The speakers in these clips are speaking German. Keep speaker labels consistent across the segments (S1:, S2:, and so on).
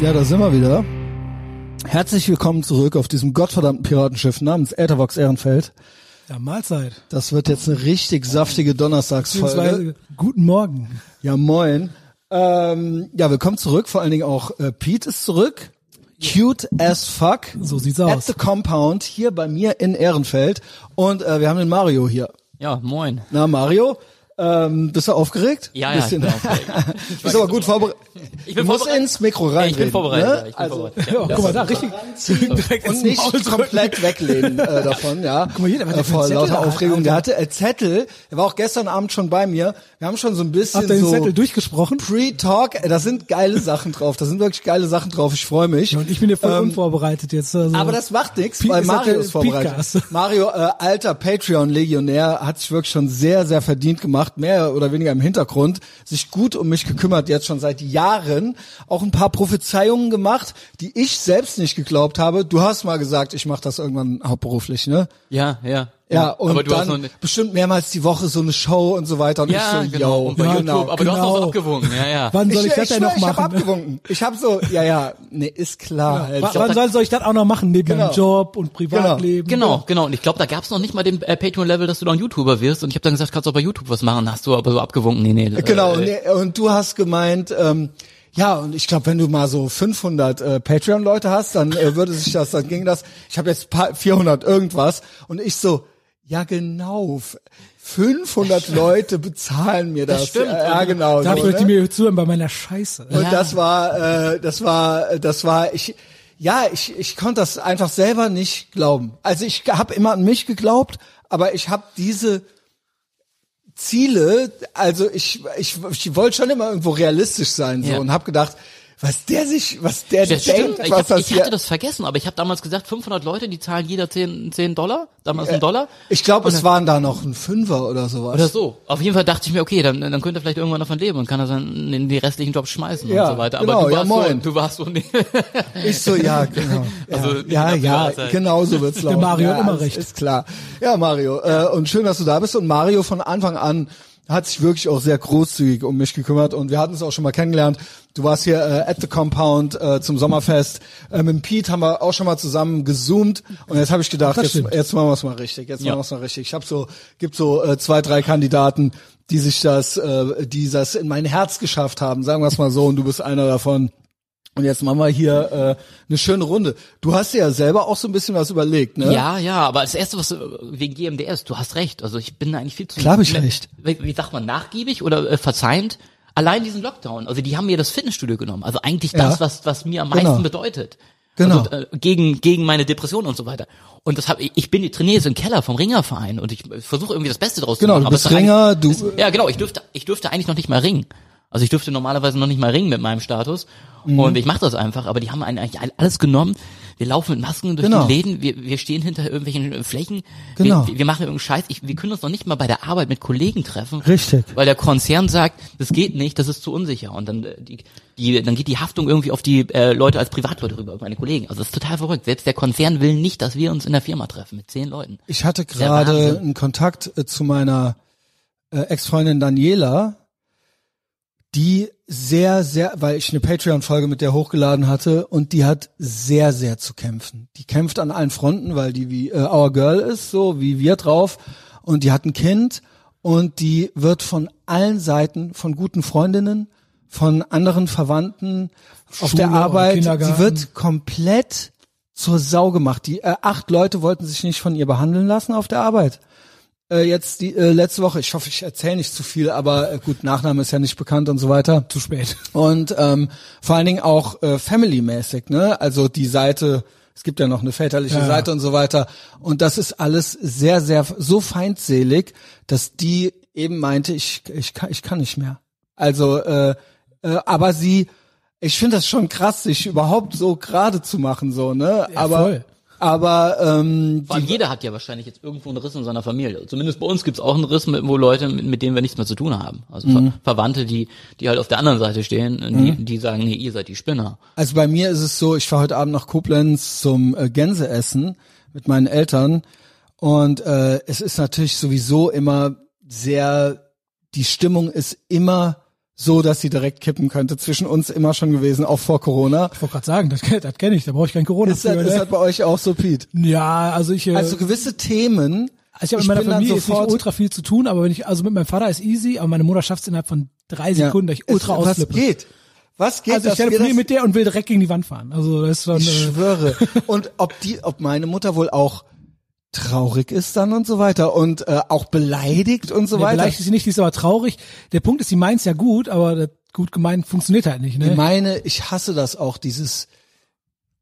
S1: Ja, da sind wir wieder. Herzlich willkommen zurück auf diesem gottverdammten Piratenschiff namens Äthervox Ehrenfeld.
S2: Ja, Mahlzeit.
S1: Das wird jetzt eine richtig saftige Donnerstagsfolge.
S2: Beziehungsweise, guten Morgen.
S1: Ja, moin. Ähm, ja, willkommen zurück. Vor allen Dingen auch äh, Pete ist zurück. Cute as fuck.
S2: So sieht's
S1: At
S2: aus.
S1: the Compound hier bei mir in Ehrenfeld. Und äh, wir haben den Mario hier.
S3: Ja, moin.
S1: Na, Mario? Ähm, bist du aufgeregt?
S3: Ja,
S1: Ein
S3: genau. ja,
S1: bisschen.
S3: ich bin aufgeregt.
S1: bist aber gut vorbereitet.
S3: Ich bin
S1: du musst
S3: vorbereitet.
S1: ins Mikro
S3: Ey,
S1: rein.
S3: ich bin vorbereitet.
S1: Ne?
S3: ja, Ich bin
S1: also,
S3: vorbereitet.
S2: Ja, guck mal da, richtig. Direkt
S1: und
S2: ins
S1: nicht
S2: Maul drücken.
S1: komplett weglehnen äh, davon, ja.
S2: Guck mal hier, der hat
S1: äh,
S2: ja
S1: vor
S2: einen Zettel
S1: lauter
S2: da,
S1: Aufregung. Der
S2: Alter.
S1: hatte äh, Zettel, der war auch gestern Abend schon bei mir. Wir haben schon so ein bisschen
S2: Habt ihr den
S1: so
S2: Zettel durchgesprochen?
S1: Pre-Talk, äh, da sind geile Sachen drauf, da sind wirklich geile Sachen drauf, ich freue mich.
S2: Ja, und ich bin ja voll
S1: Ähm,
S2: unvorbereitet jetzt. Also.
S1: aber das macht nichts,
S2: Piet
S1: weil
S2: ist halt
S1: Mario
S2: der
S1: ist vorbereitet.
S2: Pietcast.
S1: Mario, äh, alter Patreon-Legionär, hat sich wirklich schon sehr, sehr verdient gemacht, mehr oder weniger im Hintergrund, sich gut um mich gekümmert, jetzt schon seit Jahren, auch ein paar Prophezeiungen gemacht, die ich selbst nicht geglaubt habe. Du hast mal gesagt, ich mache das irgendwann hauptberuflich, ne?
S3: Ja, ja.
S1: Ja, und
S3: aber du
S1: dann
S3: hast noch ne- nicht.
S1: bestimmt mehrmals die Woche so eine Show und so weiter. Und
S3: Ja,
S1: ich so,
S3: genau.
S1: yo,
S3: Und bei
S1: ja,
S3: YouTube, aber du hast auch
S2: genau.
S3: so abgewogen. Ja, ja.
S2: wann soll ich, das denn
S1: schwör,
S2: noch
S1: ich hab
S2: machen?
S1: abgewunken. Ich hab so, ja, ja, nee, ist klar.
S2: W-
S1: Jetzt-
S2: Wann soll, soll ich das auch noch machen? Neben
S1: Genau.
S2: meinem Job und Privatleben?
S3: Genau, genau. Und ich glaube, da gab's noch nicht mal den äh, Patreon-Level, dass du dann YouTuber wirst. Und ich habe dann gesagt, kannst du auch bei YouTube was machen. Da hast du aber so abgewunken. Nee, nee.
S1: Genau, und,
S3: Äh,
S1: äh, und du hast gemeint, ähm, ja, und ich glaube, wenn du mal so 500 äh, Patreon-Leute hast, dann äh, würde sich das, dann ging das. Ich habe jetzt paar, 400 irgendwas und ich so, ja genau, f- 500 Leute bezahlen mir das.
S3: stimmt.
S1: Ja, ja genau.
S2: Darf
S1: so,
S2: ich die
S1: ne?
S2: mir zuhören bei meiner Scheiße?
S1: Und
S3: Ja.
S1: Äh, das war, äh, das war, äh, das war, ich, ja, ich, ich konnte das einfach selber nicht glauben. Also ich habe immer an mich geglaubt, aber ich habe diese Ziele, also ich, ich, ich wollte schon immer irgendwo realistisch sein so
S3: Ja.
S1: und habe gedacht, was der sich, was der
S3: das
S1: denkt,
S3: stimmt. Ich,
S1: was
S3: hab,
S1: das
S3: ich
S1: hier.
S3: hatte das vergessen, aber ich habe damals gesagt, 500 Leute, die zahlen jeder 10, 10 Dollar, damals ein Dollar.
S1: Äh, ich glaube, es waren da noch ein Fünfer oder sowas.
S3: Oder so. Auf jeden Fall dachte ich mir, okay, dann, dann könnte er vielleicht irgendwann davon leben und kann er dann in die restlichen Jobs schmeißen
S1: Ja,
S3: und so weiter.
S1: genau,
S3: Aber du
S1: ja,
S3: warst
S1: moin.
S3: so, du warst so, nee.
S1: Ich so, ja, genau. Ja,
S3: Also,
S1: ja,
S3: ich
S1: ja,
S3: hab's ja gesagt.
S1: genau so wird's laufen.
S2: Mario
S1: ja,
S2: hat immer
S1: ist-
S2: recht.
S1: Ist klar. Ja, Mario, äh, und schön, dass du da bist. Und Mario von Anfang an hat sich wirklich auch sehr großzügig um mich gekümmert und wir hatten es auch schon mal kennengelernt. Du warst hier äh, at the Compound äh, zum Sommerfest. Äh, mit Pete haben wir auch schon mal zusammen gezoomt und jetzt habe ich gedacht,
S2: Das
S1: jetzt,
S2: stimmt.
S1: jetzt machen wir es mal richtig. Jetzt
S3: Ja.
S1: machen wir es mal richtig. Ich habe so gibt so äh, zwei, drei Kandidaten, die sich das äh, die das in mein Herz geschafft haben, sagen wir es mal so und du bist einer davon. Und jetzt machen wir hier äh, eine schöne Runde. Du hast dir ja selber auch so ein bisschen was überlegt, ne?
S3: Ja, ja, aber das Erste, was äh, wegen GMDS, du hast recht. Also ich bin da eigentlich viel zu... ne,
S1: Klar hab ich recht.
S3: Wie, wie sagt man, nachgiebig oder äh, verzeihend? Allein diesen Lockdown. Also die haben mir das Fitnessstudio genommen. Also eigentlich das,
S1: Ja.
S3: was, was mir am
S1: Genau.
S3: meisten bedeutet.
S1: Genau.
S3: Also, äh, gegen, gegen meine Depression und so weiter. Und das hab, ich ich bin, ich trainiere jetzt im Keller vom Ringerverein und ich äh, versuche irgendwie das Beste draus
S1: Genau,
S3: zu
S1: du
S3: machen.
S1: bist
S3: aber es ist
S1: Ringer,
S3: eigentlich-
S1: du-
S3: es- ja, genau, ich dürfte, ich dürfte eigentlich noch nicht mal ringen. Also ich dürfte normalerweise noch nicht mal ringen mit meinem Status.
S1: Mhm.
S3: Und ich mache das einfach, aber die haben einen eigentlich all- alles genommen. Wir laufen mit Masken durch
S1: Genau.
S3: die Läden, wir, wir stehen hinter irgendwelchen äh, Flächen,
S1: Genau.
S3: wir, wir machen irgendeinen Scheiß. Ich, wir können uns noch nicht mal bei der Arbeit mit Kollegen treffen.
S1: Richtig.
S3: Weil der Konzern sagt, das geht nicht, das ist zu unsicher. Und dann, äh, die, die, dann geht die Haftung irgendwie auf die äh, Leute als Privatleute rüber, meine Kollegen. Also das ist total verrückt. Selbst der Konzern will nicht, dass wir uns in der Firma treffen mit zehn Leuten.
S1: Ich hatte
S3: Der
S1: gerade
S3: Wahnsinn.
S1: einen Kontakt äh, zu meiner äh, Ex-Freundin Daniela, die sehr, sehr, weil ich eine Patreon-Folge mit der hochgeladen hatte und die hat sehr, sehr zu kämpfen. Die kämpft an allen Fronten, weil die wie äh, Our Girl ist, so wie wir drauf und die hat ein Kind und die wird von allen Seiten, von guten Freundinnen, von anderen Verwandten auf
S2: Schule
S1: der
S2: und
S1: Arbeit, die
S2: Kindergarten.
S1: wird komplett zur Sau gemacht. Die äh, acht Leute wollten sich nicht von ihr behandeln lassen auf der Arbeit. Äh, jetzt die äh, letzte Woche, ich hoffe, ich erzähle nicht zu viel, aber äh, gut, Nachname ist ja nicht bekannt und so weiter.
S2: Zu spät.
S1: Und ähm, vor allen Dingen auch äh, family-mäßig, ne? Also die Seite, es gibt ja noch eine väterliche
S2: Ja, ja.
S1: Seite und so weiter. Und das ist alles sehr, sehr so feindselig, dass die eben meinte, ich, ich, kann, ich kann nicht mehr. Also, äh, äh, aber sie, ich finde das schon krass, sich überhaupt so gerade zu machen, so, ne?
S2: Ja,
S1: aber
S2: voll.
S1: aber ähm,
S3: Vor allem jeder hat ja wahrscheinlich jetzt irgendwo einen Riss in seiner Familie. Zumindest bei uns gibt's auch einen Riss, mit, wo Leute, mit, mit denen wir nichts mehr zu tun haben. Also Ver Verwandte, die, die halt auf der anderen Seite stehen, und die, die sagen, nee, ihr seid die Spinner.
S1: Also bei mir ist es so, ich fahre heute Abend nach Koblenz zum äh, Gänseessen mit meinen Eltern und äh, es ist natürlich sowieso immer sehr, die Stimmung ist immer so dass sie direkt kippen könnte. Zwischen uns immer schon gewesen, auch vor Corona.
S2: Ich wollte gerade sagen, das, kenn- das kenne ich, da brauche ich kein Corona
S1: Ist das,
S2: für.
S1: ist das
S2: Ne?
S1: bei euch auch so, Pete?
S2: Ja, also ich, äh,
S1: Also gewisse Themen.
S2: also ich habe in meiner
S1: bin dann
S2: Familie jetzt nicht ultra viel zu tun, aber wenn ich, also mit meinem Vater ist easy, aber meine Mutter schafft es innerhalb von drei
S1: Ja.
S2: Sekunden, dass ich ultra
S1: Es- Was
S2: ausflippe.
S1: geht? Was geht?
S2: also ich
S1: dass wir
S2: telefoniere
S1: das-
S2: mit der und will direkt gegen die Wand fahren. Also das ist schon,
S1: Ich
S2: äh,
S1: schwöre. Und ob die, ob meine Mutter wohl auch traurig ist dann und so weiter und äh, auch beleidigt und so
S2: nee,
S1: weiter.
S2: vielleicht ist sie nicht, die ist aber traurig. Der Punkt ist, sie meint's ja gut, aber das gut gemeint funktioniert halt nicht. Ne?
S1: Ich meine, ich hasse das auch, dieses,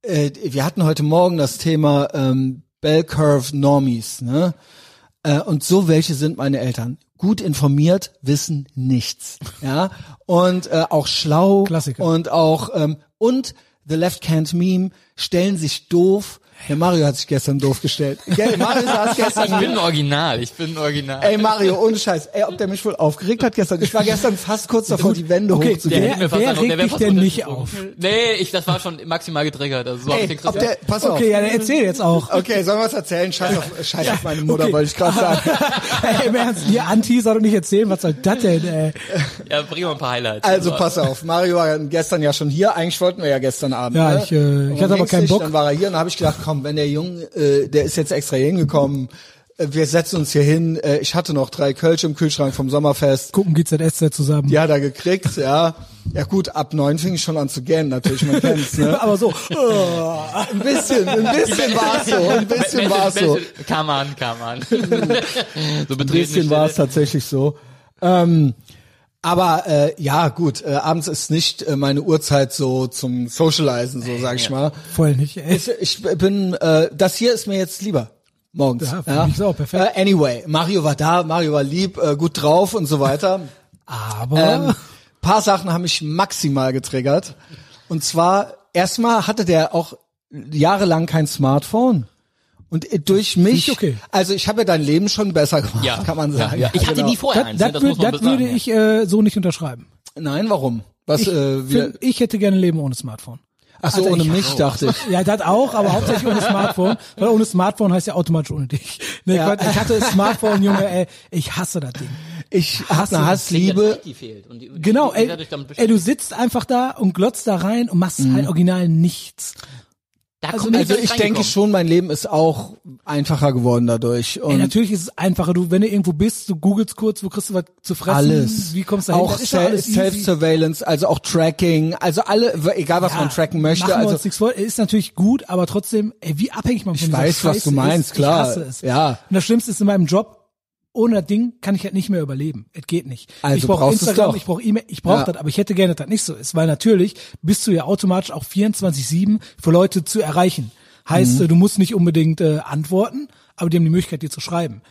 S1: äh, wir hatten heute Morgen das Thema ähm, Bell Curve Normies, ne? Äh, und so welche sind meine Eltern. Gut informiert, wissen nichts, ja? Und äh, auch schlau
S2: Klassiker.
S1: und auch, ähm, und The Left Hand Meme stellen sich doof. Der Mario hat sich gestern doof gestellt. Gell, Mario saß gestern
S3: Ich bin ein Original, ich bin ein Original.
S1: Ey Mario, ohne Scheiß. Ey, ob der mich wohl aufgeregt hat gestern. Ich war gestern fast kurz davor, die Wände
S2: okay,
S1: hochzugehen.
S2: der-
S3: hätte mir fast
S2: wer
S3: einen-
S2: regt
S3: der wäre
S2: dich
S3: fast
S2: denn nicht
S3: runtergesprungen. Nee, ich, das war schon maximal getriggert. Also so hab ich den
S1: Ey, ob
S3: Christian.
S1: der, pass auf.
S2: okay, ja, dann erzähl jetzt auch.
S1: Okay, sollen wir es erzählen? Scheiß auf, scheiß auf meine Mutter,
S2: okay.
S1: wollte ich gerade sagen.
S2: Ey, Im Ernst, die Antis soll doch nicht erzählen, was soll das denn, äh? ey?
S3: Ja, bring mal ein paar Highlights.
S1: Also pass auf, Mario war gestern ja schon hier. Eigentlich wollten wir ja gestern Abend.
S2: Ja,
S1: ne?
S2: ich, äh, ich
S1: Und
S2: hatte aber
S1: ging's
S2: keinen
S1: nicht,
S2: Bock.
S1: Dann war er hier und da habe ich gedacht, komm, wenn der Junge, äh, der ist jetzt extra hier hingekommen, äh, wir setzen uns hier hin. Äh, ich hatte noch drei Kölsch im Kühlschrank vom Sommerfest.
S2: Gucken GZSZ zusammen.
S1: Die hat er gekriegt, ja. Ja gut, ab neun fing ich schon an zu gähnen, natürlich, man kennt's, ne? Oh.
S2: aber so,
S1: Ein bisschen, ein bisschen war's so, ein bisschen war's so.
S3: Come on, come on. so
S1: Ein
S3: betreten
S1: bisschen war es tatsächlich so. Ähm, aber äh, ja, gut, äh, abends ist nicht äh, meine Uhrzeit so zum Socializen,
S2: Äh,
S1: so sag ich mal.
S2: voll nicht, ey.
S1: Ich, ich bin, äh, das hier ist mir jetzt lieber. Morgens.
S2: Ja,
S1: Ja,
S2: finde ich auch perfekt.
S1: Äh, anyway, Mario war da, Mario war lieb, äh, gut drauf und so weiter.
S2: Aber,
S1: Ähm, paar Sachen haben mich maximal getriggert. Und zwar, erstmal hatte der auch jahrelang kein Smartphone. Und äh, durch mich,
S2: ich okay.
S1: also ich habe ja dein Leben schon besser gemacht,
S3: Ja.
S1: kann man sagen.
S3: Ja, ja. Ich hatte
S1: Genau.
S3: nie vorher
S2: das,
S3: eins, ne?
S2: das,
S3: muss
S2: würd,
S3: man
S2: das
S3: sagen,
S2: würde
S3: ja.
S2: ich äh, so nicht unterschreiben.
S1: Nein, warum? Was,
S2: Ich,
S1: äh, wir,
S2: find, ich hätte gerne ein Leben ohne Smartphone.
S1: ach so,
S2: Alter,
S1: ohne
S2: ich-
S1: mich dachte ich.
S2: Ja, das auch, aber hauptsächlich ohne Smartphone. Weil ohne Smartphone heißt ja automatisch ohne dich. Ne,
S1: Ja.
S2: Quatsch, Ich hatte Smartphone, Junge, ey, ich hasse das Ding.
S1: Ich hasse eine
S3: Liebe.
S1: Hassliebe.
S3: Die fehlt. Und die,
S2: Genau,
S3: die, die
S2: ey,
S3: dadurch dann
S2: ey, du sitzt einfach da und glotzt da rein und machst
S1: Mhm.
S2: halt original nichts.
S3: da
S2: also
S3: kommt
S2: nee,
S3: nicht
S1: Also
S3: ganz
S1: ich denke
S3: reingekommen.
S1: schon, mein Leben ist auch einfacher geworden dadurch.
S2: Ey,
S1: Und
S2: natürlich ist es einfacher, du, wenn du irgendwo bist, du googelst kurz, wo kriegst du was zu fressen,
S1: alles.
S2: wie kommst du da hin,
S1: Auch
S2: das ist doch
S1: Sel-
S2: alles easy.
S1: Self-Surveillance, also auch Tracking, also alle, egal was
S2: Ja,
S1: man tracken möchte.
S2: Machen wir
S1: Also
S2: uns nichts vor, ist natürlich gut, aber trotzdem, ey, wie abhängig man von
S1: Ich
S2: dieser
S1: weiß, was
S2: Scheiße
S1: du meinst,
S2: ist,
S1: klar.
S2: Ich hasse es.
S1: Ja.
S2: Und das Schlimmste ist in meinem Job, ohne das Ding kann ich halt nicht mehr überleben. Es geht nicht.
S1: Also
S2: ich brauche
S1: brauchst du's
S2: Instagram,
S1: doch.
S2: ich brauche E-Mail, ich brauche
S1: Ja.
S2: das, aber ich hätte gerne, dass das nicht so ist, weil natürlich bist du ja automatisch auch 24-7 für Leute zu erreichen. Heißt,
S1: Mhm.
S2: äh, du musst nicht unbedingt äh, antworten, aber die haben die Möglichkeit, dir zu schreiben.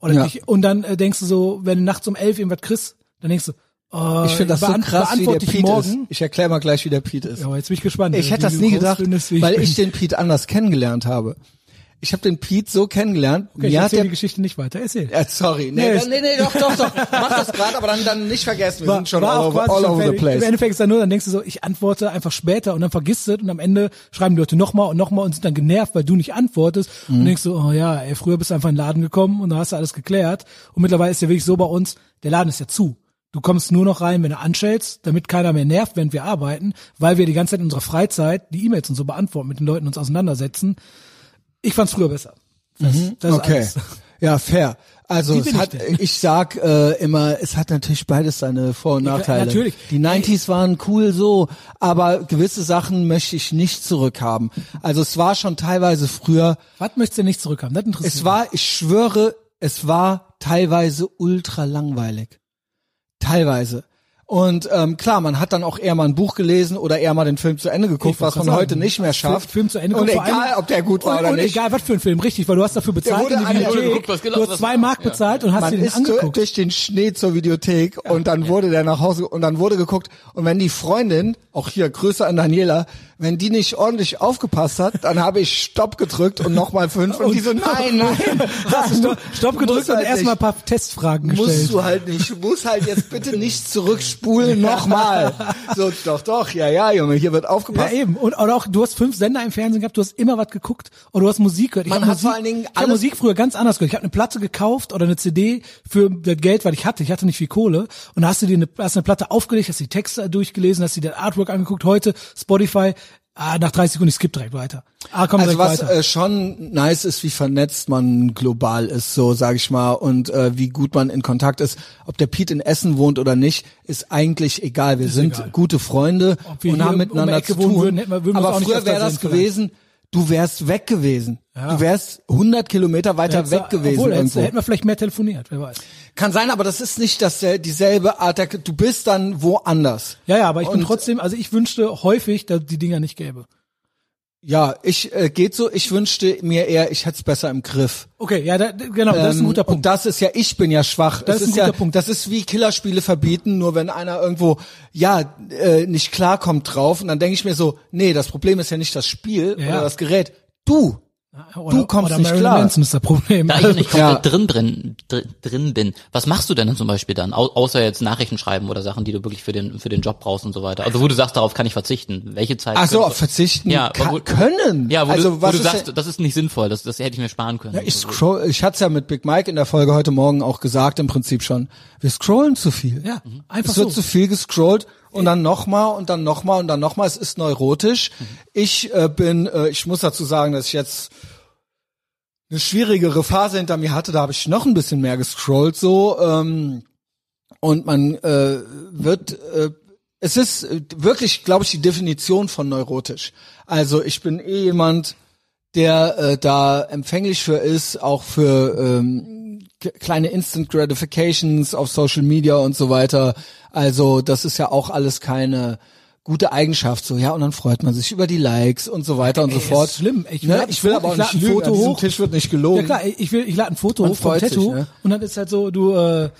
S2: Oder
S1: Ja.
S2: dich, und dann äh, denkst du so, wenn du nachts um elf irgendwas kriegst, dann denkst du, oh,
S1: ich finde das so
S2: beant-
S1: krass, wie der
S2: beantworte ich
S1: Pete ist.
S2: morgen.
S1: Ich erkläre mal gleich, wie der Pete ist.
S2: Ja, aber jetzt bin ich gespannt.
S1: Ich
S2: äh,
S1: hätte
S2: wie
S1: das
S2: du
S1: nie gedacht,
S2: rausfindest, wie
S1: weil
S2: bin.
S1: ich den Pete anders kennengelernt habe. Ich habe den Pete so kennengelernt.
S2: Okay, ich
S1: mir hat
S2: erzähl
S1: der,
S2: die Geschichte nicht weiter. Erzähl.
S1: äh, sorry, nee,
S2: Nee,
S1: nee, nee, doch, doch, doch. Mach das gerade, aber dann, dann nicht vergessen. Wir sind schon
S2: war
S1: all
S2: auch
S1: over,
S2: quasi
S1: all
S2: schon
S1: over the
S2: fertig. Im
S1: place.
S2: Endeffekt ist dann nur, dann denkst du so, ich antworte einfach später und dann vergisst du es und am Ende schreiben die Leute nochmal und nochmal und sind dann genervt, weil du nicht antwortest
S1: Mhm.
S2: und denkst so, oh ja, ey, früher bist du einfach in den Laden gekommen und da hast du alles geklärt und mittlerweile ist ja wirklich so bei uns, der Laden ist ja zu. Du kommst nur noch rein, wenn du anschellst, damit keiner mehr nervt, während wir arbeiten, weil wir die ganze Zeit in unserer Freizeit die E-Mails und so beantworten, mit den Leuten uns auseinandersetzen. Ich fand's früher besser. Das, das ist
S1: Mhm. Okay.
S2: alles.
S1: Ja, fair. Also
S2: Wie
S1: es
S2: bin ich
S1: hat,
S2: denn?
S1: ich sag äh, immer, es hat natürlich beides seine Vor- und
S2: Ja,
S1: Nachteile.
S2: natürlich.
S1: Die 90s waren cool so, aber gewisse Sachen möchte ich nicht zurückhaben. Also es war schon teilweise früher
S2: Was möchtest du denn nicht zurückhaben? Das interessiert
S1: Es
S2: mich.
S1: war, ich schwöre, es war teilweise ultra langweilig. Teilweise. Und ähm, klar, man hat dann auch eher mal ein Buch gelesen oder eher mal den Film zu Ende geguckt,
S2: Ich
S1: was
S2: wollte
S1: man
S2: gerade
S1: heute
S2: sagen,
S1: nicht mehr
S2: als
S1: schafft.
S2: Film zu Ende
S1: und
S2: kommt vor
S1: egal,
S2: allem-
S1: ob der gut war
S2: und,
S1: oder
S2: und
S1: nicht.
S2: egal, was für ein Film, richtig, weil du hast dafür bezahlt
S1: wurde
S2: in die
S1: an der-
S2: Videothek,
S3: Wurde geguckt, was gelaufen
S2: du hast
S3: ist.
S2: zwei Mark
S3: Ja.
S2: bezahlt und hast
S1: Man
S2: dir den
S1: ist durch,
S2: angeguckt.
S1: durch den Schnee zur Videothek und dann wurde der nach Hause und dann wurde geguckt. Und wenn die Freundin, auch hier Grüße an Daniela, wenn die nicht ordentlich aufgepasst hat, dann habe ich Stopp gedrückt und nochmal fünf und, die so, nein, nein,
S2: Hast du Stopp, Stopp
S1: Muss
S2: gedrückt und
S1: halt
S2: erstmal ein
S1: nicht.
S2: paar Testfragen
S1: Musst
S2: gestellt.
S1: du halt nicht, muss halt jetzt bitte nicht zurückspulen nochmal. So, doch, doch, ja, ja, Junge, hier wird
S2: Ja,
S1: aufgepasst.
S2: eben. Und oder auch, du hast fünf Sender im Fernsehen gehabt, du hast immer was geguckt oder du hast Musik gehört. Ich
S1: Man
S2: hab
S1: hat
S2: Musik,
S1: vor allen Dingen
S2: ich hab
S1: alles-
S2: Musik früher ganz anders gehört. Ich habe eine Platte gekauft oder eine CD für das Geld, weil ich hatte. Ich hatte nicht viel Kohle. Und da hast du dir eine, hast eine Platte aufgelegt, hast die Texte durchgelesen, hast dir das Artwork angeguckt. Heute Spotify, ah, nach 30 Sekunden, ich skipp direkt weiter. Ah, komm
S1: Also
S2: direkt
S1: was
S2: weiter.
S1: äh, schon nice ist, wie vernetzt man global ist, so sage ich mal, und äh, wie gut man in Kontakt ist. Ob der Pete in Essen wohnt oder nicht, ist eigentlich egal. Wir sind
S2: egal.
S1: gute Freunde
S2: Ob wir
S1: und
S2: hier
S1: haben
S2: um- um
S1: miteinander
S2: die Ecke
S1: zu
S2: wohnen
S1: tun.
S2: würden, hätten wir- würden wir uns
S1: Aber
S2: auch nicht
S1: früher
S2: öfter
S1: wäre das
S2: sehen vielleicht.
S1: gewesen, du wärst weg gewesen. Du wärst 100 Kilometer weiter
S2: Hättest du-
S1: weg gewesen
S2: Obwohl, hättest-
S1: irgendwo.
S2: hätten wir vielleicht mehr telefoniert, wer weiß.
S1: Kann sein, aber das ist nicht das, dieselbe Art der, du bist dann woanders.
S2: Ja, ja, aber ich bin
S1: Und-
S2: trotzdem, also ich wünschte häufig, dass die Dinger nicht gäbe.
S1: Ja, ich, äh, geht so, ich wünschte mir eher, ich hätte es besser im Griff.
S2: Okay, ja, da, genau, das ist ein
S1: Ähm,
S2: guter
S1: Und
S2: Punkt.
S1: das ist ja, ich bin ja schwach.
S2: Das
S1: es
S2: ist ein
S1: ja,
S2: guter Punkt.
S1: Das ist wie Killerspiele verbieten, nur wenn einer irgendwo, ja, äh, nicht klarkommt drauf. Und dann denke ich mir so, nee, das Problem ist ja nicht das Spiel
S2: Ja.
S1: oder das Gerät. Du.
S2: Oder,
S1: du kommst
S2: oder
S1: nicht
S2: Marilyn
S1: klar.
S2: Manson ist das Problem.
S3: Da ich ja nicht komplett
S1: Ja.
S3: drin, drin, drin, drin bin, was machst du denn dann zum Beispiel dann? Au außer jetzt Nachrichten schreiben oder Sachen, die du wirklich für den, für den Job brauchst und so weiter. Also wo du sagst, darauf kann ich verzichten. Welche Zeit?
S1: Ach so,
S2: Genau.
S3: könntest
S1: auf
S3: du-
S1: verzichten
S3: Ja,
S1: ka-
S3: wo-
S1: können.
S3: Ja, wo
S1: also,
S3: du, wo
S1: was
S3: du
S1: ist
S3: sagst,
S1: denn-
S3: das ist nicht sinnvoll, das, das hätte ich mir sparen können.
S1: ich scroll, ich hatte es ja mit Big Mike in der Folge heute Morgen auch gesagt, im Prinzip schon. Wir scrollen zu viel.
S2: Ja, Mhm. einfach
S1: Es wird zu
S2: so.
S1: viel gescrollt und dann nochmal und dann nochmal und dann nochmal. Es ist neurotisch.
S2: Mhm.
S1: Ich äh, bin, äh, ich muss dazu sagen, dass ich jetzt eine schwierigere Phase hinter mir hatte. Da habe ich noch ein bisschen mehr gescrollt so. Ähm, und man äh, wird äh, es ist äh, wirklich, glaube ich, die Definition von neurotisch. Also ich bin eh jemand, der äh, da empfänglich für ist, auch für ähm, k- kleine Instant Gratifications auf Social Media und so weiter. Also das ist ja auch alles keine gute Eigenschaft so ja und dann freut man sich über die Likes und so weiter und so
S2: ist
S1: fort
S2: schlimm. Ich
S1: ne?
S2: lade
S1: ich will
S2: ein
S1: aber auch
S2: Foto-
S1: nicht
S2: ich lade ein
S1: lügen.
S2: Foto
S1: An diesem
S2: hoch.
S1: Tisch wird nicht gelogen
S2: Ja klar, ich will, ich lade ein Foto
S1: Man
S2: hoch vom
S1: freut sich,
S2: Tattoo
S1: ne?
S2: und dann ist halt so, du, äh,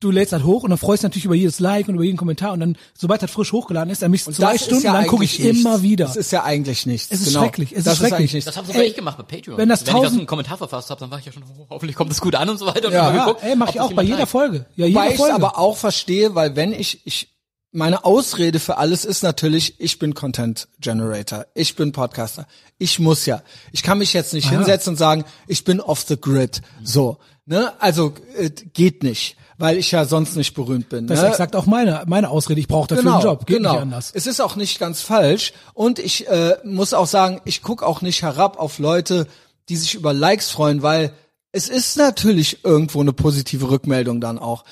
S2: du lädst halt hoch und dann freust du natürlich über jedes Like und über jeden Kommentar und dann, sobald das frisch hochgeladen ist, dann mich
S1: Das
S2: zwei
S1: ist
S2: Stunden
S1: ja
S2: lang gucke ich
S1: eigentlich nichts.
S2: immer wieder.
S1: Das ist ja eigentlich nichts.
S2: Es ist
S1: genau.
S2: schrecklich, es
S1: das
S2: ist schrecklich.
S1: eigentlich nichts.
S3: Das haben sogar
S2: Ey,
S3: ich gemacht bei Patreon.
S2: wenn das
S3: ich das
S2: 1000
S3: einen Kommentar verfasst habe, dann war ich ja schon, oh, hoffentlich kommt es gut an und so weiter. Und
S1: Ja.
S3: hab
S2: ja,
S3: geguckt,
S2: ey, mach
S3: ob
S2: ich
S3: das
S2: auch bei
S3: jemand
S2: jeder
S3: liked.
S2: Folge. Ja, jede
S1: Wobei ich
S2: Folge.
S1: aber auch verstehe, weil wenn ich, ich, meine Ausrede für alles ist natürlich, ich bin Content Generator, ich bin Podcaster, ich muss ja. Ich kann mich jetzt nicht
S2: Ah
S1: hinsetzen und sagen, ich bin off the grid. So, ne? Also äh, geht nicht, weil ich ja sonst nicht berühmt bin.
S2: das ist
S1: ne?
S2: exakt auch meine, meine Ausrede. Ich brauche dafür einen Job. Geht
S1: genau.
S2: nicht anders.
S1: Es ist auch nicht ganz falsch. Und ich äh, muss auch sagen, ich gucke auch nicht herab auf Leute, die sich über Likes freuen, weil es ist natürlich irgendwo eine positive Rückmeldung dann auch.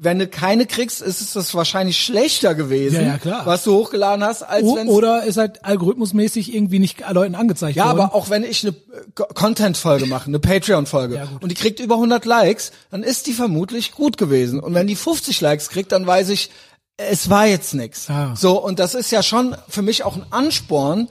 S1: Wenn du keine kriegst, ist es das wahrscheinlich schlechter gewesen,
S2: Ja, ja, klar.
S1: was du hochgeladen hast, als
S2: O-
S1: wenn
S2: Oder ist halt algorithmusmäßig irgendwie nicht Leuten angezeigt
S1: ja,
S2: worden.
S1: aber auch wenn ich eine äh, Content-Folge mache, eine Patreon-Folge
S2: Ja, gut.
S1: und die kriegt über 100 Likes, dann ist die vermutlich gut gewesen. Und wenn die 50 Likes kriegt, dann weiß ich, es war jetzt nix.
S2: Ah.
S1: So, und das ist ja schon für mich auch ein Ansporn,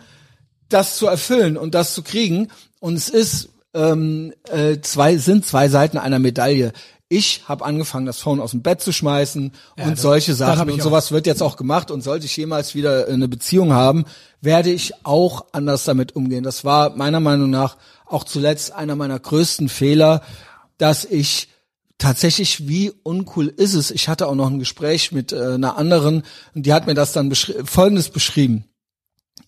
S1: das zu erfüllen und das zu kriegen. Und es ist ähm, äh, zwei sind zwei Seiten einer Medaille. Ich habe angefangen, das Phone aus dem Bett zu schmeißen und
S2: das-
S1: solche
S2: das hab
S1: Sachen
S2: ich
S1: und
S2: auch.
S1: sowas wird jetzt auch gemacht. Und sollte ich jemals wieder eine Beziehung haben, werde ich auch anders damit umgehen. Das war meiner Meinung nach auch zuletzt einer meiner größten Fehler, dass ich tatsächlich, wie uncool ist es? Ich hatte auch noch ein Gespräch mit äh, einer anderen und die hat mir das dann beschri folgendes beschrieben.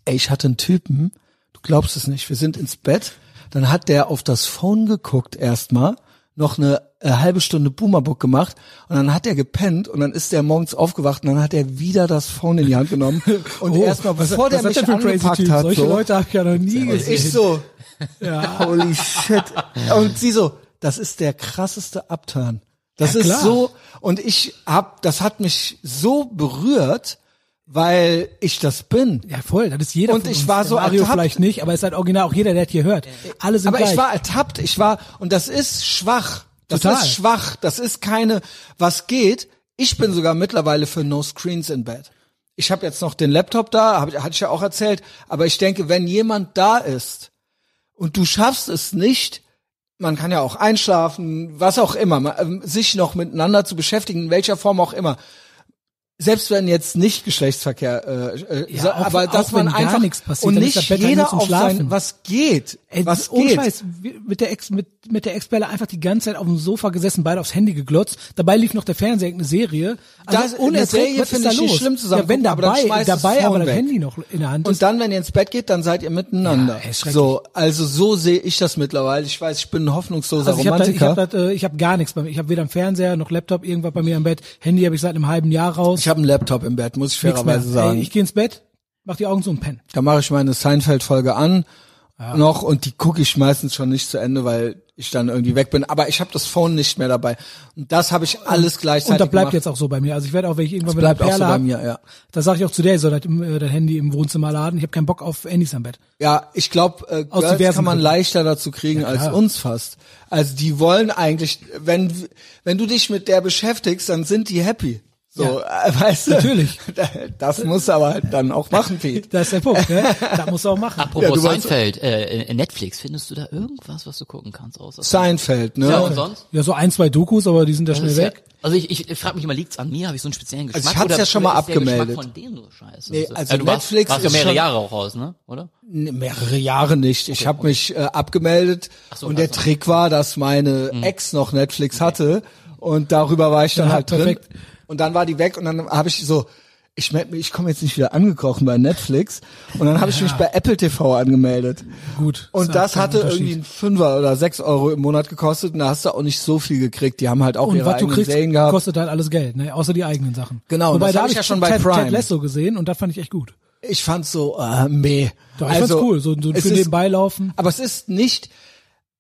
S1: Ey, ich hatte einen Typen, du glaubst es nicht, wir sind ins Bett, dann hat der auf das Phone geguckt erstmal, noch eine äh, halbe Stunde Boomerbook gemacht und dann hat er gepennt und dann ist der morgens aufgewacht und dann hat er wieder das Phone in die Hand genommen und
S2: Oh,
S1: erstmal bevor
S2: was
S1: der
S2: hat
S1: mich
S2: für ein crazy
S1: angepackt
S2: Typ?
S1: hat,
S2: Solche
S1: so,
S2: Leute habe ich ja noch nie
S1: und
S2: gesehen.
S1: ich so, holy shit. Und sie so, das ist der krasseste Upturn. Das
S2: Ja,
S1: ist
S2: klar.
S1: so, und ich hab, das hat mich so berührt, weil ich das bin.
S2: Ja, voll, das ist jeder
S1: Und
S2: von
S1: ich
S2: uns.
S1: war so
S2: Der Mario
S1: ertappt.
S2: vielleicht nicht, aber es ist halt original auch jeder, der hat hier hört. Alle sind
S1: Aber
S2: gleich.
S1: ich war ertappt, ich war, und das ist schwach. Das
S2: Total.
S1: ist schwach. Das ist keine, was geht. Ich bin sogar mittlerweile für No Screens in Bed. Ich habe jetzt noch den Laptop da, hab, ich- hatte ich ja auch erzählt. Aber ich denke, wenn jemand da ist und du schaffst es nicht, man kann ja auch einschlafen, was auch immer, man, ähm, sich noch miteinander zu beschäftigen, in welcher Form auch immer. selbst wenn jetzt nicht Geschlechtsverkehr, äh, äh,
S2: Ja,
S1: so-
S2: auch-
S1: aber
S2: auch
S1: dass man
S2: wenn gar
S1: einfach
S2: nichts passiert,
S1: und
S2: dann
S1: nicht
S2: ist das Bett halt nur
S1: jeder
S2: zum
S1: auf sein,
S2: Schlafen.
S1: was geht,
S2: Ey,
S1: was
S2: ohne
S1: geht.
S2: Scheiß, wir- mit der Ex, mit, mit der Ex-Perle einfach die ganze Zeit auf dem Sofa gesessen, beide aufs Handy geglotzt. Dabei lief noch der Fernseher irgendeine Serie. Also
S1: Das- eine
S2: Erträglich,
S1: Serie
S2: was ist
S1: finde
S2: da
S1: ich nicht
S2: los?
S1: schlimm zusammen,
S2: Ja, wenn
S1: aber dann
S2: dabei,
S1: schmeißt das
S2: dabei aber
S1: Phone
S2: das
S1: weg.
S2: Handy noch in der Hand
S1: Und
S2: ist.
S1: dann, wenn ihr ins Bett geht, dann seid ihr miteinander.
S2: Ja, ey, schrecklich.
S1: so, also so sehe ich das mittlerweile. Ich weiß, ich bin ein hoffnungsloser
S2: Also ich habe ich
S1: Romantiker.
S2: hab, das, äh, ich hab gar nichts bei mir. Ich habe weder einen Fernseher noch Laptop, irgendwas bei mir im Bett. Handy habe ich seit einem halben Jahr raus.
S1: ich habe einen Laptop im Bett, muss ich
S2: Nix mehr.
S1: fairerweise sagen.
S2: Ey, ich gehe ins Bett, mach die Augen zu und pen.
S1: da mache ich meine Seinfeld-Folge an noch und die gucke ich meistens schon nicht zu Ende, weil ich dann irgendwie weg bin. Aber ich habe das Phone nicht mehr dabei. Und das habe ich alles gleichzeitig
S2: Und das bleibt
S1: gemacht.
S2: jetzt auch so bei mir. Also ich werde auch, wenn ich irgendwann mit
S1: bleibt
S2: einer
S1: auch so
S2: Perle
S1: bei
S2: hab,
S1: mir, ja.
S2: da sage ich auch zu der, ich soll das, äh, das Handy im Wohnzimmer laden. Ich habe keinen Bock auf Handys am Bett.
S1: Ja, ich glaube, äh,
S2: Aus
S1: Girls
S2: diversen
S1: kann man
S2: Gründen.
S1: leichter dazu kriegen als
S2: klar.
S1: uns fast. Also die wollen eigentlich, wenn wenn du dich mit der beschäftigst, dann sind die happy. So, äh, weißt du?
S2: Natürlich.
S1: Das muss aber halt dann auch machen, Pete.
S2: Das ist der Punkt, ne? Das musst du auch machen.
S1: Ja,
S3: Apropos
S1: du weißt-
S3: Seinfeld, äh, in Netflix, findest du da irgendwas, was du gucken kannst? Außer
S1: Seinfeld, ne?
S3: Ja, und sonst?
S2: Ja, so ein, zwei Dokus, aber die sind ja
S3: Das
S2: schnell
S3: ist ja,
S2: weg.
S3: also ich, ich, frage mich immer, liegt's an mir? Habe ich so einen speziellen Geschmack?
S1: Also ich hab's
S3: oder
S1: ja schon mal
S3: ist der Geschmack
S1: abgemeldet.
S3: von denen so scheiße?
S1: Nee,
S3: Das ist-
S1: also
S3: du warst,
S1: Netflix
S3: warst ja
S1: ist
S3: mehrere
S1: schon-
S3: Jahre auch raus, ne? Oder?
S1: Nee, mehrere Jahre nicht. Ich habe mich äh, abgemeldet
S3: so,
S1: und der
S3: also.
S1: Trick war, dass meine Ex noch Netflix hatte und darüber war ich dann
S2: Mhm. Ja,
S1: halt
S2: perfekt.
S1: drin und dann war die weg und dann habe ich so ich meld mich, ich komme jetzt nicht wieder angekrochen bei Netflix und dann habe ich mich bei Apple TV angemeldet.
S2: Gut.
S1: Und
S2: Ist
S1: das
S2: ja kein
S1: hatte
S2: Unterschied.
S1: irgendwie einen Fünfer oder sechs Euro im Monat gekostet und da hast du auch nicht so viel gekriegt. Die haben halt auch
S2: Und
S1: ihre
S2: was du
S1: eigenen
S2: kriegst,
S1: Serien gehabt.
S2: kostet halt alles Geld, ne? Außer die eigenen Sachen.
S1: Genau,
S2: Wobei,
S1: das
S2: da
S1: hab
S2: habe
S1: ich
S2: ich
S1: ja schon bei
S2: Ted,
S1: Prime.
S2: Ted Lasso gesehen und das fand ich echt gut.
S1: Ich fand so, äh, meh.
S2: Doch, ich fand's cool, so- so
S1: Also, es
S2: für
S1: ist-
S2: nebenbei laufen.
S1: Aber es ist nicht,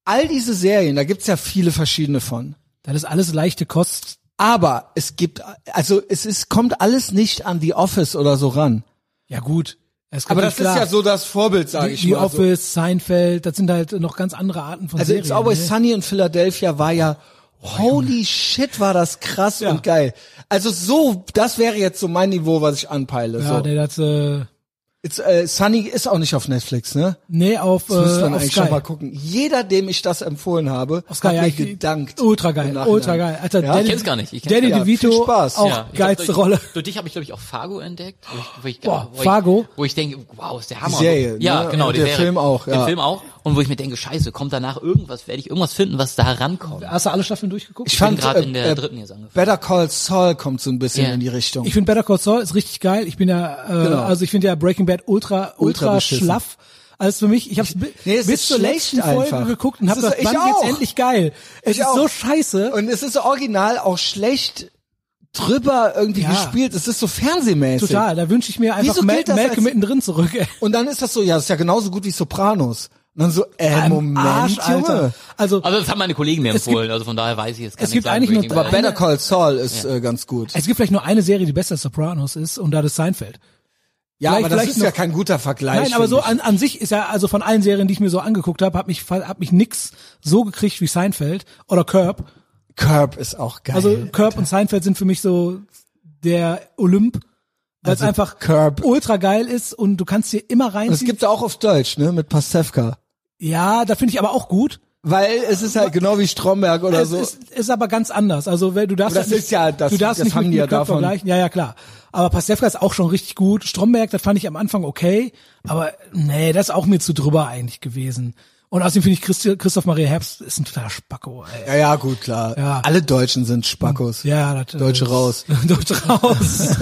S1: all diese Serien, da gibt's ja viele verschiedene von.
S2: Das ist alles leichte Kost.
S1: Aber es gibt, also es ist, kommt alles nicht an The Office oder so ran.
S2: Ja, gut. Es kommt
S1: Aber das
S2: nicht klar.
S1: ist ja so das Vorbild, sage
S2: Die,
S1: ich
S2: die
S1: mal. so.
S2: Office, Seinfeld, das sind halt noch ganz andere Arten von
S1: Also
S2: Serien.
S1: It's Always
S2: ne? Oh,
S1: Sunny in Philadelphia war ja, holy shit, war das krass
S2: Ja.
S1: und geil. Also so, das wäre jetzt so mein Niveau, was ich anpeile.
S2: Ja,
S1: so.
S2: nee, das, äh,
S1: It's, äh, Sunny ist auch nicht auf Netflix, ne?
S2: nee, auf,
S1: Das müsste man
S2: äh, auf
S1: eigentlich
S2: Sky.
S1: schon mal gucken. Jeder, dem ich das empfohlen habe,
S2: Auf Sky,
S1: hat
S2: ja,
S1: mir
S2: ich-
S1: gedankt.
S2: Ultra
S1: im
S2: geil,
S1: Nachhinein.
S2: ultra geil. Alter,
S1: Ja?
S2: Danny,
S3: Ich kenn's gar nicht, ich kenn's
S2: Danny
S1: gar nicht.
S2: DeVito,
S1: Viel Spaß.
S2: auch
S1: Ja,
S3: ich hab
S2: geilste
S3: durch,
S2: Rolle.
S3: Durch dich habe ich, glaube ich, auch Fargo entdeckt. Wo ich, wo ich,
S2: Boah,
S3: wo
S2: Fargo?
S3: Ich, wo ich denke, wow, ist der Hammer.
S1: Die Serie,
S3: ja,
S1: ne?
S3: genau.
S1: Und
S3: die
S1: der
S3: Serie.
S1: Film auch, ja.
S3: Der Film auch. Und wo ich mir denke, scheiße, kommt danach irgendwas, werde ich irgendwas finden, was da rankommt.
S2: Hast du alle Staffeln durchgeguckt?
S1: Ich
S3: bin
S1: fand,
S3: gerade
S1: äh,
S3: in der
S1: äh,
S3: dritten jetzt angefangen.
S1: Better Call Saul kommt so ein bisschen
S3: Ja.
S1: in die Richtung.
S2: Ich finde Better Call Saul ist richtig geil. Ich bin ja, äh,
S1: Genau.
S2: also ich finde ja Breaking Bad ultra,
S1: Ultra
S2: ultra,
S1: beschissen.
S2: schlaff. Also für mich, ich habe
S1: Nee, es
S2: bis
S1: ist
S2: zur
S1: schlecht
S2: letzten Folge
S1: einfach.
S2: geguckt und
S1: Es
S2: habe
S1: ist-
S2: gesagt,
S1: ich
S2: wann
S1: auch.
S2: geht's endlich geil? Es
S1: Ich
S2: ist
S1: auch.
S2: so scheiße.
S1: Und es ist original auch schlecht drüber irgendwie
S2: Ja.
S1: gespielt. Es ist so fernsehmäßig.
S2: Total, da wünsche ich mir einfach
S1: Wieso
S2: Mal
S1: gilt das als-
S2: Malcolm mittendrin zurück. ey.
S1: Und dann ist das so, ja, das ist ja genauso gut wie Sopranos. Und dann so, äh,
S2: Am
S1: Moment,
S2: Arsch,
S1: Junge.
S2: Alter. Also
S3: Aber das haben meine Kollegen mir
S2: Es
S3: empfohlen, also von daher weiß ich jetzt gar
S2: es
S3: nicht.
S2: gibt
S3: sagen,
S2: eigentlich nur
S3: Breaking Bad.
S2: drei-
S1: Better Call Saul ist äh, ganz gut.
S2: es gibt vielleicht nur eine Serie, die besser als Sopranos ist und da das Seinfeld.
S1: Ja,
S2: vielleicht-
S1: aber das
S2: vielleicht
S1: ist ja
S2: noch-
S1: kein guter Vergleich.
S2: Nein,
S1: finde
S2: aber so
S1: ich.
S2: an, an sich ist ja, also von allen Serien, die ich mir so angeguckt habe, hat mich, hat mich nix so gekriegt wie Seinfeld oder Curb.
S1: Curb ist auch geil.
S2: Also Curb und Seinfeld sind für mich so der Olymp, weil es
S1: Also
S2: einfach
S1: Curb.
S2: ultra geil ist und du kannst dir immer
S1: Und es
S2: reinziehen.
S1: gibt auch auf Deutsch, ne, mit Pastewka.
S2: ja, da finde ich aber auch gut.
S1: Weil es ist halt genau wie Stromberg oder
S2: Es
S1: so.
S2: ist, ist aber ganz anders. Also weil du darfst
S1: Aber das
S2: halt nicht,
S1: ist ja- das-
S2: du darfst
S1: das
S2: nicht
S1: haben
S2: mit,
S1: die ja
S2: mit Curb
S1: davon.
S2: vergleichen. Ja, ja, klar. Aber Pastewka ist auch schon richtig gut. Stromberg, das fand ich am Anfang okay, aber nee, das ist auch mir zu drüber eigentlich gewesen. Und außerdem finde ich Christi, Christoph Maria Herbst ist ein totaler Spacko.
S1: ja,
S2: Ey.
S1: ja, gut, klar.
S2: Ja.
S1: Alle Deutschen sind Spackos.
S2: Ja, das,
S1: Deutsche raus.
S2: Deutsche raus.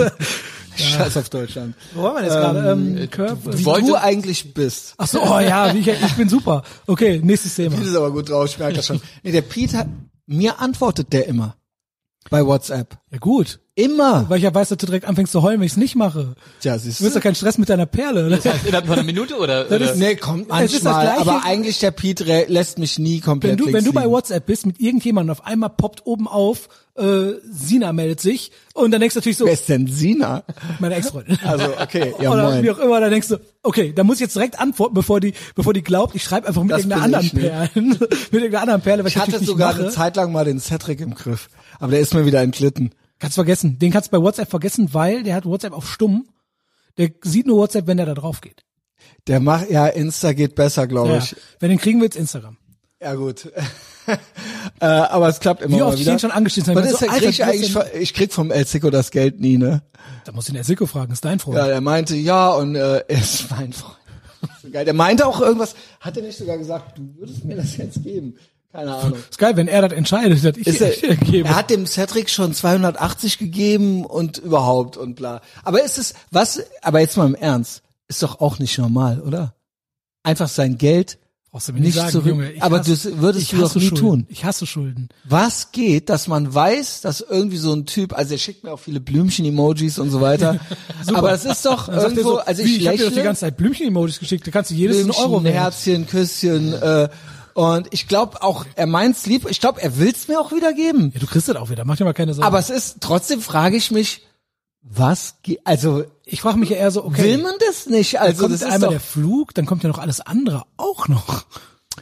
S1: Scheiß auf Deutschland.
S2: Wo waren wir jetzt gerade?
S1: Äh,
S2: Ähm, Curb.
S1: Wie
S3: Wollte-
S1: du eigentlich bist.
S2: Ach so, oh ja, ich, ich bin super. Okay, nächstes Thema.
S1: Pete ist aber gut drauf, ich merke das schon. Nee, der Pete hat, mir antwortet der immer. Bei WhatsApp.
S2: Ja gut,
S1: Immer.
S2: weil ich ja weiß, dass du direkt anfängst zu heulen, wenn ich es nicht mache.
S1: Tja, siehst
S2: Du willst doch keinen Stress mit deiner Perle. Oder?
S3: Das heißt, innerhalb von einer Minute oder? oder?
S1: Nee, kommt
S2: Es ist das
S1: manchmal,
S2: Gleiche-
S1: aber eigentlich der Pete re- lässt mich nie komplett
S2: Wenn du,
S1: links
S2: wenn du bei
S1: liegen.
S2: WhatsApp bist mit irgendjemandem, auf einmal poppt oben auf, äh, Sina meldet sich und dann denkst du natürlich so,
S1: Wer ist denn Sina?
S2: meine Ex-Freundin.
S1: Also, okay, ja
S2: Oder wie
S1: moin.
S2: auch immer, dann denkst du, okay, da muss ich jetzt direkt antworten, bevor die, bevor die glaubt, ich schreibe einfach mit
S1: Das
S2: irgendeiner
S1: bin ich
S2: anderen Perle. mit irgendeiner anderen Perle, weil ich,
S1: Ich hatte
S2: natürlich
S1: sogar
S2: nicht
S1: eine
S2: mache.
S1: Zeit lang mal den Cedric im Griff. Aber der ist mir wieder entglitten.
S2: Kannst vergessen. Den kannst du bei WhatsApp vergessen, weil der hat WhatsApp auf stumm. Der sieht nur WhatsApp, wenn der da drauf geht.
S1: Der macht, ja, Insta geht besser, glaube
S2: Ja.
S1: ich.
S2: Wenn den kriegen wir jetzt Instagram.
S1: Ja gut. äh, aber es klappt immer
S2: Wie
S1: mal
S2: oft ich
S1: wieder.
S2: den schon angeschnitten habe.
S1: Was ist
S2: Ich
S1: denn,
S2: meine so,
S1: krieg ich,
S2: Alter, du
S1: eigentlich,
S2: hast
S1: von- ich krieg vom El Zico das Geld nie, ne?
S2: Da muss ich den Silke fragen, ist dein Freund.
S1: Ja, der meinte, ja, und äh, er ist mein Freund. So geil. Der meinte auch irgendwas, hat er nicht sogar gesagt, du würdest mir das jetzt geben? Keine Ahnung.
S2: Ist geil, wenn er das entscheidet, dass ich
S1: Ist
S2: echt
S1: er,
S2: ergebe.
S1: er hat dem Cedric schon 280 gegeben und überhaupt und bla. Aber ist es, was, aber jetzt mal im Ernst, ist doch auch nicht normal, oder? Einfach sein Geld
S2: Brauchst du mir
S1: nicht
S2: sagen,
S1: zurück.
S2: Junge, ich
S1: aber
S2: hasse-
S1: das würdest
S2: ich
S1: du doch
S2: hasse
S1: nie
S2: Schulden.
S1: tun.
S2: Ich hasse Schulden.
S1: Was geht, dass man weiß, dass irgendwie so ein Typ, also er schickt mir auch viele Blümchen-Emojis und so weiter, aber das ist doch
S2: Dann sagt er
S1: irgendwo,
S2: so,
S1: also
S2: wie,
S1: ich
S2: ich hab dir doch die
S1: lächle,
S2: ganze Zeit Blümchen-Emojis geschickt, da kannst du jedes einen
S1: Blümchen,
S2: Euro mehr.
S1: Herzchen, Küsschen, äh, und ich glaube auch, er meint's lieb, ich glaube, er will's mir auch wieder geben.
S2: Ja, du kriegst das auch wieder, mach dir mal keine Sorgen.
S1: Aber es ist, trotzdem frage ich mich, was geht, also
S2: ich frage mich ja eher so, okay,
S1: will man das nicht? Also
S2: kommt
S1: das ist
S2: einmal
S1: doch,
S2: der Flug, dann kommt ja noch alles andere auch noch.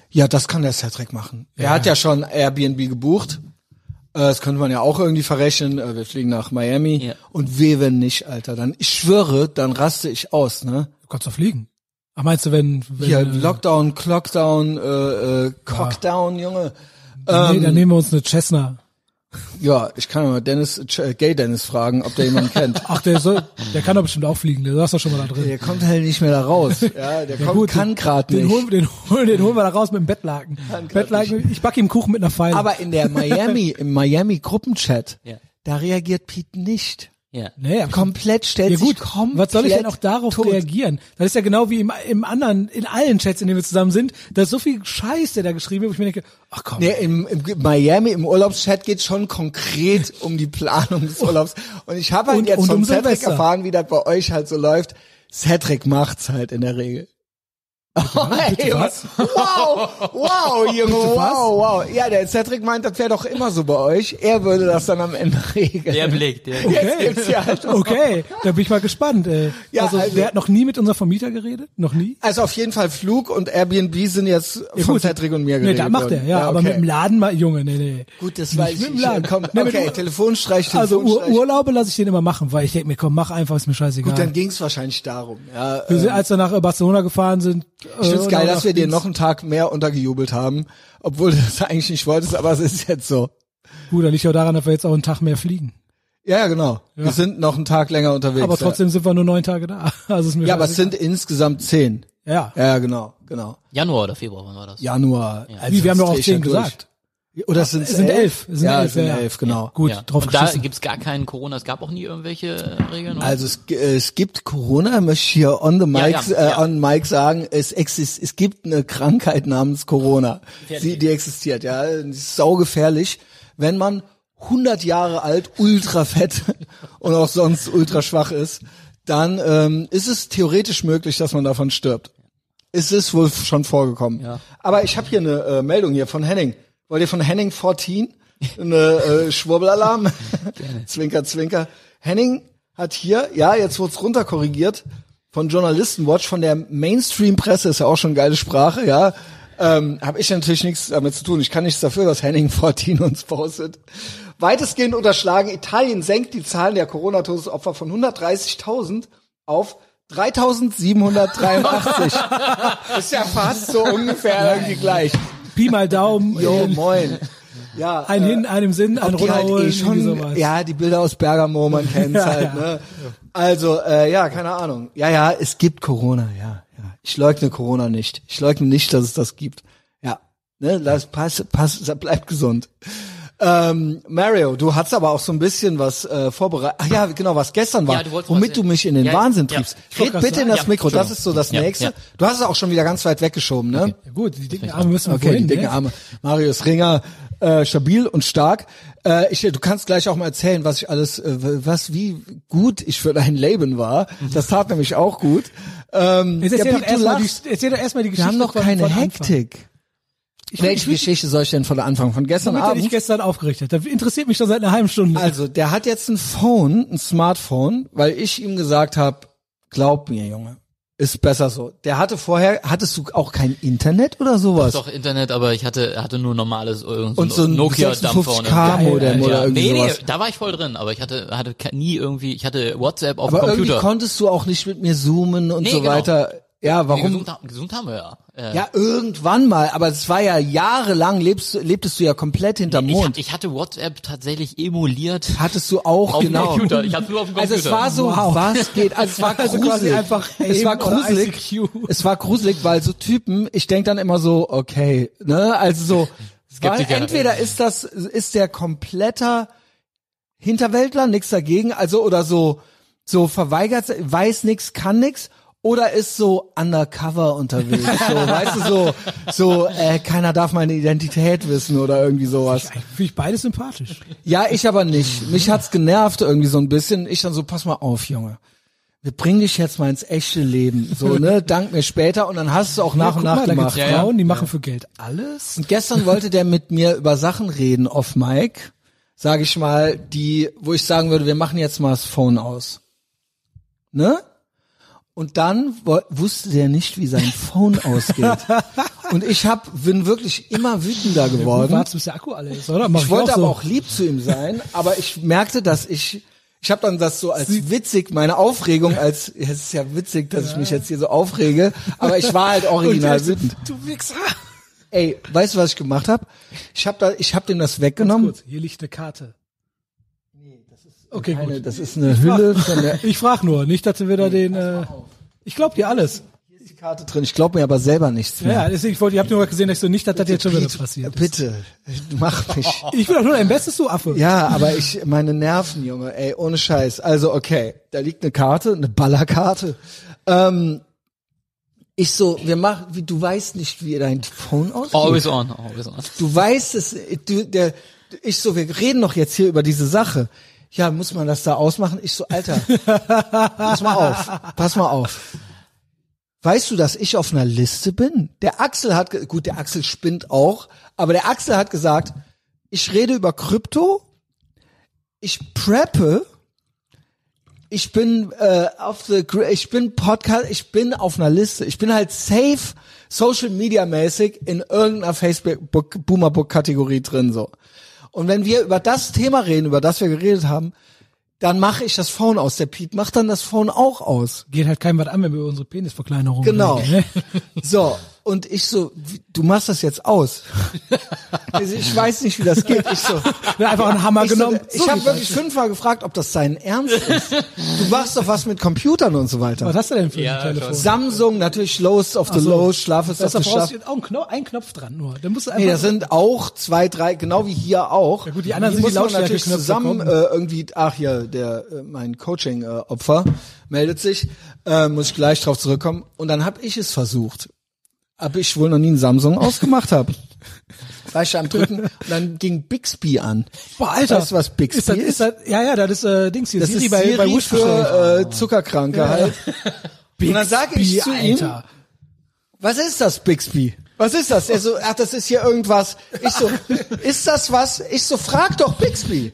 S1: ja, das kann der Cedric machen. Er
S2: Ja.
S1: hat ja schon Airbnb gebucht. Äh, Das könnte man ja auch irgendwie verrechnen. Äh, Wir fliegen nach Miami.
S3: Ja.
S1: Und weh, wenn nicht, Alter. Dann, ich schwöre, dann raste ich aus, ne?
S2: Du kannst doch fliegen. Ach, meinst du, wenn... wenn
S1: Hier,
S2: äh,
S1: Lockdown, Clockdown, äh, äh, Cockdown, Junge.
S2: dann, nee, dann
S1: ähm,
S2: nehmen wir uns eine Cessna.
S1: Ja, ich kann mal Dennis, äh, Gay Dennis fragen, ob der jemanden kennt.
S2: Ach, der soll, der kann doch bestimmt auch fliegen, der saß doch schon mal da drin.
S1: Der kommt halt nicht mehr da raus. Ja, der kommt, kann
S2: den-
S1: grad
S2: den
S1: nicht.
S2: Holen, den, holen, den holen wir da raus mit dem Bettlaken. Bettlaken, ich backe ihm Kuchen mit einer Pfeile.
S1: Aber in der Miami, im Miami Gruppenchat,
S3: Ja.
S1: da reagiert Pete nicht.
S3: Ja.
S2: nee, aber
S1: Komplett stellt
S2: ja gut,
S1: sich komplett
S2: was soll ich denn auch darauf
S1: tot.
S2: reagieren? Das ist ja genau wie im, im anderen, in allen Chats, in denen wir zusammen sind, da ist so viel Scheiß, der da geschrieben wird, wo ich mir denke, ach komm,
S1: Nee, im, im Miami im Urlaubschat geht schon konkret um die Planung des Urlaubs. Und ich habe halt
S2: Und-
S1: jetzt
S2: und
S1: von
S2: um
S1: Cedric
S2: Silvester.
S1: erfahren, wie das bei euch halt so läuft. Cedric macht's halt in der Regel. Oh, ey,
S2: was?
S1: Wow, wow, Junge, wow, wow. Ja, der Cedric meint, das wäre doch immer so bei euch. Er würde das dann am Ende regeln.
S3: Der Blick, der Blick.
S1: Jetzt gibt's ja halt noch-
S2: okay, da bin ich mal gespannt. Ey.
S1: Ja,
S2: also,
S1: also-
S2: der hat noch nie mit unserem Vermieter geredet, noch nie.
S1: Also auf jeden Fall Flug und Airbnb sind jetzt von Cedric und mir
S2: Nee,
S1: geregelt
S2: da macht er,
S1: worden.
S2: ja, aber
S1: okay.
S2: mit dem Laden mal, Junge, nee, nee.
S1: Gut, das weiß
S2: Nicht
S1: ich.
S2: mit dem
S1: nicht.
S2: Laden.
S1: Komm,
S2: Nee, mit
S1: okay,
S2: Ur-
S1: Telefonstreich,
S2: Also Ur
S1: Telefonstreich.
S2: Urlaube lasse ich den immer machen, weil ich denke mir, komm, mach einfach, ist mir scheißegal.
S1: Gut, dann ging's wahrscheinlich darum. Ja,
S2: wir
S1: äh,
S2: sind, als wir nach äh, Barcelona gefahren sind. äh,
S1: ich
S2: Oh,
S1: find's geil, dass wir dir
S2: den
S1: noch einen Tag mehr untergejubelt haben, obwohl du das eigentlich nicht wolltest, aber es ist jetzt so.
S2: Gut, dann liegt ja auch daran, dass wir jetzt auch einen Tag mehr fliegen.
S1: Ja, ja, genau. Wir sind noch einen Tag länger unterwegs.
S2: Aber trotzdem sind wir nur neun Tage da. Also ist mir
S1: Ja, ja aber es
S2: scheißegal.
S1: sind insgesamt zehn.
S2: ja.
S1: Ja, ja, genau, genau.
S3: Januar oder Februar wann war das?
S1: Januar.
S2: Wie, wir haben doch
S1: das dreh
S2: auch
S1: ich ja
S2: zehn
S1: durch.
S2: gesagt.
S1: Oder es sind
S2: Es sind elf. Es sind
S1: Äh, ja,
S2: elf,
S1: es sind
S2: ja, ja.
S1: elf, genau.
S2: Gut,
S3: ja.
S2: drauf
S3: Und da
S2: geschissen.
S3: gibt's gar keinen Corona, es gab auch nie irgendwelche äh, Regeln. oder?
S1: Also es, äh, es gibt Corona, möchte ich hier on the mic,
S3: Ja, ja, ja.
S1: Äh, on mic sagen, es, exist, es gibt eine Krankheit namens Corona. Sie, die existiert, ja. Die Ist saugefährlich, wenn man 100 Jahre alt, ultra fett und auch sonst ultra schwach ist, dann ähm, ist es theoretisch möglich, dass man davon stirbt. Es ist wohl schon vorgekommen.
S3: Ja.
S1: Aber ich habe hier eine äh, Meldung hier von Henning. Wollt ihr von Henning 14 eine äh, Schwurbelalarm? zwinker, zwinker. Henning hat hier, ja, jetzt wird's runterkorrigiert von Journalistenwatch, von der Mainstream-Presse, ist ja auch schon geile Sprache, ja. Ähm, habe ich natürlich nichts damit zu tun. Ich kann nichts dafür, was Henning 14 uns postet. Weitestgehend unterschlagen, Italien senkt die Zahlen der Corona-Todesopfer von 130.000 auf 3.783. ist ja fast so ungefähr irgendwie gleich.
S2: Pi mal Daumen,
S1: Jo,
S2: in-
S1: moin. Ja,
S2: ein
S1: äh,
S2: hin, einem Sinn, ein
S1: ob die halt
S2: runterholen,
S1: eh
S2: irgendwie
S1: schon,
S2: sowas.
S1: ja, die Bilder aus Bergamo, man kennt's
S2: Ja,
S1: halt,
S2: ja.
S1: ne? Also, äh, ja, keine Ahnung. Ja, ja, es gibt Corona, ja, ja. Ich leugne Corona nicht. Ich leugne nicht, dass es das gibt. Ja, ne, lass, pass, pass, bleib gesund. Ähm, Mario, du hast aber auch so ein bisschen was äh, vorbereitet. Ach ja, genau, was gestern war,
S3: Ja, du wolltest was
S1: womit du
S3: sehen.
S1: mich in den
S3: Ja,
S1: Wahnsinn
S3: ja.
S1: triebst.
S3: Ich
S2: wollt
S1: Red
S2: grad
S1: bitte in
S2: sagen,
S1: das
S3: ja,
S1: Mikro, das
S3: Entschuldigung.
S1: ist so das
S3: Ja,
S1: nächste.
S3: ja.
S1: Du hast es auch schon wieder ganz weit weggeschoben, ne?
S2: Ja, gut, die dicken Arme müssen
S1: Okay,
S2: wohin,
S1: die ah, dicken
S2: ne?
S1: Arme. Marius Ringer, äh, stabil und stark. Äh, ich, du kannst gleich auch mal erzählen, was ich alles, äh, was, wie gut ich für dein Leben war. Das tat nämlich auch gut. Ähm,
S2: Jetzt erzähl,
S1: ja,
S2: doch
S1: Piet, du
S2: erstmal
S1: lachst.
S2: die, erzähl doch erstmal
S1: wir
S2: die Geschichte
S1: haben doch
S2: von-
S1: keine
S2: von Anfang.
S1: Hektik. Welche Geschichte soll ich denn von Anfang? Von gestern
S2: Womit er dich
S1: Abend?
S2: gestern aufgerichtet hat. Das interessiert mich schon seit einer halben Stunde.
S1: Also, der hat jetzt ein Phone, ein Smartphone, weil ich ihm gesagt habe, glaub mir, Junge, ist besser so. Der hatte vorher, hattest du auch kein Internet oder sowas?
S3: doch Internet, aber ich hatte hatte nur normales äh, so
S1: Und so ein
S3: Nokia Dampfer
S1: 56K Modem oder irgendwie
S3: nee,
S1: sowas.
S3: nee, da war ich voll drin, aber ich hatte hatte ke- nie irgendwie, ich hatte WhatsApp auf
S1: Aber
S3: dem
S1: irgendwie
S3: Computer.
S1: konntest du auch nicht mit mir zoomen und
S3: Nee,
S1: so
S3: genau.
S1: weiter. Ja,
S3: Nee,
S1: warum?
S3: gesund, ha- gesund haben wir ja. Äh,
S1: Ja, irgendwann mal, aber es war ja jahrelang, lebst, du- lebtest du ja komplett hinterm
S3: ich,
S1: Mond.
S3: ich hatte WhatsApp tatsächlich emuliert.
S1: Hattest du auch,
S3: Auf dem
S1: genau.
S3: Computer. Ich hab's nur auf dem
S1: Also es
S3: Computer.
S1: war so,
S2: Wow.
S1: was geht, also es war
S2: Also
S1: gruselig.
S2: quasi einfach
S1: es war
S2: AIM oder
S1: gruselig,
S2: ICQ.
S1: es war gruselig, weil so Typen, ich denk dann immer so, okay, ne, also so, weil
S3: Skeptiker.
S1: entweder ist das, ist der kompletter Hinterwäldler, nix dagegen, also oder so, so verweigert, weiß nix, kann nix, oder ist so undercover unterwegs, so, weißt du, so, so, äh, keiner darf meine Identität wissen oder irgendwie sowas.
S2: Eigentlich Finde ich beides sympathisch.
S1: Ja, ich aber nicht. Mich hat's genervt irgendwie so ein bisschen. Ich dann so, pass mal auf, Junge. Wir bringen dich jetzt mal ins echte Leben. So, ne? Dank mir später. Und dann hast du es auch nach
S2: Guck
S1: und nach
S2: mal, da gibt's
S1: gemacht. ne?
S3: Ja, ja.
S2: Frauen, die machen für Geld alles.
S1: Und gestern wollte der mit mir über Sachen reden, off Mike. Sag ich mal, die, wo ich sagen würde, wir machen jetzt mal das Phone aus. Ne? Und dann wo- wusste der nicht, wie sein Phone ausgeht. Und ich hab, bin wirklich immer wütender
S2: Du
S1: geworden.
S2: wartest, bis der Akku alle ist, oder? Mach
S1: Ich wollte
S2: so.
S1: aber auch lieb zu ihm sein, aber ich merkte, dass ich, ich habe dann das so als witzig, meine Aufregung als, es ist ja witzig, dass ich mich jetzt hier so aufrege, aber ich war halt original
S2: Und
S1: wütend.
S2: Du Wichser!
S1: Ey, weißt du, was ich gemacht habe? Ich habe da, ich habe dem das weggenommen.
S2: Gut, hier liegt eine Karte. Okay,
S1: Eine,
S2: gut.
S1: das ist eine Hülle von der
S2: Ich frag nur, nicht, dass du wieder den. Äh, ich glaub dir alles.
S1: hier ist die Karte drin. Ich glaube mir aber selber nichts
S2: Ja,
S1: mehr.
S2: ja, deswegen wollte ich hab nur mal gesehen, dass so nicht, dass das jetzt schon wieder
S1: Piet,
S2: passiert. ist.
S1: Bitte, mach mich.
S2: Ich will doch nur dein Bestes, du Affe.
S1: Ja, aber ich, meine Nerven, Junge, ey, ohne Scheiß. Also, okay, da liegt eine Karte, eine Ballerkarte. Ähm, ich so, wir machen, wie, du weißt nicht, wie dein Phone aussieht.
S3: Always on, always on.
S1: Du weißt es, du, der, ich so, wir reden doch jetzt hier über diese Sache. Ja, muss man das da ausmachen? Ich so, Alter, pass mal auf, pass mal auf. Weißt du, dass ich auf einer Liste bin? Der Axel hat, ge- gut, der Axel spinnt auch, aber der Axel hat gesagt, ich rede über Krypto, ich preppe, ich bin äh, auf the, gr- ich bin Podcast, ich bin auf einer Liste, ich bin halt safe Social Media mäßig in irgendeiner Facebook Boomer Book Kategorie drin so. Und wenn wir über das Thema reden, über das wir geredet haben, dann mache ich das Phone aus. Der Pete macht dann das Phone auch aus.
S2: Geht halt keinem was an, wenn wir über unsere Penisverkleinerung
S1: Genau.
S2: reden, ne?
S1: So, und ich so, wie- du machst das jetzt aus. Also ich weiß nicht, wie das geht. Ich so,
S2: Wir haben einfach einen Hammer
S1: ich, so,
S2: genommen.
S1: ich habe wirklich fünfmal gefragt, ob das sein Ernst ist. Du machst doch was mit Computern und so weiter.
S2: Was hast du denn für
S3: Ja,
S2: ein Telefon?
S1: Samsung, natürlich lowest of the
S2: so.
S1: low, schlafest
S2: Da
S1: of
S2: ist doch
S1: the
S2: voraus-
S1: schlaf.
S2: auch ein Knopf, ein Knopf dran nur. Dann musst du einfach.
S1: Nee, das sind auch zwei, drei, genau wie hier auch.
S2: Ja gut, die anderen sind
S1: muss
S2: die
S1: man natürlich
S2: Lautstärkeknöpfe
S1: zusammen äh,
S2: kommen.
S1: irgendwie, ach ja, der äh, mein Coaching-Opfer äh, meldet sich, äh, muss ich gleich drauf zurückkommen. Und dann habe ich es versucht. Ob ich wohl noch nie einen Samsung ausgemacht habe. War ich am drücken und dann ging Bixby an.
S2: Boah, Alter.
S1: Weißt du, was Bixby
S2: ist? Das,
S1: ist?
S2: ist das, ja, ja, das ist äh, Dings hier.
S1: Das
S2: Siri
S1: ist
S2: bei,
S1: Siri
S2: bei Wish bestellt.
S1: für äh, Zuckerkranke halt. Und dann sage ich zu ihm,
S2: Alter.
S1: was ist das, Bixby? Was ist das? Er so, ach, das ist hier irgendwas. Ich so, ist das was? Ich so, frag doch Bixby.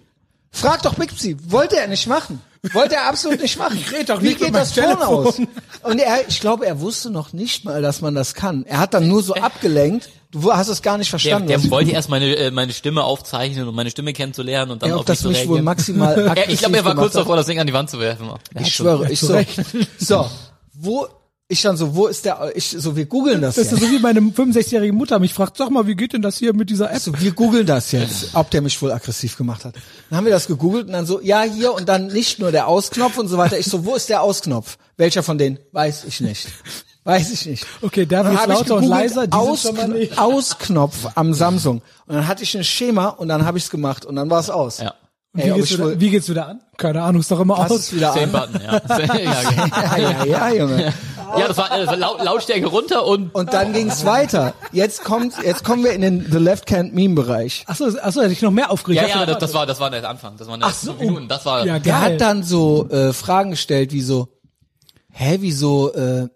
S1: Frag doch Bixby. Wollte er nicht machen. Wollte er absolut nicht machen. Ich
S2: red doch
S1: Wie
S2: nicht
S1: geht
S2: mit
S1: das
S2: meinem
S1: Phone aus? Und er, ich glaube, er wusste noch nicht mal, dass man das kann. Er hat dann nur so abgelenkt. Du hast es gar nicht
S3: Äh. Der,
S1: verstanden. Also,
S3: der
S1: was-
S3: wollte erst meine, äh, meine Stimme aufzeichnen und meine Stimme kennenzulernen und dann
S1: ja,
S3: auf
S1: ob das
S3: zu
S1: mich wohl
S3: reagieren.
S1: maximal
S3: Ja, ich glaube,
S1: aggressiv
S3: er war kurz
S1: gemacht hat.
S3: davor, das Ding an die Wand zu werfen. Er hat
S1: Ich
S3: schon-
S1: schwöre, ich
S2: zu
S1: so.
S2: Recht.
S1: So, wo, ich dann so, wo ist der, ich so, wir googeln das,
S2: Das
S1: jetzt.
S2: ist so wie meine 65-jährige Mutter mich fragt, sag mal, wie geht denn das hier mit dieser App?
S1: So, wir googeln das jetzt, ob der mich wohl aggressiv gemacht hat. Dann haben wir das gegoogelt und dann so, ja, hier und dann nicht nur der Ausknopf und so weiter. Ich so, wo ist der Ausknopf? Welcher von denen? Weiß ich nicht. Weiß ich nicht.
S2: Okay, da
S1: Dann
S2: wird's
S1: habe ich
S2: lauter und
S1: gegoogelt,
S2: leiser, die sind schon mal
S1: Auskn-
S2: nicht.
S1: Ausknopf am Samsung. Und dann hatte ich ein Schema und dann habe ich's gemacht und dann war's aus.
S3: Ja.
S2: Und
S1: Ey,
S2: wie,
S1: ob
S2: geht's
S1: ich wohl,
S2: wieder, wie geht's wieder an? Keine Ahnung, ist doch immer
S1: passt
S2: aus.
S1: es wieder
S3: Same
S1: an?
S3: Button, ja. ja, genau.
S1: Ja, ja, ja, Junge.
S3: ja, das war, äh, das war Lau- Lautstärke runter und
S1: Und dann ging's weiter. Jetzt kommt, jetzt kommen wir in den The Left Hand Meme Bereich.
S2: Achso, achso, hätte ich noch mehr aufgeregt.
S3: ja,
S2: Ich hab
S3: ja, das,
S2: gedacht,
S3: das war, das war der Anfang. Das waren
S2: Ach so.
S3: fünf Minuten. Das war
S2: Ja,
S1: Der
S2: Geil.
S1: hat dann so äh, Fragen gestellt wie so, hä, wieso, äh,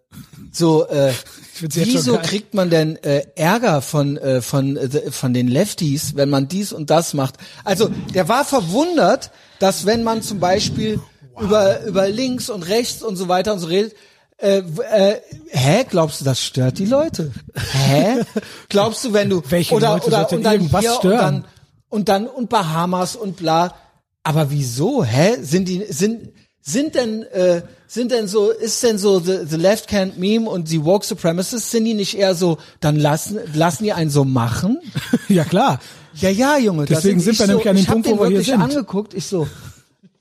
S1: so, äh,
S2: find's jetzt schon
S1: wieso
S2: geil.
S1: kriegt man denn äh, Ärger von äh, von äh, von den Lefties, wenn man dies und das macht? Also der war verwundert, dass wenn man zum Beispiel über über links und rechts und so weiter und so redet. Äh, w- äh, hä, glaubst du, das stört die Leute? Hä? Glaubst du, wenn du
S2: Welche
S1: oder
S2: Leute
S1: oder
S2: sollte
S1: und dann
S2: irgendwas
S1: hier und
S2: stören?
S1: dann und dann und Bahamas und bla. Aber wieso? Hä? Sind die sind Sind denn, äh, sind denn so, ist denn so the, the Left Hand Meme und die Woke Supremacists, sind die nicht eher so, dann lassen, lassen die einen so machen?
S2: ja klar.
S1: Ja, ja, Junge. das
S2: Deswegen
S1: sind-
S2: sind
S1: ich
S2: wir
S1: so,
S2: nämlich an dem
S1: ich hab
S2: Punkt,
S1: den
S2: wo wir hier
S1: wirklich
S2: sind.
S1: angeguckt, ich so,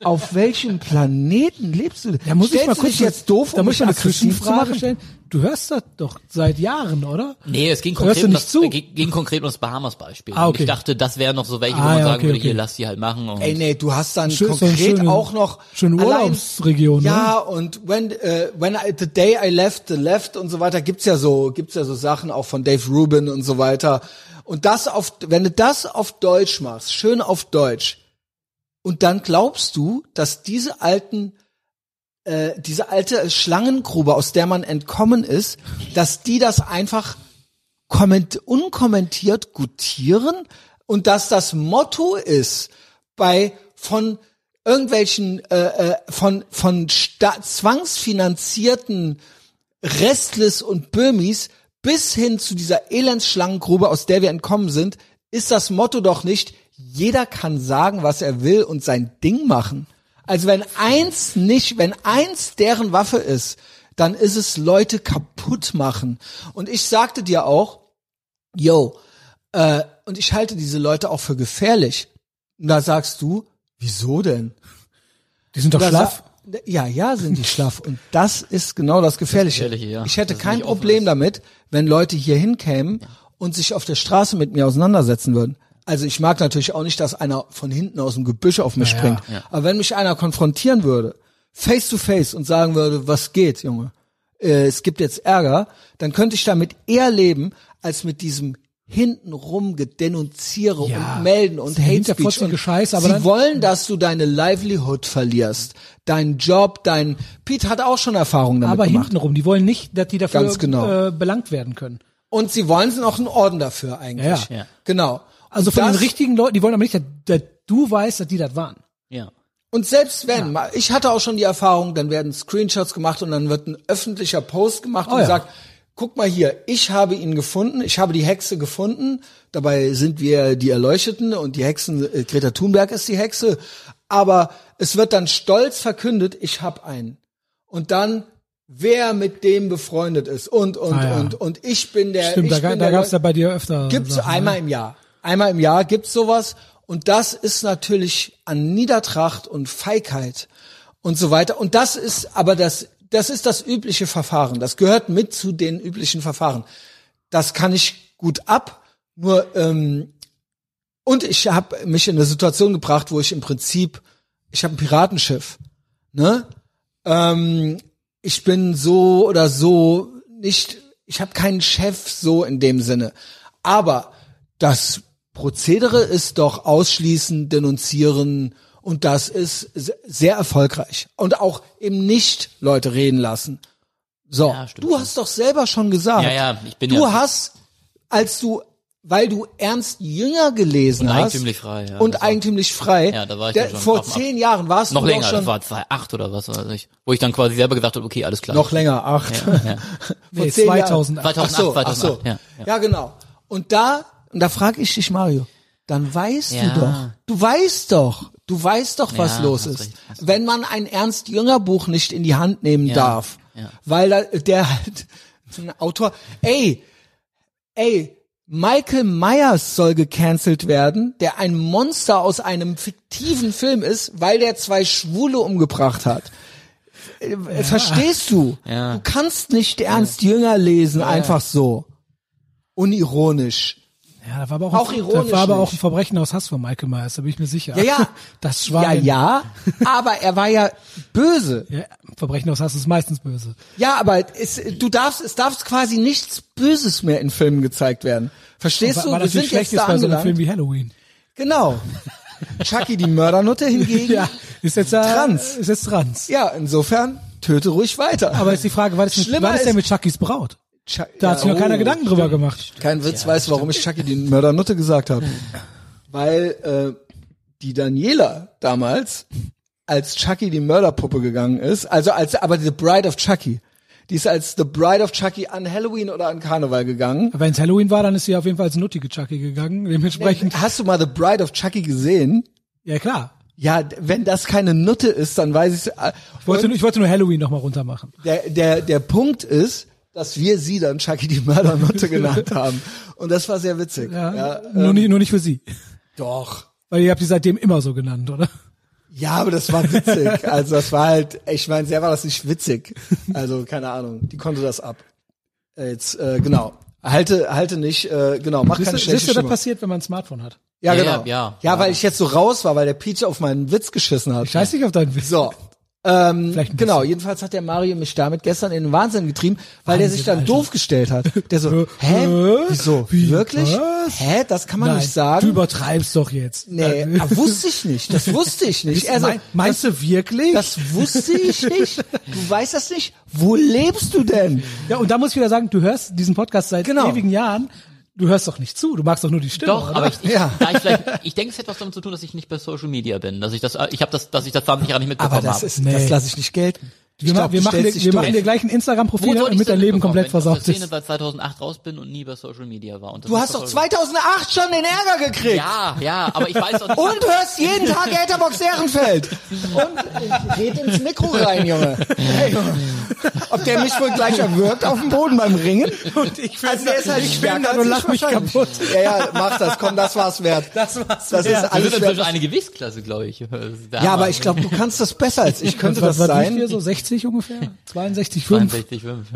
S1: auf welchem Planeten lebst du?
S2: Da muss
S1: Stellst
S2: ich mal
S1: du
S2: kurz
S1: dich jetzt doof,
S2: Da
S1: um
S2: muss ich
S1: mich
S2: mal eine
S1: aggressiv zu
S2: Zwischenfrage
S1: machen?
S2: stellen. Du hörst das doch seit Jahren, oder?
S3: Nee, es ging
S2: Hörst
S3: konkret,
S2: du
S3: um
S2: nicht
S3: das,
S2: zu?
S3: äh, ging, ging konkret um das Bahamas-Beispiel.
S2: Ah,
S3: Und
S2: okay.
S3: Ich dachte, das wären noch so welche, wo
S2: Ah,
S3: man
S2: ja,
S3: sagen
S2: okay,
S3: würde,
S2: okay.
S3: hier, lass die halt machen. Und
S1: Ey, nee, du hast dann
S2: Schön- so
S1: konkret
S2: schöne-
S1: auch noch
S2: schöne
S1: allein-
S2: Urlaubsregion, ne?
S1: Ja, und when äh, when I, the day I left the left und so weiter gibt's ja so gibt's ja so Sachen auch von Dave Rubin und so weiter. Und das auf wenn du das auf Deutsch machst, schön auf Deutsch. Und dann glaubst du, dass diese alten äh, diese alte Schlangengrube, aus der man entkommen ist, dass die das einfach komment unkommentiert gutieren und dass das Motto ist bei von irgendwelchen äh, äh, von von sta zwangsfinanzierten Restless und Böhmis bis hin zu dieser Elendsschlangengrube, aus der wir entkommen sind, ist das Motto doch nicht, jeder kann sagen, was er will und sein Ding machen. Also wenn eins nicht, wenn eins deren Waffe ist, dann ist es Leute kaputt machen. Und ich sagte dir auch, yo, äh, und ich halte diese Leute auch für gefährlich. Und da sagst du, wieso denn?
S2: Die sind doch
S1: Da
S2: schlaff.
S1: sa- Ja, ja, sind die schlaff. Und das ist genau das Gefährliche.
S3: Das Gefährliche, ja.
S1: Ich hätte
S3: Dass es
S1: kein
S3: nicht offen
S1: Problem
S3: ist.
S1: damit, wenn Leute hier hinkämen und sich auf der Straße mit mir auseinandersetzen würden. Also ich mag natürlich auch nicht, dass einer von hinten aus dem Gebüsch auf mich springt. Aber wenn mich einer konfrontieren würde, face to face und sagen würde, was geht, Junge, äh, es gibt jetzt Ärger, dann könnte ich damit eher leben, als mit diesem hintenrum gedenunziere
S2: Ja.
S1: und melden und
S2: Das ist ein
S1: Hate Speech.
S2: hinterfotzige
S1: Und
S2: Scheiß, aber
S1: sie
S2: dann-
S1: wollen, dass du deine Livelihood verlierst, deinen Job, dein Pete hat auch schon Erfahrung damit
S2: Aber
S1: gemacht.
S2: hintenrum, die wollen nicht, dass die dafür
S1: Ganz genau.
S2: äh, belangt werden können.
S1: Und sie wollen sie noch einen Orden dafür eigentlich.
S2: Ja,
S3: ja.
S1: Genau.
S2: Also
S1: Und
S2: von den
S1: das-
S2: richtigen Leuten, die wollen aber nicht, dass, dass du weißt, dass die das waren.
S3: ja.
S1: Und selbst wenn, mal- ich hatte auch schon die Erfahrung, dann werden Screenshots gemacht und dann wird ein öffentlicher Post gemacht
S2: Oh
S1: und
S2: ja.
S1: sagt, guck mal hier, ich habe ihn gefunden, ich habe die Hexe gefunden, dabei sind wir die Erleuchteten und die Hexen, äh, Greta Thunberg ist die Hexe, aber es wird dann stolz verkündet, ich habe einen. Und dann, wer mit dem befreundet ist und, und,
S2: Ah ja.
S1: und, und ich bin der,
S2: Stimmt,
S1: Äh, ich
S2: da, ga-
S1: bin
S2: da
S1: der
S2: gab es
S1: Leu-
S2: ja bei dir öfter.
S1: Gibt's
S2: Sachen, ne?
S1: einmal im Jahr. Einmal im Jahr gibt's sowas. Und das ist natürlich an Niedertracht und Feigheit und so weiter. Und das ist aber das, das ist das übliche Verfahren. Das gehört mit zu den üblichen Verfahren. Das kann ich gut ab. Nur ähm, und ich habe mich in eine Situation gebracht, wo ich im Prinzip, ich habe ein Piratenschiff, ne? Ähm, ich bin so oder so nicht, ich habe keinen Chef so in dem Sinne. Aber das Prozedere ist doch ausschließen, denunzieren und das ist se- sehr erfolgreich. Und auch eben nicht Leute reden lassen. So,
S3: Ja, stimmt.
S1: du hast doch selber schon gesagt.
S3: Ja, ja, ich bin
S1: du
S3: ja-
S1: hast, als du, weil du Ernst Jünger gelesen
S3: Und
S1: hast
S3: eigentümlich frei, ja,
S1: und
S3: das war-
S1: eigentümlich frei,
S3: Ja, da war ich
S1: der,
S3: ja schon
S1: vor
S3: auf dem Ab-
S1: zehn Jahren warst
S3: Noch
S1: du
S3: länger,
S1: doch
S3: das
S1: schon
S3: war 2008 oder was weiß ich. Wo ich dann quasi selber gesagt habe, okay, alles klar.
S1: noch länger acht.
S3: ja.
S1: Vor
S2: Nee,
S1: zehn Jahren.
S2: 2008.
S1: Ach so,
S3: 2008,
S1: ach so.
S3: 2008, ja,
S1: ja. genau. Und da, und da frage ich dich, Mario, dann weißt
S3: Ja.
S1: du doch, du weißt doch, du weißt doch, was
S3: Ja,
S1: los
S3: hast
S1: ist.
S3: recht, hast
S1: Wenn man ein Ernst-Jünger-Buch nicht in die Hand nehmen darf,
S3: ja.
S1: weil da, der halt ein Autor, ey, ey, Michael Myers soll gecancelt werden, der ein Monster aus einem fiktiven Film ist, weil der zwei Schwule umgebracht hat. Äh, Verstehst du?
S3: Ja.
S1: Du kannst nicht Ernst Jünger lesen, einfach so. Unironisch.
S2: Ja, da war aber auch,
S1: Auch
S2: ein,
S1: ironisch
S2: da war aber auch ein
S1: nicht.
S2: Verbrechen aus Hass von Michael Myers, da bin ich mir sicher.
S1: Ja, ja.
S2: Das
S1: Ja,
S2: Schwein.
S1: ja, aber er war ja böse.
S2: ja. Verbrechen aus Hass ist meistens böse.
S1: Ja, aber es, du darfst, es darf quasi nichts Böses mehr in Filmen gezeigt werden. Verstehst
S2: Weil-
S1: du?
S2: weil
S1: Wir
S2: natürlich
S1: sind
S2: schlecht
S1: jetzt
S2: ist
S1: da
S2: bei so einem Film
S1: angelangt.
S2: wie Halloween.
S1: Genau. Chucky die Mördernutte hingegen.
S2: Ja, ist jetzt äh,
S1: Trans.
S2: Ist jetzt trans.
S1: Ja, insofern töte ruhig weiter.
S2: Aber jetzt die Frage, war das, mit,
S1: Schlimmer
S2: war das
S1: ist-
S2: denn mit Chuckys Braut?
S1: Chuck-
S2: Da hat sich noch
S1: oh,
S2: keiner Gedanken drüber gemacht.
S1: Kein Witz weiß, warum ich Chucky die Mördernutte gesagt habe. Weil äh, die Daniela damals, als Chucky die Mörderpuppe gegangen ist, also als aber The Bride of Chucky, die ist als The Bride of Chucky an Halloween oder an Karneval gegangen.
S2: Wenn es Halloween war, dann ist sie auf jeden Fall als nuttige Chucky gegangen. Dementsprechend.
S1: Hast du mal The Bride of Chucky gesehen?
S2: Ja, klar.
S1: Ja, d- wenn das keine Nutte ist, dann weiß ich
S2: Ich wollte, nur- ich wollte nur Halloween nochmal runter machen.
S1: der, der, der Punkt ist, dass wir sie dann Chucky die Mördernutte genannt haben. Und das war sehr witzig.
S2: Ja,
S1: Ja,
S2: nur,
S1: ähm,
S2: nicht, nur nicht für sie.
S1: Doch.
S2: Weil ihr habt die seitdem immer so genannt, oder?
S1: Ja, aber das war witzig. Also das war halt, ich meine, sehr war das nicht witzig. Also keine Ahnung, die konnte das ab. Äh, Jetzt, äh, genau. Halte, halte nicht, äh, genau, mach keine
S2: Siehst du, siehst
S1: schlechte
S2: du, das
S1: Stimme.
S2: passiert, wenn man ein Smartphone hat.
S1: Ja,
S3: Ja,
S1: genau.
S3: ja, ja.
S1: ja, weil ich jetzt so raus war, weil der Peach auf meinen Witz geschissen hat.
S2: Scheiß nicht auf deinen Witz.
S1: So. Ähm,
S2: Vielleicht ein
S1: genau, jedenfalls hat der Mario mich damit gestern in den Wahnsinn getrieben, weil der sich dann
S2: Alter.
S1: doof gestellt hat. Der so, hä?
S2: Hä?
S1: Wieso?
S2: Wie?
S1: Wirklich?
S2: Was?
S1: Hä? Das kann man
S2: Nein,
S1: nicht sagen.
S2: Du übertreibst doch jetzt.
S1: nee,
S2: Äh,
S1: ah, wusste ich nicht. Das wusste ich nicht. Also,
S2: mein, meinst du wirklich?
S1: das wusste ich nicht. Du weißt das nicht. Wo lebst du denn?
S2: ja, und da muss ich wieder sagen, du hörst diesen Podcast seit
S1: Genau.
S2: ewigen Jahren. Du hörst doch nicht zu. Du magst doch nur die Stimme.
S3: Doch,
S2: oder?
S3: aber ich, ich,
S1: Ja.
S3: da ich, vielleicht, ich denke, es hat was damit zu tun, dass ich nicht bei Social Media bin, dass ich das, äh, ich habe das, dass ich das 20 Jahre nicht mitbekommen
S1: Aber das
S3: habe.
S1: ist,
S2: Nee.
S1: das lasse ich nicht gelten. Ich
S2: wir, ma-
S1: glaub,
S2: wir,
S1: du
S2: machen,
S1: stellst
S2: dir,
S1: dich
S2: wir
S1: durch.
S2: machen dir gleich ein
S3: Wo
S2: Instagram-Profil
S3: soll
S2: und
S3: ich
S2: mit deinem
S3: denn
S2: Leben
S3: mitbekommen,
S2: komplett
S3: wenn ich aus
S2: versaut
S3: der Szene
S2: ist.
S3: seit 2008 raus bin und nie bei Social Media war. Und das
S1: Du
S3: ist
S1: hast doch
S3: Social-
S1: 2008 schon den Ärger gekriegt.
S3: Ja, ja, aber ich weiß doch
S1: Und hörst jeden Tag Etherbox Ehrenfeld. Und red ins Mikro rein, Junge. Hey, Junge. Ob der mich wohl gleich erwürgt auf dem Boden beim Ringen? Und ich also der ist halt ich
S2: bin da und lach mich kaputt.
S1: Ja, ja, mach das. Komm, das war's wert.
S2: Das war's.
S1: Das ist
S3: also Wir sind
S1: alles
S3: inzwischen
S1: wert.
S3: eine Gewichtsklasse, glaube ich.
S1: Ja, aber ich glaube, du kannst das besser als ich. Könnte das sein?
S2: Hier so 60 ungefähr? 62, 5.
S3: 62, 5.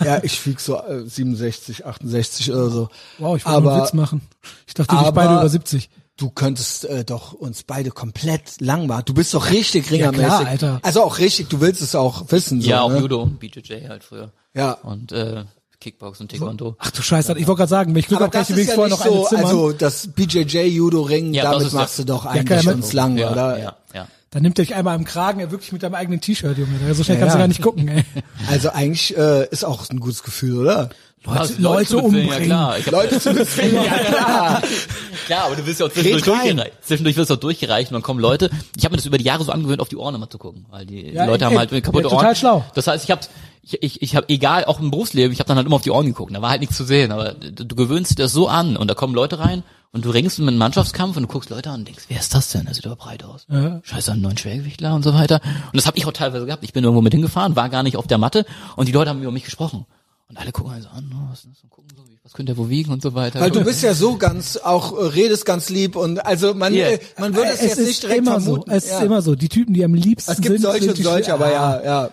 S1: Ja, ich wieg so äh, 67, 68 oder so.
S2: Wow, ich wollte nur einen
S1: aber
S2: Witz machen. Ich dachte, wir
S1: aber-
S2: sind beide über 70.
S1: du könntest äh, doch uns beide komplett lang machen. Du bist doch richtig ringermäßig.
S2: klar, Alter.
S1: Also auch richtig, du willst es auch wissen. So,
S3: Ja, auch
S1: ne?
S3: Judo und BJJ halt früher.
S1: Ja.
S3: Und äh, Kickbox und Taekwondo.
S2: Ach du Scheiße, ich wollte gerade sagen, ich kriege
S1: Aber
S2: auch gleich
S1: das
S2: die
S1: ist
S2: Wegs
S1: ja
S2: vorher
S1: nicht
S2: noch
S1: so,
S2: eine Zimmer.
S1: also das BJJ-Judo-Ring,
S3: Ja, das
S1: damit
S3: ist
S1: machst
S3: ja-
S1: du doch
S2: Ja,
S1: eigentlich
S2: klar,
S1: uns lang,
S3: ja,
S1: oder?
S3: Ja, ja.
S2: Dann nimmt er dich einmal am Kragen, er wirklich mit deinem eigenen T-Shirt, Junge. So schnell
S1: Ja,
S2: kannst du
S1: ja.
S2: gar nicht gucken, ey.
S1: Also eigentlich äh, ist auch ein gutes Gefühl, oder?
S3: Also,
S2: Leute
S3: zu befehlen,
S2: umbringen.
S3: Ja, klar. Ich hab,
S1: Leute zu bezwingen.
S3: klar, aber du wirst ja auch zwischendurch
S1: Red rein.
S3: durchgereicht. Zwischendurch wirst du auch durchgereicht und dann kommen Leute. Ich habe mir das über die Jahre so angewöhnt, auf die Ohren immer zu gucken, weil die
S2: Ja,
S3: Leute
S2: ey,
S3: haben halt
S2: ey,
S3: kaputte
S2: ja, total
S3: Ohren.
S2: schlau.
S3: Das heißt, ich habe ich, ich, ich habe egal auch im Berufsleben, ich habe dann halt immer auf die Ohren geguckt. Da war halt nichts zu sehen, aber du, du gewöhnst dir das so an und da kommen Leute rein und du ringst mit einem Mannschaftskampf und du guckst Leute an und denkst, wer ist das denn? Der sieht aber breit aus. Scheiße, einen neuen Schwergewichtler und so weiter. Und das habe ich auch teilweise gehabt. Ich bin irgendwo mit hingefahren, war gar nicht auf der Matte und die Leute haben über mich gesprochen. Und alle gucken also an, oh, was ist das? Und gucken so, wie- was könnte der wo wiegen und so weiter.
S1: Weil du bist ja so ganz, auch äh, redest ganz lieb und also man,
S3: Yeah.
S1: äh, man würde es, jetzt nicht direkt
S2: immer
S1: vermuten.
S2: so. Es
S1: ja.
S2: ist immer so. Die Typen, die am liebsten
S1: es gibt
S2: sind,
S1: solche
S2: sind
S1: und
S2: die
S1: solche,
S2: schli-
S1: aber
S2: Ah,
S1: ja, ja.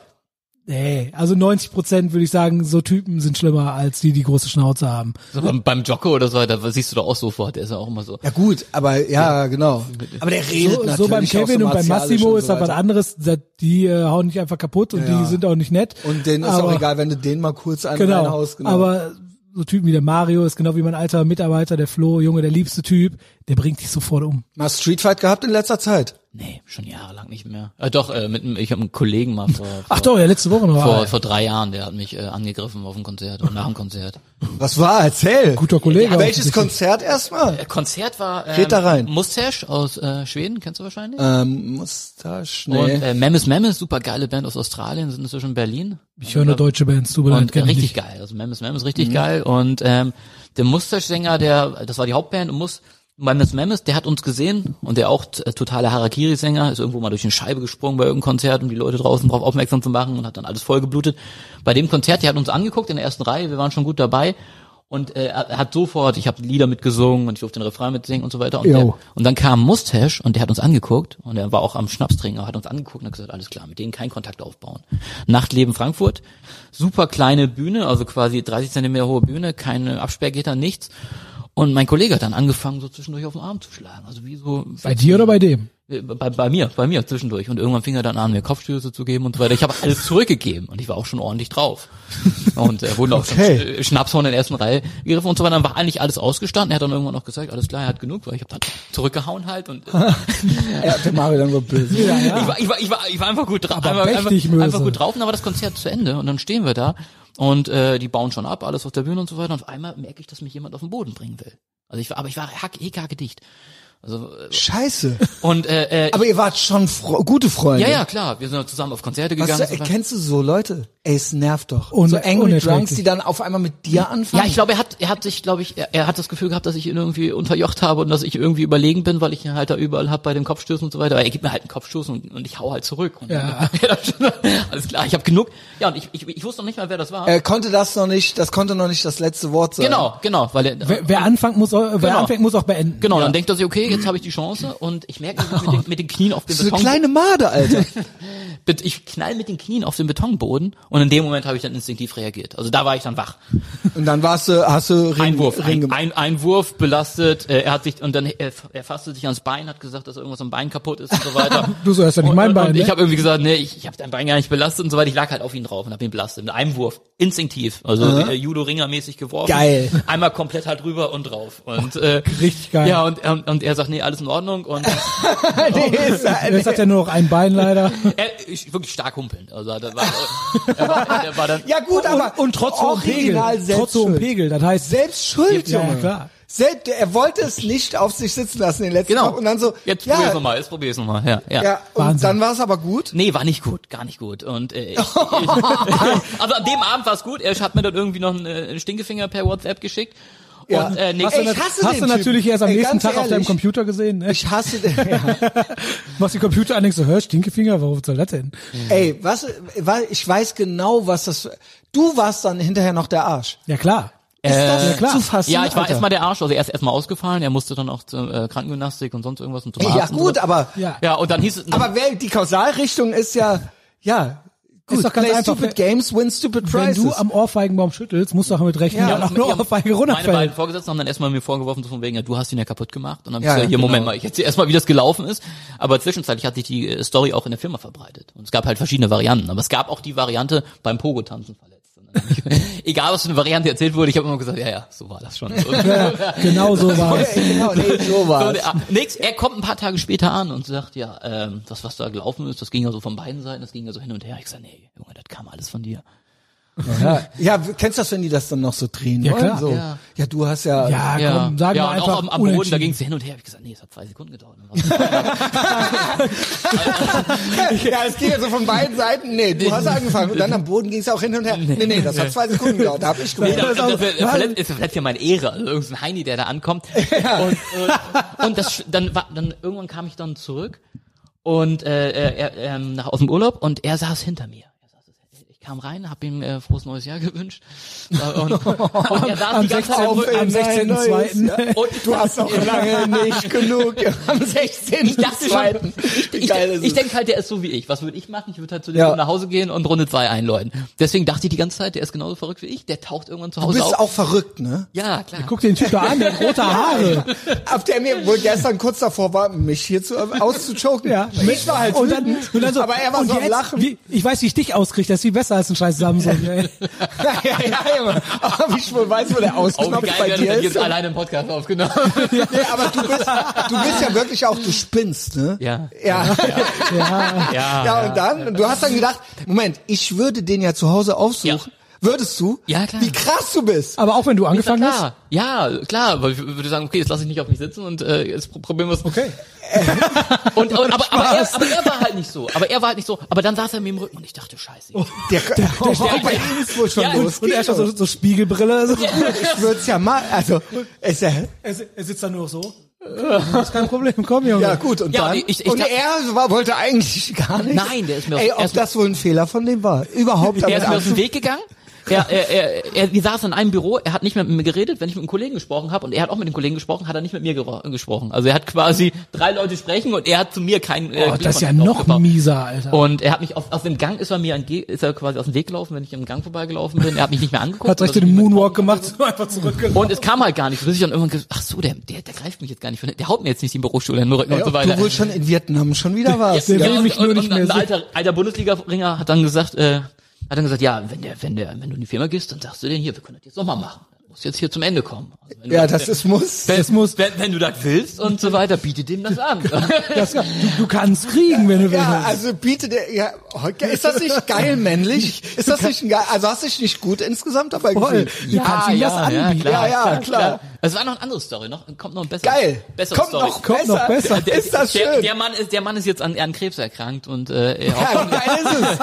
S2: Nee, also 90 Prozent würde ich sagen, so Typen sind schlimmer als die, die große Schnauze haben.
S3: So beim, beim Jocko oder so weiter, was siehst du doch auch sofort, der ist ja auch immer so.
S1: Ja gut, aber ja, genau. Aber der redet natürlich
S2: So, so beim
S1: auch so
S2: Kevin und bei
S1: martialisch
S2: Massimo
S1: und
S2: ist
S1: so
S2: das was
S1: weiter.
S2: anderes. Da- Die äh, hauen nicht einfach kaputt und
S1: Ja.
S2: die sind auch nicht nett.
S1: Und denen ist auch
S2: Aber-
S1: egal, wenn du den mal kurz einen
S2: genau,
S1: reinhaust. Genau.
S2: Aber so Typen wie der Mario ist genau wie mein alter Mitarbeiter, der Flo, Junge, der liebste Typ, der bringt dich sofort um.
S1: mal Street Fight gehabt in letzter Zeit?
S3: Nee, schon jahrelang nicht mehr. Äh, doch, äh, mit, einem- ich habe einen Kollegen mal vor, vor,
S2: Ach doch, ja, letzte Woche noch.
S3: vor,
S2: Ah,
S3: vor drei Jahren, der hat mich äh, angegriffen auf dem Konzert und nach dem Konzert.
S1: Was war? Erzähl.
S2: guter Kollege.
S1: Ja,
S2: auch.
S1: welches Konzert erstmal?
S3: Äh, Konzert war ähm,
S1: Red da rein.
S3: Mustache aus äh, Schweden, kennst du wahrscheinlich?
S1: Ähm, Mustache, nee.
S3: Und äh, Memes Memes, super geile Band aus Australien, sind inzwischen in Berlin.
S2: Ich höre nur deutsche Bands, tut mir leid,
S3: Und äh,
S2: kenn ich
S3: richtig
S2: nicht.
S3: geil. Also Memes Memes richtig geil. Und ähm, der Mustache-Sänger, der, das war die Hauptband und muss Memes Memes, der hat uns gesehen und der auch t- äh, totale Harakiri-Sänger, ist irgendwo mal durch eine Scheibe gesprungen bei irgendeinem Konzert, um die Leute draußen drauf aufmerksam zu machen und hat dann alles vollgeblutet. Bei dem Konzert, der hat uns angeguckt in der ersten Reihe, wir waren schon gut dabei und äh, er hat sofort, ich habe Lieder mitgesungen und ich durfte den Refrain mitsingen und so weiter. Und,
S2: Jo.
S3: der, und dann kam Mustache und der hat uns angeguckt und er war auch am Schnaps trinken, hat uns angeguckt und hat gesagt, alles klar, mit denen keinen Kontakt aufbauen. Nachtleben Frankfurt, super kleine Bühne, also quasi 30 Zentimeter hohe Bühne, keine Absperrgitter, nichts. Und mein Kollege hat dann angefangen, so zwischendurch auf den Arm zu schlagen. Also wie so
S2: Bei dir oder bei dem?
S3: äh, bei, bei mir, bei mir zwischendurch. Und irgendwann fing er dann an, mir Kopfstöße zu geben und so weiter. Ich habe alles zurückgegeben und ich war auch schon ordentlich drauf. Und äh, wurden auch
S1: Okay.
S3: schon Sch- äh, Schnapshorn in der ersten Reihe gegriffen und so weiter. Dann war eigentlich alles ausgestanden. Er hat dann irgendwann auch gesagt, alles klar, er hat genug, weil ich habe dann zurückgehauen halt. Und äh,
S1: Ja, der Mario dann war böse.
S2: Ja, ja.
S3: ich, war, ich, war, ich, war, ich war einfach gut drauf.
S2: Aber
S3: Einfach, einfach,
S2: mächtig böse.
S3: einfach gut drauf. Und dann war das Konzert zu Ende und dann stehen wir da und äh, die bauen schon ab, alles auf der Bühne und so weiter. Und auf einmal merke ich, dass mich jemand auf den Boden bringen will. Also ich war, aber ich war hack, hacke dicht. Also, äh,
S1: Scheiße.
S3: und äh, äh,
S1: Aber ihr wart schon fro gute Freunde.
S3: ja, ja, klar, wir sind auch zusammen auf Konzerte
S1: Was,
S3: gegangen.
S1: äh, kennst du so Leute? Ey, es nervt doch.
S2: Un-
S1: so Angry Drunks,
S2: unerträglich.
S1: die dann auf einmal mit dir anfangen.
S3: ja, ich glaube, er hat, er hat sich, glaube ich, er, er hat das Gefühl gehabt, dass ich ihn irgendwie unterjocht habe und dass ich irgendwie überlegen bin, weil ich ihn halt da überall hab bei den Kopfstößen und so weiter. Aber er gibt mir halt einen Kopfstoß und, und ich hau halt zurück. Und
S2: Ja.
S3: dann- Alles klar, ich habe genug. Ja, und ich, ich, ich wusste noch nicht mal, wer das war.
S1: Er Äh, konnte das noch nicht, das konnte noch nicht das letzte Wort sein.
S3: genau, genau, weil er,
S2: Wer, wer anfängt, muss, auch- wer
S3: Genau.
S2: anfängt, muss auch beenden.
S3: Genau, dann denkt er sich, okay, jetzt habe ich die Chance und ich merke wie ich mit, den, mit den Knien auf den
S1: So eine
S3: Beton.
S1: kleine Made, Alter.
S3: Bet- Ich knall mit den Knien auf den Betonboden und in dem Moment habe ich dann instinktiv reagiert. Also da war ich dann wach.
S1: Und dann warst du, hast du Ring,
S3: Einwurf,
S1: Ring
S3: ein,
S1: gemacht.
S3: ein, Einwurf belastet. Äh, er hat sich und dann er, er fasste sich ans Bein, hat gesagt, dass irgendwas am Bein kaputt ist und so weiter.
S2: Du so, das ist ja nicht
S3: Und-
S2: mein
S3: und-
S2: Bein,
S3: Und
S2: ne?
S3: ich habe irgendwie gesagt, nee, ich, ich habe dein Bein gar nicht belastet und so weiter. Ich lag halt auf ihn drauf und habe ihn belastet mit einem Wurf, instinktiv, also äh, Judo Ringermäßig geworfen.
S1: Geil.
S3: Einmal komplett halt rüber und drauf und äh,
S2: Richtig geil.
S3: Ja und, und und er sagt, nee, alles in Ordnung und
S1: Nee, ist er-
S2: Jetzt hat er nur noch ein Bein leider.
S3: Er ist wirklich stark humpelnd. Also er war, er war, er war dann,
S1: ja gut, aber
S2: und, und trotz hohem Pegel.
S1: original
S2: Trotz hohem
S1: Selbstschuld.
S2: Pegel. Das heißt,
S1: Selbst schuld,
S2: Ja,
S1: Junge.
S2: ja, klar.
S1: Selbst, er wollte es nicht auf sich sitzen lassen den letzten
S3: genau.
S1: Tag und dann so,
S3: jetzt
S1: ja,
S3: probier's nochmal, jetzt probier's nochmal. Ja, ja.
S1: ja, und
S2: Wahnsinn.
S1: dann war es aber gut.
S3: Nee, war nicht gut, gar nicht gut. Und äh, ich, ich, also an dem Abend war es gut. Er hat mir dann irgendwie noch einen, äh, einen Stinkefinger per WhatsApp geschickt.
S1: Ja.
S3: Und äh,
S1: Hast du
S3: nächstes
S1: eine- ich hasse
S2: hast
S1: den
S2: du natürlich
S1: Typen.
S2: erst am
S1: Ey,
S2: nächsten
S1: ganz
S2: Tag auf
S1: ehrlich.
S2: deinem Computer gesehen. Ne?
S1: Ich hasse den.
S2: Machst den Computer an, denkst du, hör, Stinkefinger, warum soll das denn?
S1: Ey, was, weil ich weiß genau, was das, du warst dann hinterher noch der Arsch.
S2: Ja klar.
S1: Ist das
S2: ja, klar.
S1: zu fassen?
S3: Äh, ja, ich war
S1: Alter?
S3: erstmal der Arsch, also er ist erstmal ausgefallen, er musste dann auch zur äh, Krankengymnastik und sonst irgendwas und zum
S1: Ey, Ja
S3: Arzt und
S1: gut,
S3: so.
S1: aber,
S2: Ja.
S3: Ja, und dann hieß es
S1: aber wer, die Kausalrichtung ist ja, ja, gut,
S2: doch ganz
S1: play
S2: einfach.
S1: stupid games, win stupid
S2: Wenn
S1: prizes.
S2: du am Ohrfeigenbaum schüttelst, musst du auch mit rechnen,
S1: Ja,
S2: dass
S3: und
S2: auch nur
S3: mit ihrem-
S2: Ohrfeige
S3: Meine beiden
S2: runterfällt.
S3: Vorgesetzten haben dann erstmal mir vorgeworfen, so von wegen, ja, du hast ihn ja kaputt gemacht. Und dann
S1: Ja,
S3: hab ich
S1: ja,
S3: gesagt, hier,
S1: genau.
S3: Moment mal, ich erzähl erstmal, wie das gelaufen ist. Aber zwischenzeitlich hat sich die äh, Story auch in der Firma verbreitet. Und es gab halt verschiedene Varianten. Aber es gab auch die Variante beim Pogo-Tanzen verletzt. Und dann hab ich- Egal, was für eine Variante erzählt wurde, ich habe immer gesagt, ja, ja, so war das schon. So,
S2: Genau so war
S1: ja,
S2: es.
S1: genau, nee, so
S3: so,
S1: war's.
S3: der- ah, nix, er kommt ein paar Tage später an und sagt, ja, ähm, das, was da gelaufen ist, das ging ja so von beiden Seiten, das ging ja so hin und her. Ich sage, nee, Junge, das kam alles von dir.
S1: Ja, kennst du das, wenn die das dann noch so drehen
S2: Ja,
S1: wollen?
S2: klar.
S1: So.
S3: Ja.
S1: Ja. du hast ja,
S2: Ja, komm, sagen
S3: ja,
S2: wir
S3: und
S2: einfach
S3: auch am, am Boden, da
S2: unentschieden.
S3: ging es hin und her. Hab ich gesagt, nee, es hat zwei Sekunden gedauert.
S1: ja, es geht ja so von beiden Seiten. Nee, du hast angefangen und dann am Boden ging es auch hin und her. Nee, nee, das hat zwei Sekunden gedauert. Da hab ich
S3: Nee,
S1: gewonnen.
S3: das,
S2: das auch-
S3: das, das, das verletzt, das verletzt ja meine Ehre, also irgendein Heini, der da ankommt. Und, und, und das, dann, war- dann irgendwann kam ich dann zurück und äh, er, er, ähm, nach, aus dem Urlaub und er saß hinter mir. Er saß- Ich kam rein, habe ihm äh, frohes neues Jahr gewünscht äh, und, und er saß
S2: Am
S3: die ganze Zeit am
S2: 16.
S3: Rücken.
S1: Nein,
S2: am 16.2.
S1: neues, ja.
S3: Und
S1: Du hast auch lange nicht genug. Am 16.
S3: ich dachte schon, ich, ich, ich denke halt, der ist so wie ich. Was würde ich machen? Ich würde halt zu dem
S1: Ja.
S3: nach Hause gehen und Runde zwei einläuten. Deswegen dachte ich die ganze Zeit, der ist genauso verrückt wie ich. Der taucht irgendwann zu
S1: du
S3: Hausen
S1: bist
S3: auf.
S1: auch verrückt, ne?
S3: ja, klar.
S2: Guck den Typ da an, der hat rote Haare.
S1: Auf der mir wohl gestern kurz davor war, mich hier zu, auszuchoken.
S2: Ja.
S1: Ich war halt
S2: und dann,
S1: wütend,
S2: und dann so,
S1: aber er war
S2: und
S1: so am
S2: jetzt,
S1: Lachen.
S2: Wie, ich weiß, wie ich dich auskriege, das ist viel besser als ein scheiß Samsung. Ey.
S1: ja, ja, ja, Mann. Aber ich wohl weiß, wo der
S3: Oh, wie
S1: Ausknopf
S3: geil
S1: bei
S3: wäre das,
S1: dir
S3: wenn
S1: ist.
S3: jetzt alleine im Podcast aufgenommen.
S1: Nee, aber du bist, du bist ja wirklich auch, du spinnst, ne?
S3: Ja.
S1: Ja.
S3: Ja, ja.
S1: Ja, und dann, du hast dann gedacht, Moment, ich würde den ja zu Hause aufsuchen. Würdest du?
S3: Ja, klar.
S1: Wie krass du bist.
S2: Aber auch wenn du
S3: Ist doch
S2: angefangen hast,
S3: klar. Ja, klar, aber ich würde sagen, okay, jetzt lasse ich nicht auf mich sitzen und äh, jetzt pro- probieren wir es.
S2: okay.
S3: Und, und, aber, aber, er, aber er war halt nicht so. Aber er war halt nicht so. Aber dann saß er mir im Rücken und ich dachte, scheiße.
S1: Der, der, auch bei ihm ist wohl schon
S3: Ja,
S1: los.
S2: Und er hat schon so, so Spiegelbrille. So.
S1: ich würde es ja mal, also, ist ja,
S2: Er, si- er sitzt da nur so. Das ist kein Problem, komm Junge.
S1: ja gut, und
S3: Ja,
S1: dann,
S3: und ich- ich-
S1: und
S3: ich-
S1: er war, wollte eigentlich gar nicht.
S3: Nein, der ist mir-
S1: Ey,
S3: er
S1: ob
S3: ist mir-
S1: das wohl ein Fehler von dem war? Überhaupt
S3: Er
S1: damit
S3: ist mir aus dem
S1: anzu-
S3: Weg gegangen. Er, er, er, er, wir saßen in einem Büro, er hat nicht mehr mit mir geredet, wenn ich mit einem Kollegen gesprochen habe und er hat auch mit dem Kollegen gesprochen, hat er nicht mit mir gero- gesprochen. Also er hat quasi drei Leute sprechen und er hat zu mir keinen äh,
S2: Oh, das ist ja
S3: Blickkontakt
S2: noch
S3: aufgebaut.
S2: mieser, Alter.
S3: Und er hat mich auf, aus dem Gang ist er mir entge ist er quasi aus dem Weg gelaufen, wenn ich im Gang vorbeigelaufen bin. Er hat mich nicht mehr angeguckt.
S2: hat recht
S3: oder so.
S2: den Moonwalk gemacht, so einfach zurückgerannt.
S3: Und es kam halt gar nicht, bis ich dann irgendwann gesagt, ach so, der, der, der greift mich jetzt gar nicht, der haut mir jetzt nicht den Bürostuhl in den Rücken
S1: Ey,
S3: und so
S1: ob
S3: weiter.
S1: du wohl schon in Vietnam schon wieder warst.
S2: der will
S3: und-
S2: mich
S3: und,
S2: nur nicht
S3: und
S2: mehr
S3: ein
S2: sehen.
S3: alter, alter Bundesliga-Ringer hat dann gesagt, äh, hat dann gesagt, ja, wenn der, wenn der, wenn du in die Firma gehst, dann sagst du den hier, wir können das jetzt nochmal machen. Du musst jetzt hier zum Ende kommen. Also, wenn
S1: Ja,
S3: du,
S1: das ist muss.
S3: wenn, muss, wenn, wenn du das willst und so weiter, biete dem das an.
S2: Das, du, du kannst kriegen, wenn du
S1: Ja,
S2: willst.
S1: also biete der, ja, okay. ist das nicht geil männlich? Ist das nicht ein geil, also hast du dich nicht gut insgesamt dabei
S2: Voll.
S3: Ah,
S1: gefühlt?
S2: Du kannst ihm das anbieten.
S1: Ja, ja, klar.
S3: Es war noch eine andere Story, noch kommt noch ein besseres.
S1: Geil.
S3: Bessere
S1: kommt
S3: Story.
S1: noch
S2: Kommt
S1: besser.
S2: noch besser.
S1: Der, ist das
S3: der,
S1: schön.
S3: der Mann ist der Mann ist jetzt an, an Krebs erkrankt und äh, er
S1: ja,
S3: auch,
S1: geil ist es.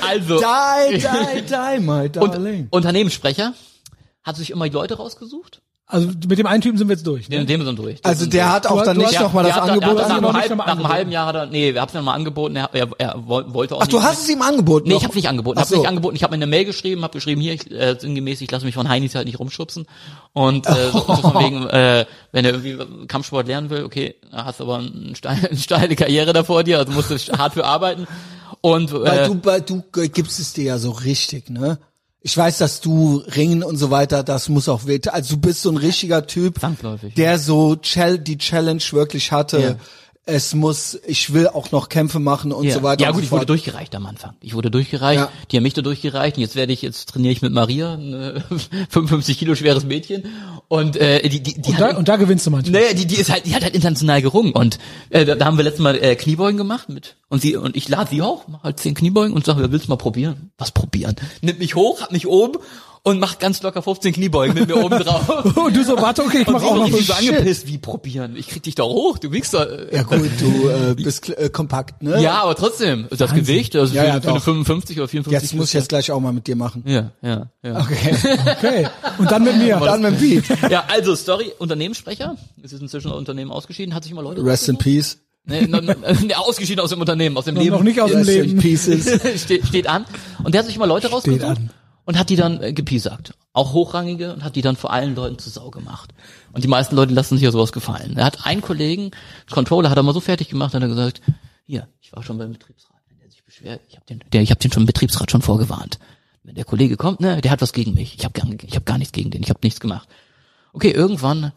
S3: also
S1: Die, die, die, my darling.
S3: und, Unternehmenssprecher hat sich immer die Leute rausgesucht.
S2: Also mit dem einen Typen sind wir jetzt durch. Ne?
S3: Den, dem sind durch.
S1: also
S3: Den-
S1: der hat auch
S2: Du-
S1: dann
S2: du
S1: nicht
S2: hast-
S1: nochmal
S3: der
S1: das
S3: hat-
S1: Angebot
S3: Der hat das nach,
S2: angenommen.
S1: angenommen.
S2: Nicht
S3: einem halben, nach einem
S2: nochmal
S3: halben Jahr hat er, nee, wir haben es nochmal angeboten, er, ne, er, er woll- wollte auch
S1: Ach, du
S3: nicht-
S1: hast es ihm angeboten.
S3: Nee,
S1: noch?
S3: ich habe nicht angeboten.
S1: Ach
S3: Ich habe
S1: so.
S3: nicht angeboten. Ich habe mir eine Mail geschrieben, habe geschrieben, hier ich, äh, sinngemäß, ich lasse mich von Heinis halt nicht rumschubsen und äh, so, so von wegen, äh, wenn er irgendwie Kampfsport lernen will, okay, da hast du aber eine steile, eine steile Karriere da vor dir, also musst du hart für arbeiten. Und
S1: Weil
S3: äh,
S1: du, weil du gibst es dir ja so richtig, ne? Ich weiß, dass du Ringen und so weiter, das muss auch weh. Also du bist so ein richtiger Typ,
S3: Zwangsläufig.
S1: der so chal- die Challenge wirklich hatte.
S3: Ja.
S1: Es muss, ich will auch noch Kämpfe machen und
S3: ja.
S1: so weiter.
S3: ja
S1: und
S3: gut,
S1: so
S3: ich wurde
S1: fort.
S3: durchgereicht am Anfang. Ich wurde durchgereicht,
S1: Ja.
S3: die haben mich da durchgereicht und jetzt werde ich, jetzt trainiere ich mit Maria, ein, äh, 55 Kilo schweres Mädchen und äh, die, die, die
S2: Und, da, und da gewinnst du manchmal.
S3: Naja, die, die ist halt, die hat halt international gerungen und äh, da, da haben wir letztes Mal äh, Kniebeugen gemacht mit und sie und ich lade sie auch, mach halt zehn Kniebeugen und sage, willst du mal probieren? Was probieren? Nimmt mich hoch, hat mich oben und macht ganz locker 15 Kniebeugen mit mir oben drauf.
S2: Und Oh, du so, warte, okay, ich
S3: Und
S2: mach
S3: sie
S2: auch noch
S3: richtig
S2: was.
S3: so
S1: Shit.
S3: angepisst, wie probieren? Ich krieg dich da hoch, du wiegst da. Äh,
S1: Ja gut, du äh, bist kl- äh, kompakt, ne?
S3: ja, aber trotzdem, das Gewicht, also
S1: Ja,
S3: für,
S1: ja,
S3: für eine
S1: doch.
S3: 55 oder 54.
S1: Das muss ich jetzt gleich auch mal mit dir machen.
S3: ja, ja, ja.
S1: Okay.
S2: Okay. Und dann mit mir.
S1: Dann mit Beat.
S3: Ja, also Story, Unternehmenssprecher, es ist inzwischen aus Unternehmen ausgeschieden, hat sich immer Leute
S1: Rest in Peace.
S3: Nee, no, no, nee, ausgeschieden aus dem Unternehmen, aus dem Leben.
S2: noch nicht aus dem
S1: Rest
S2: Leben.
S1: in Peace ist.
S3: steht, steht an. Und der hat sich immer Leute rausgesucht
S2: an.
S3: und hat die dann äh, gepiesackt. Auch hochrangige und hat die dann vor allen Leuten zu Sau gemacht. Und die meisten Leute lassen sich ja sowas gefallen. Er hat einen Kollegen, das Controller, hat er mal so fertig gemacht, hat er gesagt, hier, ich war schon beim Betriebsrat, wenn der sich beschwert, ich habe den, der, ich hab den schon im Betriebsrat schon vorgewarnt. Wenn der Kollege kommt, ne, der hat was gegen mich. Ich habe gar, ich hab gar nichts gegen den, ich habe nichts gemacht. Okay, irgendwann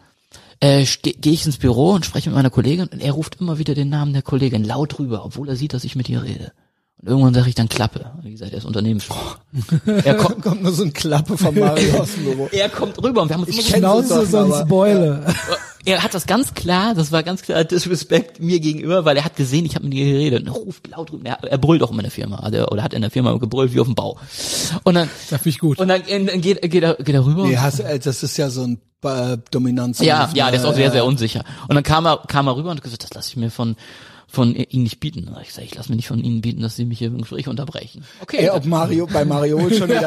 S3: äh, gehe ich ins Büro und spreche mit meiner Kollegin und er ruft immer wieder den Namen der Kollegin laut rüber, obwohl er sieht, dass ich mit ihr rede. Und irgendwann sage ich dann Klappe. Und wie gesagt, er ist Unternehmenssprecher. er, kommt,
S1: Kommt nur so ein Klappe von Mario aus dem Büro.
S3: er kommt rüber und wir haben uns immer so, äh,
S1: kenn-
S2: Schnauze,
S1: Sachen,
S2: sonst
S1: aber-
S2: Beule.
S3: er hat das ganz klar, das war ganz klar Disrespect mir gegenüber, weil er hat gesehen, ich habe mit ihr geredet. Und er ruft laut rüber. Er, er brüllt auch immer in der Firma. Also, er- oder hat in der Firma gebrüllt wie auf dem Bau. Und dann,
S2: Das finde ich gut.
S3: und dann äh, geht, geht, er, geht er rüber.
S1: Nee, hast, äh, das ist ja so ein äh, Dominanz. Äh,
S3: Ja, ja, der ist auch sehr, sehr unsicher. Und dann kam er, kam er rüber und hat gesagt, das lasse ich mir von von ihnen nicht bieten. Und Ich sage, ich lasse mir nicht von ihnen bieten, dass sie mich hier im Gespräch unterbrechen. Okay.
S1: Ey, ob Mario bei Mario holt schon wieder.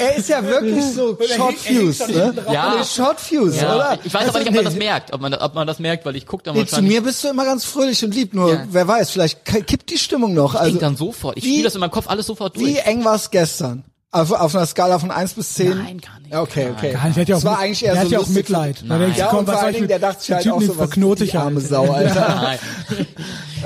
S1: er ist ja wirklich so Short Fuse, ne?
S3: Ja.
S1: Er ist Short Fuse,
S3: ja.
S1: oder?
S3: Ich weiß aber nicht, ob
S1: Also,
S3: man das
S1: nee,
S3: merkt, ob man, ob man das merkt, weil ich gucke dann
S1: Nee, zu
S3: wahrscheinlich.
S1: mir bist du immer ganz fröhlich und lieb, nur
S3: Ja.
S1: wer weiß, vielleicht k- kippt die Stimmung noch.
S3: ich
S1: Also,
S3: denk dann sofort. Ich
S1: wie-
S3: spiele das in meinem Kopf alles sofort durch.
S1: wie eng war es gestern? Auf, auf einer Skala von 1 bis 10?
S3: Nein, gar nicht.
S1: Ja, Okay,
S3: Nein.
S1: okay.
S2: Ja, ich hätte ja auch,
S1: das war eigentlich eher
S2: der
S1: so
S2: hat ja auch
S1: lustig.
S2: Mitleid. Da
S3: Nein.
S2: denke ich,
S1: Ja,
S2: komm,
S1: und
S2: was
S1: vor
S2: soll
S1: allen
S2: ich
S1: Dingen,
S2: mit-
S1: der dachte sich
S2: den
S1: halt
S2: Typen
S1: auch so,
S2: den
S1: was
S2: verknote
S1: ist die
S2: ich,
S1: arme
S2: Alter.
S1: Sau, Alter. Ähm.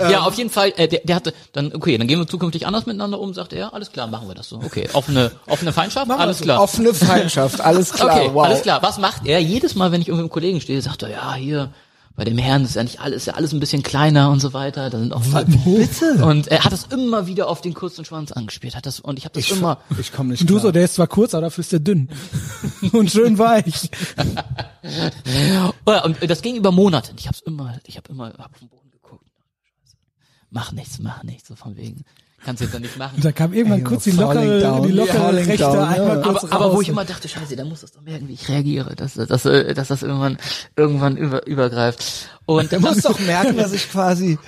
S3: Nein. ja, auf jeden Fall, äh, der, der hatte dann, okay, dann gehen wir zukünftig anders miteinander um, sagt er, alles klar, machen wir das so. Okay, offene, offene Feindschaft, alles klar.
S1: Offene Feindschaft, alles klar,
S3: okay,
S1: wow.
S3: alles klar. Was macht er? Jedes Mal, wenn ich irgendwo im Kollegen stehe, sagt er, ja, hier, bei dem Herrn ist ja nicht alles, ist ja alles ein bisschen kleiner und so weiter. Da sind auch Bitte? Und er hat das immer wieder auf den kurzen Schwanz angespielt, hat das, und ich habe das immer,
S1: Ich komme nicht
S2: Und du
S1: klar.
S2: so, der ist zwar kurz, aber dafür ist der dünn. Und schön weich.
S3: oh Ja, und das ging über Monate. Und Ich hab's immer, ich hab immer hab auf den Boden geguckt. Mach nichts, mach nichts, so von wegen. Kannst du jetzt doch nicht machen.
S2: Und da kam irgendwann
S1: Ey,
S2: kurz die
S1: falling
S2: lockere,
S1: down,
S2: die lockere
S1: falling
S2: rechte
S1: down,
S2: einmal
S1: ja.
S2: kurz
S3: Aber, aber
S2: raus.
S3: wo ich immer dachte, scheiße, da muss das doch merken, wie ich reagiere, dass, dass, äh, dass das irgendwann, irgendwann über, übergreift. Und
S1: Du musst doch merken, dass ich quasi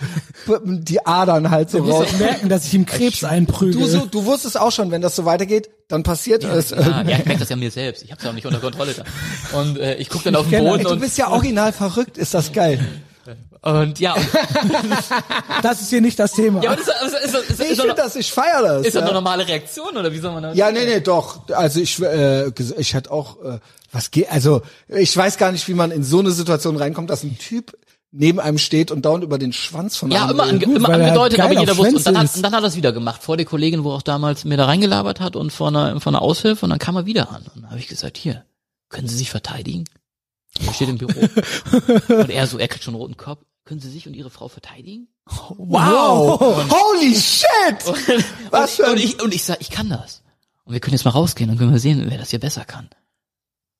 S1: die Adern halt so
S2: Du
S1: raus.
S2: musst doch merken, dass ich ihm Krebs einprügel.
S1: Du, so, du wusstest auch schon, wenn das so weitergeht, dann passiert es.
S3: ja, Ah, ja, ich merke das ja mir selbst. Ich hab's ja auch nicht unter Kontrolle da. Und äh, ich guck dann auf den
S2: kenn-
S1: Ey,
S3: Boden
S1: du
S3: und,
S1: bist ja original verrückt, ist das geil.
S3: und ja, und,
S2: das ist hier nicht das Thema.
S3: ja, aber ist, das- ist, das- ist, das-
S1: Ich
S3: ist, das
S1: finde
S3: noch-
S1: das, ich feier das.
S3: ist das eine
S1: ja.
S3: normale Reaktion oder wie soll man das?
S1: ja, nee, nee, doch. Also ich, äh, ges- ich hätte auch, äh, was geht, also ich weiß gar nicht, wie man in so eine Situation reinkommt, dass ein Typ neben einem steht und dauernd über den Schwanz von
S3: Ja,
S1: einem
S3: immer,
S1: redet.
S3: ange
S2: gut,
S3: immer
S2: weil er
S3: angedeutet,
S2: geil
S3: aber
S2: auf
S3: jeder wusste. Und dann hat,
S2: Schwänze
S3: und dann hat er es wieder gemacht. Vor der Kollegin, wo er auch damals mir da reingelabert hat und vor einer, vor einer Aushilfe. Und dann kam er wieder an. Und dann habe ich gesagt, hier, können Sie sich verteidigen? Er steht im Büro. und er so, er kriegt schon einen roten Kopf. Können Sie sich und Ihre Frau verteidigen?
S1: Wow! Holy shit! Was für
S3: und,
S1: ein
S3: ich, und ich Und ich sage, ich kann das. Und wir können jetzt mal rausgehen und können wir sehen, wer das hier besser kann.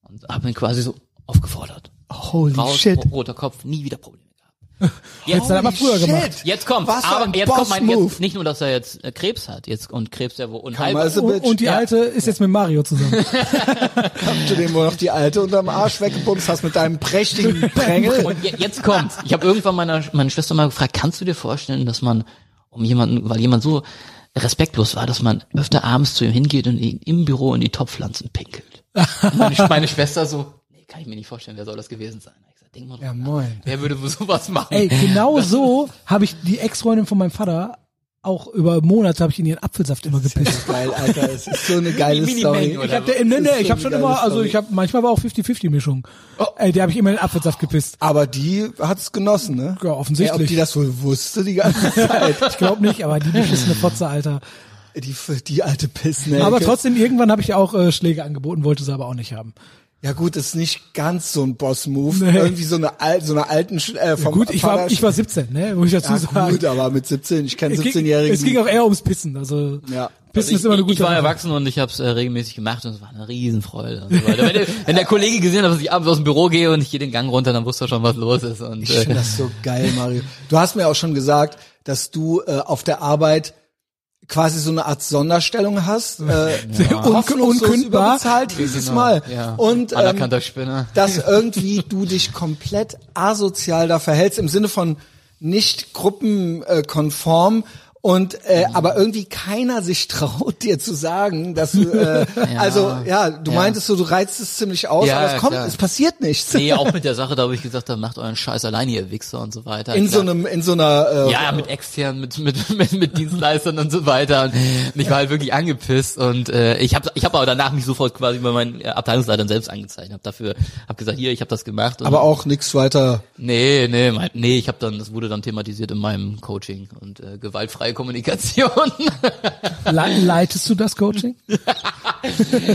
S3: Und habe ihn quasi so aufgefordert.
S1: Holy
S3: Raus,
S1: shit.
S3: ro- roter Kopf, nie wieder Probleme gehabt.
S2: Jetzt hat er aber früher
S1: shit.
S2: gemacht.
S3: Jetzt kommt,
S1: Was für ein
S3: aber jetzt kommt mein,
S1: Boss-Move.
S3: jetzt, nicht nur, dass er jetzt äh, Krebs hat, jetzt und Krebs ja wo und
S1: Come
S3: halb,
S1: as a
S2: Und,
S1: bitch.
S2: und die
S3: Ja.
S2: alte ist jetzt mit Mario zusammen.
S1: Habt du dem wohl noch die alte unterm Arsch weggepumpt hast mit deinem prächtigen Prängel?
S3: Und je- jetzt kommt. Ich habe irgendwann meiner meine Schwester mal gefragt, kannst du dir vorstellen, dass man um jemanden, weil jemand so respektlos war, dass man öfter abends zu ihm hingeht und ihn im Büro in die Topfpflanzen pinkelt. Und Meine, meine Schwester so, nee, kann ich mir nicht vorstellen, wer soll das gewesen sein? Ich sag, denk mal drüber
S1: Ja,
S3: nach.
S1: moin.
S3: Wer würde wohl sowas machen?
S2: Ey, genau so habe ich die Ex-Freundin von meinem Vater auch über Monate habe ich in ihren Apfelsaft immer gepisst.
S1: Geil, Alter, es ist so eine geile
S3: Mini-Mini
S1: Story.
S3: oder
S2: Ich hab, der, nee,
S1: Das ist
S2: nee,
S1: so
S2: ich habe
S1: eine
S2: schon
S1: geile
S2: immer, also
S1: Story. Oh.
S2: ich habe manchmal war auch 50-50 Mischung. Ey, die habe ich immer in den Apfelsaft gepisst.
S1: Aber die hat's genossen, ne?
S2: Ja, offensichtlich.
S1: Ey, ob die das wohl wusste die ganze Zeit.
S2: Ich glaube nicht, aber die beschissene Fotze, Alter.
S1: die, die alte Pissnelke.
S2: Aber trotzdem, irgendwann habe ich ihr auch äh, Schläge angeboten, wollte sie aber auch nicht haben.
S1: Ja gut, ist nicht ganz so ein Boss-Move.
S2: Nee.
S1: Irgendwie so eine, Al so eine alten... Sch äh, vom
S2: Gut, ich war,
S1: Vater-
S2: ich war 17, ne, muss ich dazu
S1: ja,
S2: sagen.
S1: gut, aber mit 17. Ich kenne
S2: es, ging, es ging
S1: 17-Jährigen.
S2: auch eher ums Pissen. Also
S1: Ja.
S2: Pissen
S3: ich,
S2: ist immer eine
S3: ich-
S2: gute
S3: ich war
S2: Sache.
S3: erwachsen und ich habe es äh, regelmäßig gemacht und es war eine Riesenfreude. Und so weiter. wenn, der, wenn der Kollege gesehen hat, dass ich abends aus dem Büro gehe und ich gehe den Gang runter, dann wusste er schon, was los ist. Und,
S1: Ich finde
S3: äh,
S1: das so geil, Mario. Du hast mir auch schon gesagt, dass du äh, auf der Arbeit quasi so eine Art Sonderstellung hast. Äh, hoffnungslos
S2: unkündbar.
S1: Überbezahlt dieses Mal.
S3: genau. ja.
S1: Und ähm,
S3: Anerkannter Spinner.
S1: dass irgendwie du dich komplett asozial da verhältst, im Sinne von nicht gruppenkonform und äh,
S3: Mhm.
S1: aber irgendwie keiner sich traut dir zu sagen, dass du äh, also ja, du
S3: Ja.
S1: meintest so, du reizt es ziemlich aus,
S3: Ja,
S1: aber es
S3: ja,
S1: kommt,
S3: klar.
S1: es passiert nichts.
S3: Nee, auch mit der Sache, da habe ich gesagt, dann macht euren Scheiß alleine, ihr Wichser und so weiter.
S1: in so
S3: Klar.
S1: einem, in so einer äh,
S3: ja, ja, mit externen, mit, mit, mit, mit Dienstleistern und so weiter. Und ich war halt wirklich angepisst und äh, ich habe ich hab aber danach mich sofort quasi bei meinen äh, Abteilungsleitern selbst angezeigt. Hab dafür, hab gesagt, hier, ich habe das gemacht. Und
S1: aber auch nichts weiter.
S3: Nee, nee, mein, nee, ich habe dann, das wurde dann thematisiert in meinem Coaching und äh, gewaltfreie Kommunikation.
S2: Le leitest du das Coaching?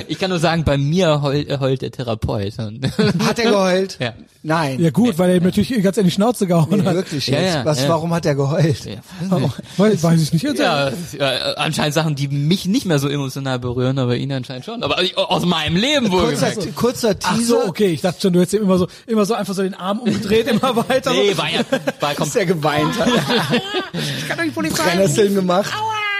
S3: ich kann nur sagen, bei mir heult, äh, heult der Therapeut. Und
S1: Hat er geheult?
S3: Ja.
S1: Nein.
S2: Ja gut, weil er ihm natürlich ganz in die Schnauze gehauen hat.
S1: Wirklich
S3: Ja,
S1: jetzt.
S3: ja,
S1: Was,
S3: ja.
S1: Warum hat er geheult?
S3: ja,
S2: Weil, weiß ich nicht. jetzt.
S3: ja, ja, anscheinend Sachen, die mich nicht mehr so emotional berühren, aber ihn anscheinend schon. Aber ich, aus meinem Leben wohl.
S1: Kurzer, kurzer
S2: Ach
S1: Teaser.
S2: so, okay, ich dachte schon, du hättest ihm immer so, immer so einfach so den Arm umgedreht, immer weiter.
S3: Nee, war ja, war
S1: Dass
S3: kommt,
S1: er geweint hat.
S2: ich kann doch die Polizei.
S1: Brennesseln gemacht.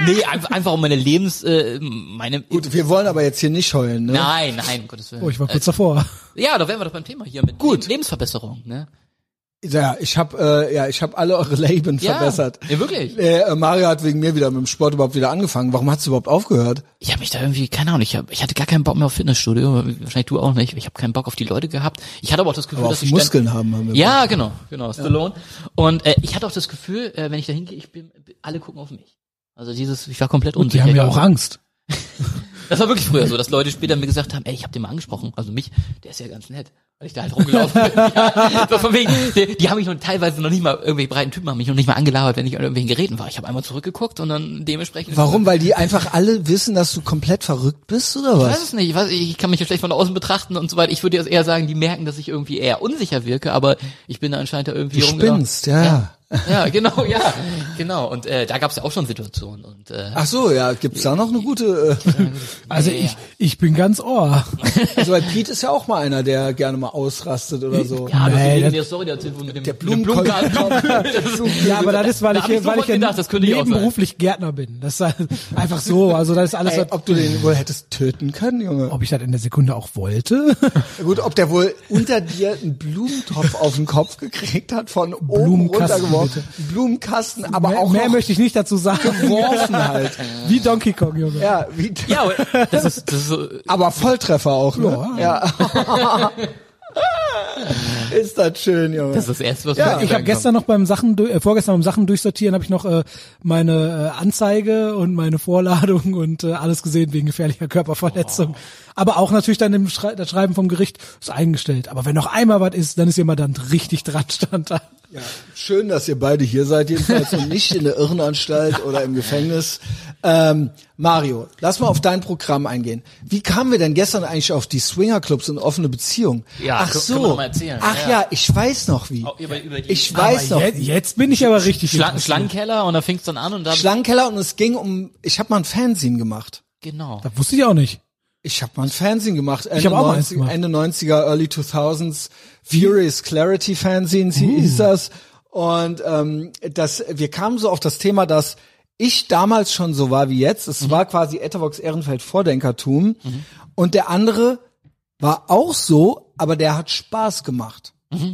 S3: nee, einfach, einfach um meine Lebens, äh, meine,
S1: Gut, ne? wir wollen aber jetzt hier nicht heulen, ne?
S3: nein, nein, um Gottes Willen.
S2: Oh, ich war kurz davor.
S3: ja, da wären wir doch beim Thema hier mit Gut. Lebensverbesserung, ne?
S1: Ja, ich hab, äh, ja, ich hab alle eure Leben
S3: Ja,
S1: verbessert.
S3: ja, wirklich.
S1: Äh, äh, Mario hat wegen mir wieder mit dem Sport überhaupt wieder angefangen. Warum hat's überhaupt aufgehört?
S3: ich habe mich da irgendwie, keine Ahnung, ich, hab, ich hatte gar keinen Bock mehr auf Fitnessstudio, wahrscheinlich du auch nicht. Ich habe keinen Bock auf die Leute gehabt. Ich hatte aber auch das Gefühl,
S1: Aber
S3: dass
S1: auf
S3: ich
S1: Muskeln haben haben wir.
S3: Ja, genau, genau, Stallone. Und äh, ich hatte auch das Gefühl, äh, wenn ich da hingehe, ich bin, alle gucken auf mich. Also dieses, ich war komplett unsicher. Oh,
S2: Angst.
S3: Das war wirklich früher so, dass Leute später mir gesagt haben, ey, ich habe den mal angesprochen, also mich, der ist ja ganz nett, weil ich da halt rumgelaufen bin. Ja, so von wegen, die, die haben mich noch teilweise noch nicht mal, irgendwelche breiten Typen haben mich noch nicht mal angelabert, wenn ich an irgendwelchen Geräten war. Ich habe einmal zurückgeguckt und dann dementsprechend...
S1: Warum? Weil die einfach alle wissen, dass du komplett verrückt bist, oder
S3: Ich weiß
S1: was?
S3: es nicht, ich, weiß, ich kann mich ja schlecht von außen betrachten und so weiter. Ich würde jetzt eher sagen, die merken, dass ich irgendwie eher unsicher wirke, aber ich bin da anscheinend da irgendwie
S1: Du
S3: rumgelaufen.
S1: spinnst, ja. ja.
S3: genau. Ja, genau, ja, genau. Und äh, da gab es ja auch schon Situationen. Und äh,
S1: Ach so, ja, gibt's da noch eine gute, äh,
S2: Also ich, ich bin ganz ohr.
S1: also bei Pete ist ja auch mal einer, der gerne mal ausrastet oder so.
S3: ja, das
S2: Nee,
S3: ist
S2: das-
S3: die Story die erzählt, wo mit dem,
S1: Der
S3: mit dem
S1: Blumenkohl-
S3: Blumenkohl-
S2: Ja, aber das ist, weil
S3: Da
S2: ich,
S3: hab ich
S2: hier- weil
S3: sofort
S2: ich ja
S3: gedacht, das könnte ich auch sein.
S2: nebenberuflich Gärtner bin. Das ist halt einfach so. Also das ist alles,
S1: Ey,
S2: was-
S1: ob du den wohl hättest töten können, Junge.
S2: ob ich das in der Sekunde auch wollte.
S1: Gut, ob der wohl unter dir einen Blumentopf auf den Kopf gekriegt hat, von oben
S2: Blumenkasten,
S1: runtergeworfen. Blumenkasten, aber
S2: mehr
S1: auch
S2: mehr
S1: noch
S2: möchte ich nicht dazu sagen.
S1: geworfen halt.
S2: Wie Donkey Kong, Junge.
S1: Ja, wie,
S3: Ja, aber das ist, das ist so,
S1: aber Volltreffer auch, ne? Ja. Ist das schön, Junge.
S3: das ist das erste, was
S1: Ja, genau.
S3: mir
S2: Ich habe
S3: gekommen
S2: gestern noch beim Sachen, du- äh, vorgestern beim Sachen durchsortieren, habe ich noch äh, meine äh, Anzeige und meine Vorladung und äh, alles gesehen wegen gefährlicher Körperverletzung.
S1: Oh.
S2: Aber auch natürlich dann im Schrei das Schreiben vom Gericht ist eingestellt. Aber wenn noch einmal was ist, dann ist jemand dann richtig dran stand da.
S1: Ja, schön, dass ihr beide hier seid, jedenfalls und nicht in der Irrenanstalt oder im Gefängnis. Ähm, Mario, lass mal auf dein Programm eingehen. Wie kamen wir denn gestern eigentlich auf die Swingerclubs und offene Beziehung?
S3: Ja,
S1: Ach
S3: können-
S1: so.
S3: können wir noch mal erzählen.
S1: Ach ja.
S3: Ja.
S1: ich weiß noch wie.
S3: Auch über- über die-
S1: ich weiß noch.
S2: Aber jetzt, jetzt bin ich aber richtig
S3: Schlangen,
S2: interessiert.
S3: Schlangenkeller und da fing es dann an und dann
S1: Schlangenkeller und es ging um. Ich habe mal ein Fernsehen gemacht.
S3: genau.
S2: Das wusste ich auch nicht.
S1: Ich habe mal ein Fernsehen gemacht. Ende,
S2: hab auch mal eins
S1: 90,
S2: gemacht. Uh.
S1: Ende 90er, Early 2000s. Furious Clarity Fernsehen hieß das. Und ähm, das, wir kamen so auf das Thema, dass ich damals schon so war wie jetzt.
S2: Mhm.
S1: Es war quasi Ettervox Ehrenfeld Vordenkertum. Und der andere war auch so, aber der hat Spaß gemacht.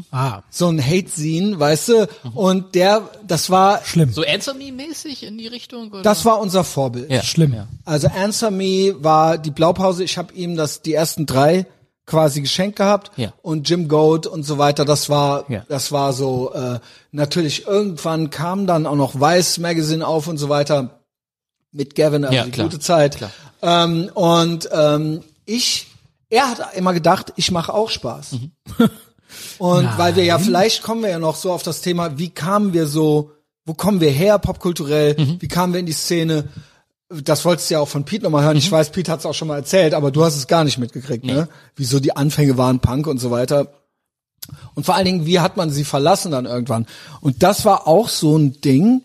S2: Ah,
S1: So ein Hate-Scene, weißt du? Und der, das war,
S2: Mhm. schlimm.
S3: So Answer Me-mäßig in die Richtung? Oder?
S1: das war unser Vorbild.
S3: ja.
S2: schlimm.
S3: Ja.
S1: Also Answer Me war die Blaupause. Ich habe ihm das die ersten drei quasi geschenkt gehabt
S3: Ja.
S1: und Jim Goat und so weiter. Das war
S3: Ja.
S1: das war so äh, natürlich irgendwann kam dann auch noch Weiß Magazine auf und so weiter mit Gavin also
S3: Ja,
S1: die
S3: klar.
S1: gute Zeit.
S3: Klar.
S1: Ähm, und ähm, ich er hat immer gedacht, ich mache auch Spaß.
S3: Mhm.
S1: Und weil wir ja, vielleicht kommen wir ja noch so auf das Thema, wie kamen wir so, wo kommen wir her popkulturell,
S3: Mhm.
S1: wie kamen wir in die Szene? Das wolltest du ja auch von Pete nochmal hören. Ich
S3: Mhm.
S1: weiß, Pete hat es auch schon mal erzählt, aber du hast es gar nicht mitgekriegt, ne? Wieso die Anfänge waren Punk und so weiter. Und vor allen Dingen, wie hat man sie verlassen dann irgendwann? Und das war auch so ein Ding.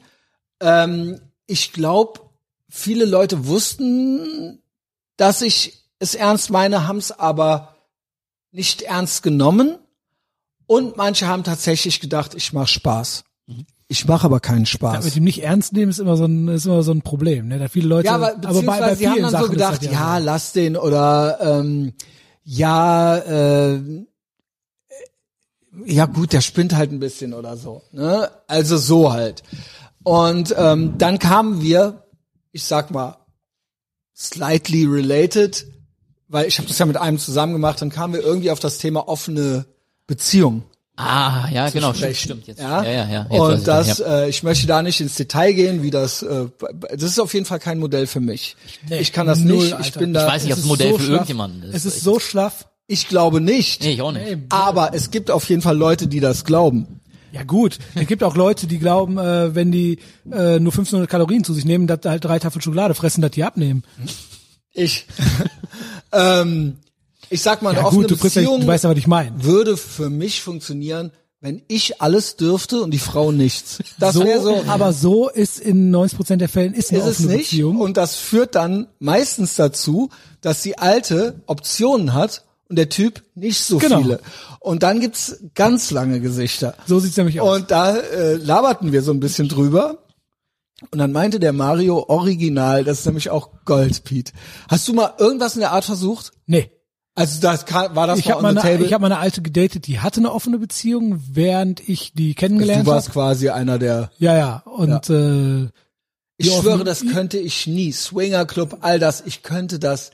S1: Ähm, ich glaube, viele Leute wussten, dass ich es ernst meine, haben es aber nicht ernst genommen. Und manche haben tatsächlich gedacht, ich mache Spaß. Ich mache aber keinen
S2: Ja,
S1: Spaß.
S2: mit ihm nicht ernst nehmen ist immer so ein, ist immer so ein Problem, ne? Da viele Leute,
S1: Ja, aber beziehungsweise sie haben dann so
S2: ist das
S1: gedacht, ja, lass den oder ähm, ja, äh, ja gut, der spinnt halt ein bisschen oder so. Ne? Also so halt. Und ähm, dann kamen wir, ich sag mal, slightly related, weil ich habe das ja mit einem zusammen gemacht, dann kamen wir irgendwie auf das Thema offene Beziehung.
S3: Ah, ja, genau, stimmt,
S1: sprechen.
S3: stimmt. Jetzt.
S1: Ja,
S3: ja, ja. ja jetzt weiß
S1: Und
S3: ich
S1: das,
S3: ja.
S1: äh, ich möchte da nicht ins Detail gehen, wie das, äh, das ist auf jeden Fall kein Modell für mich. ich kann das
S2: null,
S1: nicht, ich
S2: Alter.
S1: bin da,
S3: ich weiß nicht, ob
S2: es
S3: es
S2: ist
S3: ein Modell
S2: so
S3: für
S2: schlaff.
S3: irgendjemanden ist.
S2: Es ist so schlaff.
S1: ich glaube nicht,
S3: Nee, ich auch nicht.
S1: aber es gibt auf jeden Fall Leute, die das glauben.
S2: Ja gut, es gibt auch Leute, die glauben, äh, wenn die äh, nur 1500 Kalorien zu sich nehmen, dass halt drei Tafeln Schokolade fressen, dass die abnehmen.
S1: Ich, ähm, ich sag mal, eine
S2: Ja
S1: offene
S2: gut, du, frisst ja,
S1: Beziehung
S2: du weißt ja, was ich meine.
S1: würde für mich funktionieren, wenn ich alles dürfte und die Frau nichts. Das
S2: so,
S1: wäre so,
S2: aber so ist in 90% der Fällen ist eine
S1: ist es
S2: offene
S1: nicht.
S2: Beziehung.
S1: Und das führt dann meistens dazu, dass die alte Optionen hat und der Typ nicht so
S2: Genau.
S1: viele. Und dann gibt's ganz lange Gesichter.
S2: so sieht's nämlich aus.
S1: Und da äh, laberten wir so ein bisschen drüber. Und dann meinte der Mario original, das ist nämlich auch Gold, Pete. Hast du mal irgendwas in der Art versucht?
S2: Nee.
S1: Also das kann, war das
S2: Ich
S1: mal
S2: habe
S1: on the
S2: meine,
S1: table?
S2: ich hab meine alte gedatet, die hatte eine offene Beziehung, während ich die
S1: du
S2: kennengelernt habe.
S1: warst quasi einer der.
S2: Ja, ja. Und Äh,
S1: Ich
S2: Ja,
S1: schwöre,
S2: offen-
S1: das könnte ich nie. Swingerclub, all das, ich könnte das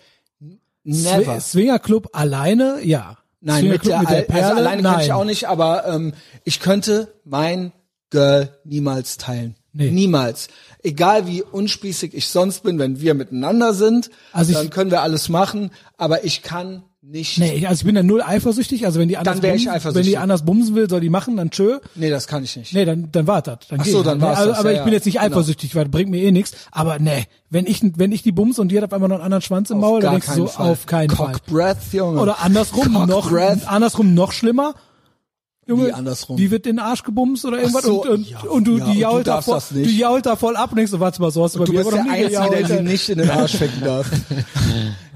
S1: never.
S2: Swi- Swingerclub alleine, ja.
S1: Nein, mit
S2: Swingerclub
S1: der, Al- also alleine
S2: nein.
S1: kann ich auch nicht, aber ähm, ich könnte mein Girl niemals teilen.
S2: Nee.
S1: Niemals. Egal wie unspießig ich sonst bin, wenn wir miteinander sind,
S2: Also ich-
S1: dann können wir alles machen, aber ich kann nicht.
S2: Nee, ich- also ich bin da null eifersüchtig. Also wenn die anders,
S1: wär ich
S2: wenn
S1: eifersüchtig.
S2: die anders bumsen will, soll die machen, dann tschö.
S1: Nee, das kann ich nicht.
S2: Nee, dann, dann wart das. Dann
S1: Ach
S2: geh
S1: so,
S2: ich
S1: dann
S2: halt, ne?
S1: war's
S2: Also,
S1: das,
S2: Aber
S1: ja,
S2: ich bin
S1: ja.
S2: jetzt nicht
S1: Genau.
S2: eifersüchtig, weil das bringt mir eh nichts. Aber nee, wenn ich, wenn ich die bums und die hat auf einmal noch einen anderen Schwanz im Maul, dann denkst du so, auf keinen Fall.
S1: Cockbreath, Junge.
S2: Oder andersrum noch,
S1: Cockbreath.
S2: andersrum noch schlimmer. Junge,
S1: Wie andersrum?
S2: die wird in den Arsch gebumst oder irgendwas
S1: so,
S2: und, und,
S1: ja,
S2: und du,
S1: ja, und
S2: die
S1: du
S2: jault da
S1: darfst
S2: voll,
S1: das
S2: du
S1: nicht.
S2: jault da voll ab und denkst, so, warte mal, so hast du bei
S1: Du
S2: mir
S1: bist
S2: aber
S1: der
S2: noch nie
S1: Einzige, der
S2: gejault.
S1: sie nicht in den Arsch ficken darf.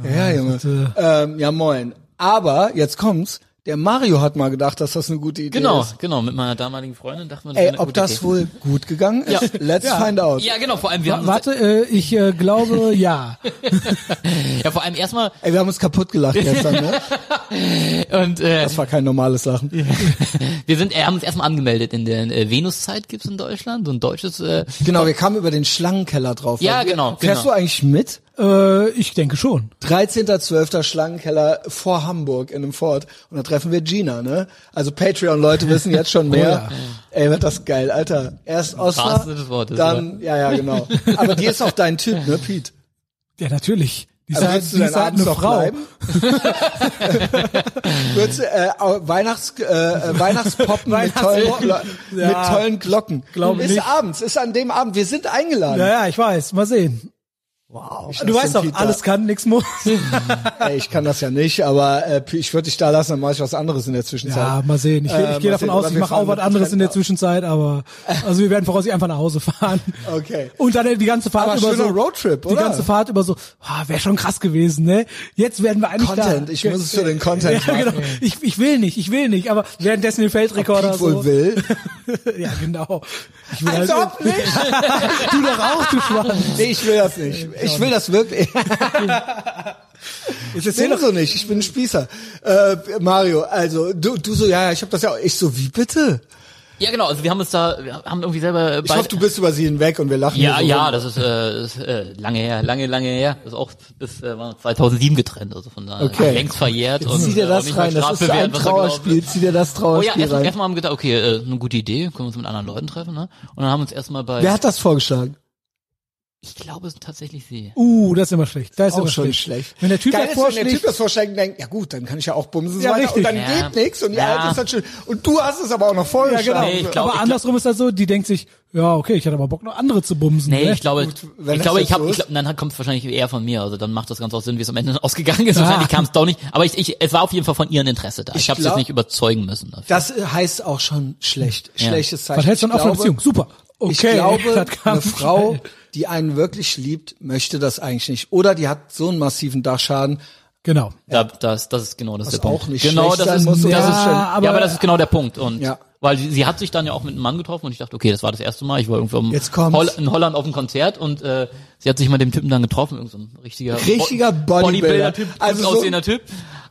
S1: ja, Junge.
S2: äh,
S1: Ähm, ja, moin. Aber, jetzt kommt's, der Mario hat mal gedacht, dass das eine gute Idee
S3: Genau,
S1: ist.
S3: genau. Mit meiner damaligen Freundin dachte man, das wäre
S1: Ey,
S3: eine
S1: ob
S3: gute
S1: das
S3: Idee.
S1: wohl gut gegangen ist?
S3: Ja.
S1: Let's find out.
S3: Ja, genau. Vor allem, wir
S2: Wa-
S3: haben
S2: Warte, äh, ich äh, glaube, ja.
S3: uns, ja vor allem erstmal
S1: Ey, wir haben uns kaputt gelacht gestern, ne?
S3: und äh,
S1: Das war kein normales Lachen.
S3: wir sind, äh, haben uns erstmal angemeldet in der äh, Venuszeit gibt's in Deutschland, so ein deutsches. Äh,
S1: Genau, wir kamen über den Schlangenkeller drauf.
S3: Ja,
S1: Weil wir-
S3: genau,
S1: Fährst
S3: genau.
S1: du eigentlich mit?
S2: Äh, ich denke schon.
S1: 13.12. Schlangenkeller vor Hamburg in einem Ford. Und da treffen wir Gina, ne? Also Patreon-Leute wissen jetzt schon mehr. Ey, wird das geil, Alter. Erst Oscar,
S3: Oh wahrsten Sinne des Wortes,
S1: dann, ja, ja, genau. Aber die ist auch dein Typ, ne, Pete?
S2: Ja, natürlich. Die
S1: Also
S2: ist halt,
S1: willst du
S2: die
S1: deinen
S2: ist halt
S1: Abend
S2: eine
S1: noch
S2: Frau.
S1: bleiben? Würdest du, äh, au- Weihnachts, äh, äh, Weihnachtspoppen mit, tollen, Glo- mit
S2: Ja.
S1: tollen Glocken.
S2: Glaub
S1: ist
S2: nicht.
S1: abends, ist an dem Abend. Wir sind eingeladen.
S2: Ja, ja, ich weiß. Mal sehen.
S1: Wow.
S2: Du weißt doch, alles kann, nix muss.
S1: Ey, ich kann das ja nicht, aber äh, ich würde dich da lassen, dann mache ich was anderes in der Zwischenzeit.
S2: Ja, mal sehen. Ich,
S1: Äh,
S2: ich gehe
S1: mal
S2: davon
S1: sehen,
S2: aus,
S1: aber
S2: ich
S1: wir
S2: mache
S1: fahren
S2: auch was
S1: mit
S2: anderes
S1: Trend
S2: in der
S1: ab.
S2: Zwischenzeit, aber also wir werden voraussichtlich einfach nach Hause fahren.
S1: Okay.
S2: Und dann die ganze Fahrt
S1: Aber
S2: über so
S1: schöner Roadtrip,
S2: Die
S1: oder?
S2: ganze Fahrt über so, ah, wäre schon krass gewesen, ne? Jetzt werden wir eigentlich
S1: Content,
S2: da.
S1: ich muss es für den Content
S2: ja,
S1: machen.
S2: genau. Ich, ich will nicht, ich will nicht, aber währenddessen den Feldrekorder
S1: Piet wohl
S2: so.
S1: will.
S2: ja, genau. Ich will
S1: Als
S2: halt-
S1: ob nicht.
S2: du doch auch, du Schwanz.
S1: Nee, ich will das nicht. Ich will das wirklich.
S2: Jetzt
S1: Ich bin so nicht, ich bin ein Spießer. Äh, Mario, also du, du so, ja, ja, ich habe das ja auch. Ich so, wie bitte?
S3: Ja, genau. Also wir haben uns da, wir haben irgendwie selber. äh,
S1: Ich hoffe, du bist über sie hinweg und wir lachen.
S3: ja,
S1: hier so
S3: ja,
S1: rum.
S3: das ist, äh, ist äh, lange her, lange, lange her. Das ist auch bis äh, war 2007 getrennt, also von daher
S1: Okay.
S3: längst verjährt. und,
S1: Zieh dir
S3: äh, auf
S1: das
S3: jeden Fall
S1: rein, das ist
S3: strafbewehrt,
S1: ein
S3: was da gelaufen
S1: Trauerspiel. Zieh dir das
S3: Oh ja,
S1: Trauerspiel
S3: erstmal
S1: rein.
S3: erst haben wir gedacht, okay, äh, eine gute Idee, können wir uns mit anderen Leuten treffen, ne? Und dann haben wir uns erstmal bei,
S1: Wer hat das vorgeschlagen?
S3: ich glaube, es sind tatsächlich sie.
S2: Uh, das ist immer schlecht. Das ist
S1: Auch
S2: immer
S1: schon
S2: schlecht.
S1: schlecht.
S2: Wenn der Typ
S1: Geil
S2: das
S1: ist, wenn der Typ
S2: vorschlägt,
S1: das vorschlägt und denkt, ja gut, dann kann ich ja auch bumsen
S2: Ja,
S1: weiter.
S2: richtig.
S1: und dann
S3: Ja.
S1: geht nichts und die
S3: Ja.
S1: Alte ist dann schön. Und du hast es aber auch noch vorgeschlagen.
S3: Nee, ich glaub-
S2: Genau. aber andersrum ist das so, die denkt sich, ja, okay, ich hatte aber Bock, noch andere zu bumsen.
S3: Nee,
S2: ne?
S3: ich glaube,
S1: wenn
S3: ich
S1: das
S3: glaube,
S1: jetzt
S3: ich habe,
S1: so
S3: ich
S1: ist.
S3: glaube, dann kommt es wahrscheinlich eher von mir. Also dann macht das Ganze auch Sinn, wie es am Ende ausgegangen ist. Wahrscheinlich kam es doch nicht. Aber ich, ich, es war auf jeden Fall von ihrem Interesse da. Ich,
S1: Ah. Ich
S3: habe es jetzt
S1: glaub-
S3: nicht überzeugen müssen. Dafür.
S1: Das heißt auch schon schlecht.
S3: Ja.
S1: Schlechtes Zeichen.
S2: Was hältst du
S1: Ich
S2: denn auch von
S1: glaube-
S2: Beziehung? Super. Okay,
S1: ich glaube,
S2: das kam
S1: eine Frau,
S2: schnell.
S1: die einen wirklich liebt, möchte das eigentlich nicht. Oder die hat so einen massiven Dachschaden.
S2: Genau.
S3: Da, das, das ist genau das
S1: Was
S3: der Punkt.
S1: auch nicht
S3: genau,
S1: schlecht
S3: das
S1: sein
S3: ist,
S1: muss, um
S3: das
S1: das
S3: ist
S1: zu
S2: stellen.
S3: ja, aber das ist genau der Punkt. Und
S1: Ja.
S3: weil sie, sie hat sich dann ja auch mit einem Mann getroffen und ich dachte, okay, das war das erste Mal. Ich war irgendwo im
S1: Jetzt kommt's.
S3: Holl in Holland auf dem Konzert und äh, sie hat sich mal dem Typen dann getroffen, irgend so ein richtiger, Bo-
S1: Richtiger Bodybuilder.
S3: Bodybuilder-Typ,
S1: Also
S3: also
S1: so-
S3: aussehender Typ.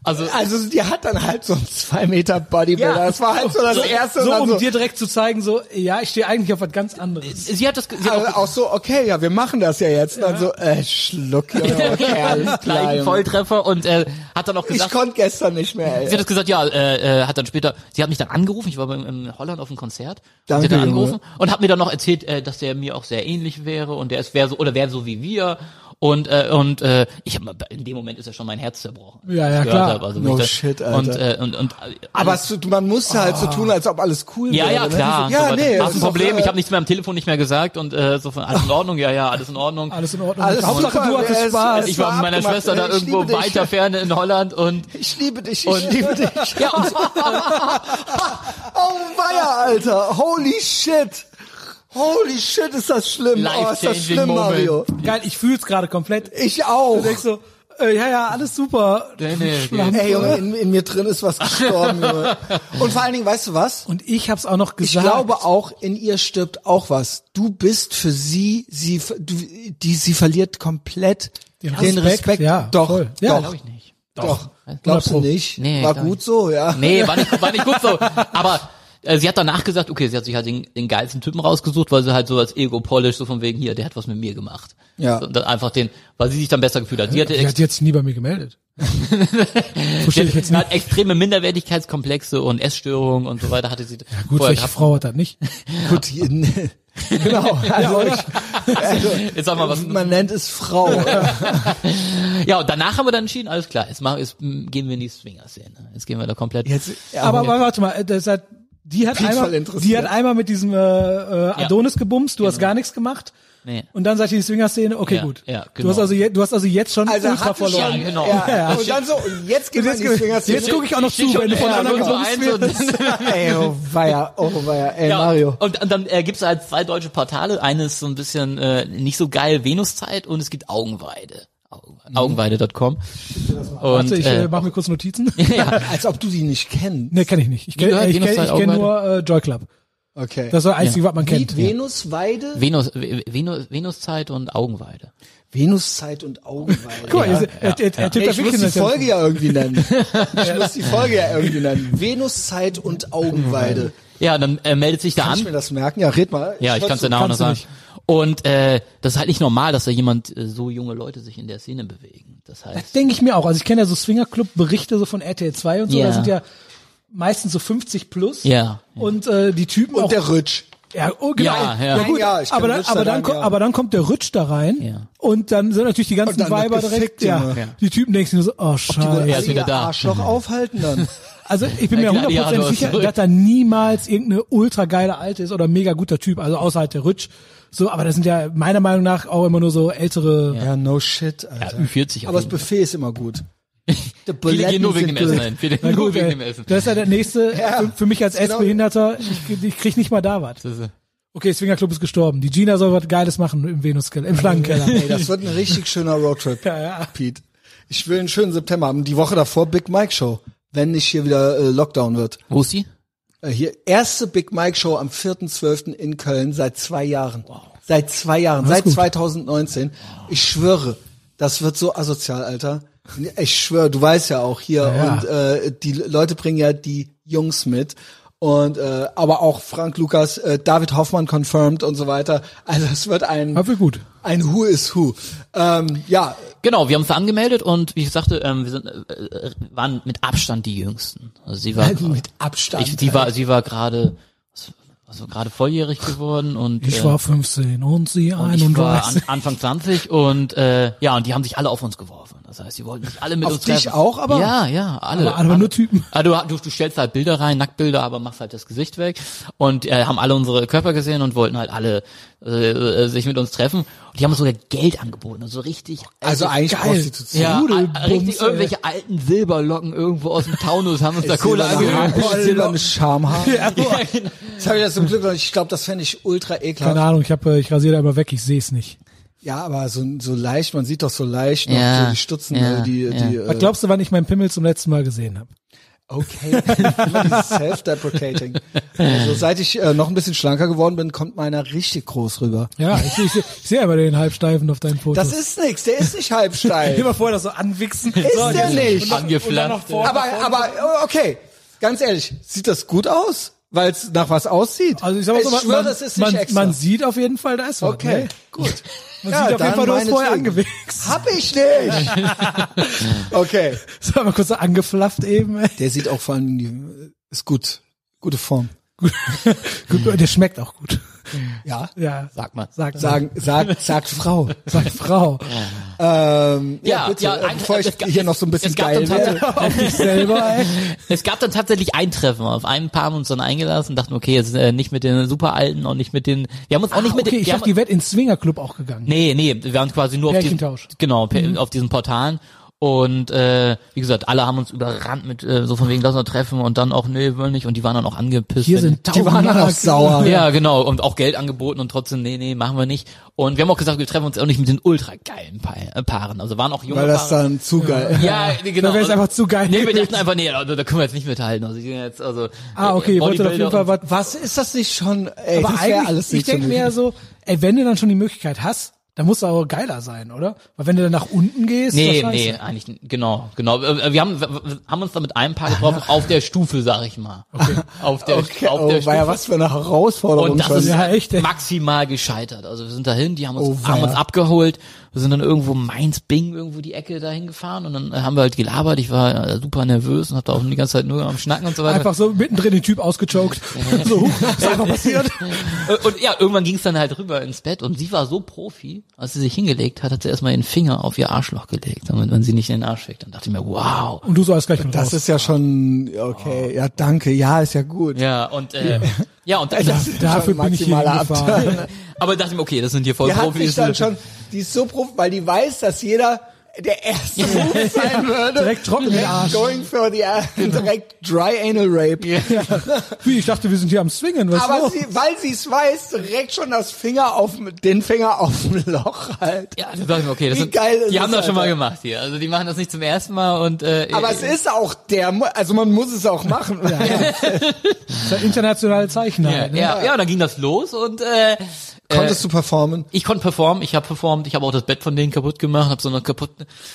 S3: Also
S1: Also die hat dann halt so einen zwei Meter Bodybuilder.
S2: Ja.
S1: das war halt so das erste.
S2: so,
S1: und dann
S2: um
S1: so,
S2: dir direkt zu zeigen, so, ja, ich stehe eigentlich auf was ganz anderes.
S3: sie hat das, sie hat
S1: also
S3: auch
S1: auch so, okay, ja, wir machen das ja jetzt. Dann so, äh, schluck, Junge, okay, alles klar,
S3: gleichen
S1: Junge.
S3: Volltreffer und äh, hat dann auch
S1: Ich
S3: gesagt,
S1: konnte gestern nicht mehr,
S3: Sie hat
S1: ey.
S3: das gesagt, ja, äh, äh, hat dann später, sie hat mich dann angerufen, ich war beim, in Holland auf einem Konzert,
S1: Danke,
S3: sie hat dann
S1: Junge.
S3: angerufen und hat mir dann noch erzählt, äh, dass der mir auch sehr ähnlich wäre und der ist wäre so oder wäre so wie wir und äh, und äh, ich hab, mal- in dem Moment ist ja schon mein Herz zerbrochen. als
S2: Ja, ja,
S3: ich das gehört
S2: klar.
S3: habe. Also,
S1: No
S3: ich das-
S1: shit, Alter.
S3: Und, äh, und, und,
S1: Aber es, man musste halt so tun, als ob alles cool
S3: ja,
S1: wäre.
S3: ja,
S1: ne?
S3: klar.
S1: So, ja, nee, das
S3: hast ein
S1: ist doch,
S3: Problem,
S1: äh,
S3: ich habe nichts mehr am Telefon nicht mehr gesagt und äh, so von alles in Ordnung, ja, ja, alles in Ordnung.
S2: Alles in Ordnung.
S1: Alles
S2: Hauptsache,
S1: super,
S2: du hattest
S1: es-
S2: Spaß.
S1: es-
S3: ich war mit meiner
S1: abgemacht,
S3: Schwester da
S1: ich liebe
S3: irgendwo
S1: dich.
S3: weiter ferne in Holland und
S1: Ich liebe dich, ich liebe dich.
S3: ja, und
S1: Oh weia, Alter. Holy shit. Holy shit, ist das schlimm. Oh, ist das
S3: Life-changing
S1: schlimm,
S3: Moment.
S1: Mario.
S2: Geil, ich fühl's gerade komplett.
S1: Ich auch.
S2: Du denkst so, äh, ja, ja, alles super.
S3: Nee, nee,
S2: Schlampe.
S1: Ey, Junge, in, in mir drin ist was gestorben, Junge. Und vor allen Dingen, weißt du was?
S2: Und ich hab's auch noch
S1: Ich
S2: gesagt.
S1: glaube auch, in ihr stirbt auch was. Du bist für sie, sie, ver- du, die, sie verliert komplett den
S2: Den
S1: Respekt.
S2: Respekt, ja,
S1: doch,
S2: voll.
S1: doch,
S2: Ja,
S3: glaube ich nicht.
S1: doch. Glaubst du
S2: 100 Pro.
S1: nicht?
S3: Nee,
S1: War
S3: glaub
S1: gut
S3: ich.
S1: so, ja.
S3: Nee, war nicht, war nicht gut so. Aber äh, sie hat danach gesagt, okay, sie hat sich halt den, den geilsten Typen rausgesucht, weil sie halt so als Ego-Polish, so von wegen hier, der hat was mit mir gemacht.
S1: Ja.
S3: Und dann einfach den, weil sie sich dann besser gefühlt hat. Sie hatte,
S2: Die
S3: ex
S2: hat, die hat sich nie bei mir gemeldet. Verstehe ich jetzt nicht.
S3: sie hat extreme Minderwertigkeitskomplexe und Essstörungen und so weiter hatte sie
S2: Gut,
S3: vorher
S2: welche
S3: gehabt.
S2: Frau hat das nicht?
S1: Gut, die- genau. Also, ich, also,
S3: Jetzt sag mal was.
S1: Man nennt es Frau.
S3: Ja, und danach haben wir dann entschieden, alles klar, jetzt, machen, jetzt mm, gehen wir in die Swinger-Szene. Jetzt gehen wir da komplett.
S1: Jetzt,
S2: aber, aber warte mal, äh, das hat, die hat
S1: Piet voll
S2: einmal,
S1: interessiert.
S2: die hat einmal mit diesem äh, äh, Adonis gebumst, du hast gar nichts gemacht.
S3: Genau. Nee.
S2: Und dann seid ihr die Swinger-Szene, okay,
S3: Ja,
S2: gut.
S3: ja,
S2: du,
S3: genau.
S2: hast also je, du hast also jetzt schon
S1: Also
S2: ultra
S1: hatte
S2: verloren.
S1: schon,
S3: Ja, genau.
S1: Ja,
S2: Ja.
S1: Und dann so, und jetzt gehen wir in die
S2: Jetzt-
S1: Swingerszene.
S2: jetzt guck ich auch noch
S3: Steht
S2: zu,
S3: schon
S2: wenn du von
S3: eher
S2: anderen
S3: so
S2: Songs
S3: eins
S2: wirst.
S3: und-
S1: Ey, oh weia, oh weia, ey
S3: Ja,
S1: Mario.
S3: Und, und dann äh, gibt's halt zwei deutsche Portale. Eines so ein bisschen äh, nicht so geil, Venuszeit, und es gibt Augenweide. Augen, Augenweide.com. Und
S2: Mhm. Warte, ich äh,
S3: äh,
S2: mach mir kurz Notizen.
S3: ja,
S1: Als ob du sie nicht kennst.
S2: nee, kenne ich nicht. Ich
S3: Wie gehört
S2: kenne ich
S3: Venus
S2: kenn, ich
S3: Zeit auch
S2: kenn
S3: weiter?
S2: nur äh, Joy Club.
S1: Okay.
S2: Das ist das Einzige, was man
S1: Lied
S2: kennt.
S1: Venus Weide,
S3: Venus, Ve- Venus, Venuszeit und Augenweide.
S1: Venuszeit und Augenweide.
S2: Guck mal,
S3: Ja,
S2: ihr-
S3: ja,
S2: er, er, er tippt
S1: Ey,
S2: das
S1: ich muss die
S2: wirklich in das-
S1: Folge ja irgendwie nennen. Ich muss die Folge ja irgendwie nennen. Venuszeit und Augenweide.
S3: Ja, dann äh, meldet sich da
S1: Kann ich
S3: an.
S1: mir das merken? Ja, red mal.
S3: Ja, ich
S1: hör
S3: kann es
S1: zu.
S3: dir nachher noch
S2: kannst du
S3: sagen.
S2: nicht.
S3: Und äh, das ist halt nicht normal, dass da jemand äh, so junge Leute sich in der Szene bewegen. Das heißt,
S2: Denke ich mir auch. Also ich kenne ja so Swingerclub-Berichte so von RTL 2 und so.
S3: Ja.
S2: Da sind ja meistens so 50 plus.
S3: Ja.
S2: Und äh, die Typen auch.
S1: Und der Rütsch.
S2: ja, oh, genau.
S3: Ja, ja.
S2: Na gut,
S1: Ja, ich kenn
S2: aber, dann,
S1: Rütsch da
S2: aber, dann,
S1: lang,
S2: ko-
S1: ja.
S2: aber dann kommt der Rütsch da rein
S3: Ja.
S2: und dann sind natürlich die ganzen
S1: dann wird
S2: Weiber direkt.
S1: gefickt,
S2: ja.
S1: Junge.
S2: Die Typen denken sich nur so, oh
S1: Die wollen
S2: scheiße.
S3: er ist
S1: alle
S3: wieder
S1: ihr
S3: da.
S1: Arschloch aufhalten dann.
S2: Also ich bin mir
S3: Kleine Jahre
S2: hundertprozentig
S3: zurück.
S2: sicher, dass da niemals irgendeine ultra geile Alte ist oder ein mega guter Typ, also außerhalb der Rutsch. So, aber das sind ja meiner Meinung nach auch immer nur so ältere.
S1: Ja, no shit, Alter.
S3: Ja, Ü40 auf
S1: Aber das
S3: jeden
S1: Buffet ist immer gut. Die
S3: Viele gehen
S1: Buletten
S3: nur wegen dem
S1: sind
S3: Essen
S1: gut.
S3: dahin. Viele
S2: Na
S3: gehen nur
S2: gut, äh,
S3: wegen
S2: ey,
S3: dem Essen.
S2: das ist ja der nächste.
S1: Ja,
S2: für, für mich als
S1: ist genau-
S2: Essbehinderter, ich, ich krieg nicht mal da was.
S3: Das ist-
S2: Okay, Swinger Club ist gestorben. Die Gina soll was Geiles machen im Venuskeller, im Schlangenkeller.
S1: Ey, das wird ein richtig schöner Roadtrip, Pete. Ich will einen schönen September haben. Die Woche davor Big Mike Show, wenn nicht hier wieder äh, Lockdown wird.
S3: Wo ist die?
S1: Äh, hier erste Big Mike Show am 4.12. in Köln seit zwei Jahren. Seit zwei Jahren, seit
S2: gut.
S1: 2019. Ich schwöre, das wird so asozial, Alter. Ich schwöre, du weißt ja auch hier
S2: ja.
S1: und äh, die Leute bringen ja die Jungs mit und äh, aber auch Frank Lukas, äh, David Hoffmann confirmed und so weiter. Also es wird ein
S2: Aber gut.
S1: ein Who is Who. Ähm, ja,
S3: Genau, wir haben uns da angemeldet und wie ich sagte, ähm, wir sind, äh, waren mit Abstand die Jüngsten. Also sie war
S1: mit Abstand.
S3: Ich, sie war, sie war gerade, also gerade volljährig geworden und
S2: Ich
S3: äh,
S2: war 15 und sie
S3: und ich war an,
S2: 31.
S3: Anfang 20 und äh, ja und die haben sich alle auf uns geworfen. Das heißt, sie wollten sich alle mit
S1: Auf
S3: uns
S1: dich
S3: treffen.
S1: auch, aber-
S3: ja, ja, alle.
S2: Aber- aber nur Typen.
S3: Also, du, du stellst halt Bilder rein, Nacktbilder, aber machst halt das Gesicht weg und äh, haben alle unsere Körper gesehen und wollten halt alle äh, äh, sich mit uns treffen. Und die haben uns sogar Geld angeboten, also richtig.
S1: also eigentlich
S2: geil.
S1: Prostitution.
S3: Ja,
S2: Rudelbums,
S3: a- richtig
S2: ey.
S3: irgendwelche alten Silberlocken irgendwo aus dem Taunus haben uns da Kohle genau. angeboten.
S1: Silberne Schamhaar. Ja, das habe ich ja zum Glück noch nicht. Ich glaube, das fände ich ultra ekelhaft.
S2: Keine Ahnung, ich, hab, äh, ich rasiere da immer weg, ich sehe es nicht.
S1: Ja, aber so, so leicht, man sieht doch so leicht noch
S3: Ja,
S1: so die Stutzen,
S3: ja,
S1: äh, die,
S3: ja.
S1: die
S2: Was
S1: äh,
S2: glaubst du, wann ich meinen Pimmel zum letzten Mal gesehen habe?
S1: okay, bloody self-deprecating. Also seit ich äh, noch ein bisschen schlanker geworden bin, kommt meiner richtig groß rüber.
S2: Ja, ich, ich, ich sehe immer den Halbsteifen auf deinen Fotos.
S1: Das ist nix, der ist nicht halb steif.
S2: immer vor, das so anwichsen.
S1: Ist der nicht.
S3: Angeflammt.
S1: aber, aber, okay, ganz ehrlich, sieht das gut aus? Weil es nach was aussieht?
S2: Also ich sag mal so, man,
S1: schwöre,
S2: man,
S1: das ist nicht
S2: man,
S1: extra.
S2: man sieht auf jeden Fall, da ist was.
S1: Okay,
S2: Ne?
S1: gut.
S2: Man sieht auf jeden Fall, du hast vorher angewichst.
S1: Hab ich nicht. okay.
S2: So, mal kurz so angeflafft eben. ey.
S1: Der sieht auch vor allem, die- ist gut. Gute Form.
S2: Gut, gut, der schmeckt auch gut.
S1: Ja.
S2: Ja,
S3: Sag mal.
S2: sag, sag,
S1: Sagen, sagt, sagt Frau.
S2: sag Frau.
S1: Ähm, ja,
S3: Ja,
S1: bitte,
S3: ja,
S1: äh,
S3: ein-
S1: bevor ich
S3: es ga-
S1: hier noch so ein
S3: es-
S1: bisschen
S3: es gab
S1: geil
S3: dann
S1: werde.
S2: auf dich selber. Ey.
S3: Es gab dann tatsächlich ein Treffen. Auf einen paar haben uns dann eingelassen, dachten, okay, jetzt äh, nicht mit den super alten und nicht mit den. Wir haben uns auch nicht mit
S2: Ah, okay,
S3: den.
S2: ich
S3: wir
S2: dachte,
S3: haben,
S2: die wäre ins Swingerclub auch gegangen.
S3: nee, nee, wir haben quasi nur auf diesen,
S2: Pärchentausch. Mhm.
S3: genau, per- auf diesen Portalen. Und äh, wie gesagt, alle haben uns überrannt mit äh, so von wegen lass uns treffen und dann auch nee, wollen nicht und die waren dann auch angepisst.
S2: Hier
S3: wenn-
S2: sind
S1: Die
S2: tausend
S1: waren dann auch
S2: Mark.
S1: sauer.
S3: ja, genau. Und auch Geld angeboten und trotzdem, nee, nee, machen wir nicht. Und wir haben auch gesagt, wir treffen uns auch nicht mit den ultra geilen Pa- äh, Paaren. Also waren auch junge
S1: Weil das
S3: Paare.
S1: dann zu geil.
S3: Ja, nee, genau.
S2: Da wär's
S3: Also-
S2: einfach zu geil
S3: Nee, wir
S2: gewesen.
S3: dachten einfach, nee, da, da können wir jetzt nicht mithalten. Also, die sind jetzt, also,
S2: Ah, okay, ihr wolltet auf jeden Fall was.
S1: Was ist das nicht schon, ey,
S2: Aber
S1: das wär
S2: eigentlich,
S1: alles
S2: ich
S1: nicht
S2: denke
S1: so
S2: mir ja so, ey, wenn du dann schon die Möglichkeit hast, dann muss es auch geiler sein, oder? Weil wenn du dann nach unten gehst,
S3: Nee,
S2: ist das
S3: nee,
S2: scheiße.
S3: eigentlich, n- genau, genau. Äh, Wir haben, wir haben uns da mit einem Paar getroffen, auf der Stufe, sag ich mal. Okay. Auf der,
S1: Okay,
S3: auf
S1: oh,
S3: der
S1: war
S3: Stufe.
S1: ja was für eine Herausforderung.
S3: Und das
S1: schon.
S3: ist
S2: Ja, echt, ey.
S3: maximal gescheitert. Also wir sind dahin, die haben uns,
S1: Oh,
S3: haben
S1: weia.
S3: uns abgeholt. Wir sind dann irgendwo Mainz-Bing, irgendwo die Ecke dahin gefahren und dann äh, haben wir halt gelabert. Ich war äh, super nervös und hab da auch die ganze Zeit nur am Schnacken und so weiter.
S2: Einfach so mittendrin den Typ ausgechoked. so, huch, ist einfach passiert.
S3: Äh, Und ja, irgendwann ging es dann halt rüber ins Bett und sie war so Profi, als sie sich hingelegt hat, hat sie erstmal ihren Finger auf ihr Arschloch gelegt, damit man sie nicht in den Arsch schickt. Dann dachte ich mir, wow.
S2: Und du so alles gleich mit
S1: Das
S2: raus.
S1: ist ja schon, okay, ja, danke, ja, ist ja gut.
S3: Ja, und äh, ja, und dann,
S1: Das ist
S2: Dafür
S1: schon
S2: bin ich hier
S1: maximaler Abturn.
S2: hingefahren.
S3: aber dachte ich mir, okay, das sind hier voll
S1: Die hat sich
S3: Profis.
S1: dann schon, die ist so prof, weil die weiß, dass jeder der erste Move sein würde.
S2: Direkt trocken den Arsch.
S1: Going for the äh,
S3: Genau.
S1: direkt dry anal rape.
S2: Wie, ich dachte, wir sind hier am Swingen, was
S1: Aber
S2: los?
S1: sie, weil sie es weiß, direkt schon das Finger auf den Finger auf dem Loch halt.
S3: Ja, dann dachte ich mir, okay, das
S1: Wie
S3: sind,
S1: geil ist
S3: die haben
S1: das,
S3: das schon mal
S1: Alter?
S3: gemacht hier. Also die machen das nicht zum ersten Mal und äh,
S1: Aber
S3: äh,
S1: es ist auch der, Mo- also man muss es auch machen.
S2: Das ist ein internationales Zeichen
S3: ja,
S2: halt, ne?
S3: ja, ja, und dann ging das los und äh, äh,
S1: Konntest du performen?
S3: ich konnte performen, ich habe performt, ich habe auch das Bett von denen kaputt gemacht, habe so noch kaputt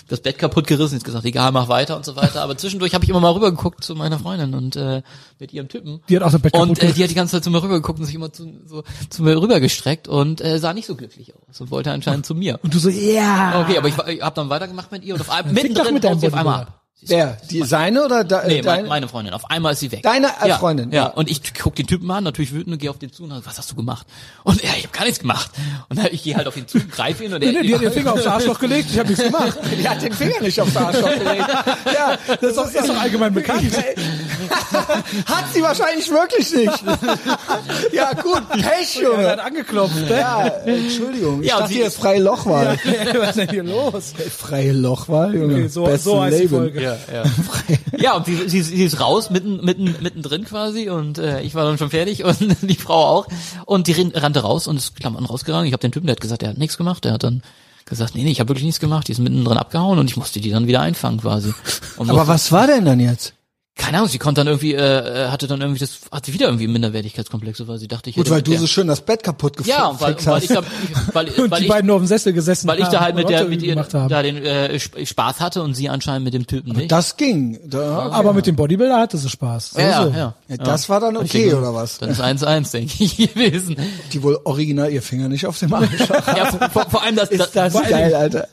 S3: das Bett kaputt gerissen, jetzt gesagt, egal, mach weiter und so weiter, aber zwischendurch habe ich immer mal rübergeguckt zu meiner Freundin und äh, mit ihrem Typen.
S2: Die hat auch das Bett kaputt
S3: Und äh,
S2: gemacht.
S3: die hat die ganze Zeit zu mir rübergeguckt und sich immer zu, so, zu mir rübergestreckt und äh, sah nicht so glücklich aus und wollte anscheinend zu mir. Ah,
S2: Und du so, ja.
S3: Okay, aber ich, war- ich habe dann weitergemacht mit ihr und auf einmal
S2: Fick doch
S3: mittendrin
S2: mit
S3: mit
S2: deinem
S3: haut sie auf einmal
S2: Bodybuilder.
S3: ab.
S1: Wer? Die seine oder
S2: Äh,
S1: da,
S3: Nee,
S1: deine?
S3: meine, meine Freundin. Auf einmal ist sie weg.
S1: Deine, äh,
S3: ja,
S1: Freundin,
S3: Ja.
S1: ja.
S3: und ich guck den Typen an, natürlich wütend und gehe auf den zu und sag, was hast du gemacht? Und er, ich habe gar nichts gemacht. Und dann, ich gehe halt auf ihn zu, greife ihn und er... halt
S1: Äh,
S2: Nee, die hat den Finger aufs Arschloch gelegt, ich habe nichts gemacht.
S1: Die hat den Finger nicht aufs Arschloch gelegt. Ja, das,
S2: ist doch allgemein bekannt.
S1: Hat sie wahrscheinlich wirklich nicht. ja, gut, Pech,
S2: Er hat
S1: Junge.
S2: angeklopft.
S1: Ja, Entschuldigung. Ich
S3: Ja, und
S1: dachte,
S3: sie
S1: hier
S3: ist-
S1: freie Lochwahl.
S2: Was ist denn hier los?
S1: Freie Lochwahl, Junge.
S2: Okay, so,
S1: Bestes
S2: so heißt die
S1: Leben.
S2: Folge.
S3: Ja, ja. ja und sie, sie, sie ist raus, mitten, mitten, mittendrin quasi und äh, ich war dann schon fertig und die Frau auch. Und die ren- rannte raus und ist Klammern rausgegangen. Ich habe den Typen, der hat gesagt, er hat nichts gemacht. Der hat dann gesagt, nee, nee, ich habe wirklich nichts gemacht. Die ist mittendrin abgehauen und ich musste die dann wieder einfangen quasi. Und
S1: Aber
S3: musste-
S1: was war denn dann jetzt?
S3: keine Ahnung, sie konnte dann irgendwie, äh, äh, hatte dann irgendwie das, hatte wieder irgendwie Minderwertigkeitskomplexe, weil sie dachte, ich
S1: Gut,
S3: hätte
S1: weil
S3: mit
S1: du
S3: der-
S1: so schön das Bett kaputt gefickt
S3: Ja, und weil, und weil ich
S1: hast.
S3: da, ich- weil,
S2: Und
S3: weil
S2: die
S3: ich,
S2: beiden nur auf dem Sessel gesessen
S3: weil ich da
S2: haben
S3: halt mit
S2: und
S3: der,
S2: Rotte
S3: mit ihr,
S2: gemacht haben.
S3: da den äh, Sp- Spaß hatte und sie anscheinend mit dem Typen nicht.
S1: Das ging. Da, also,
S2: Aber mit dem Bodybuilder hatte sie Spaß. So,
S3: ja,
S2: so.
S3: ja, ja.
S1: ja, das war dann
S3: Ich
S1: okay,
S3: denke,
S1: oder was?
S3: Dann ist 1-1, denke ich, gewesen.
S1: Die wohl original ihr Finger nicht auf dem Arsch. haben.
S3: Ja, vor, vor- vor allem das, das,
S1: Das ist geil, Alter.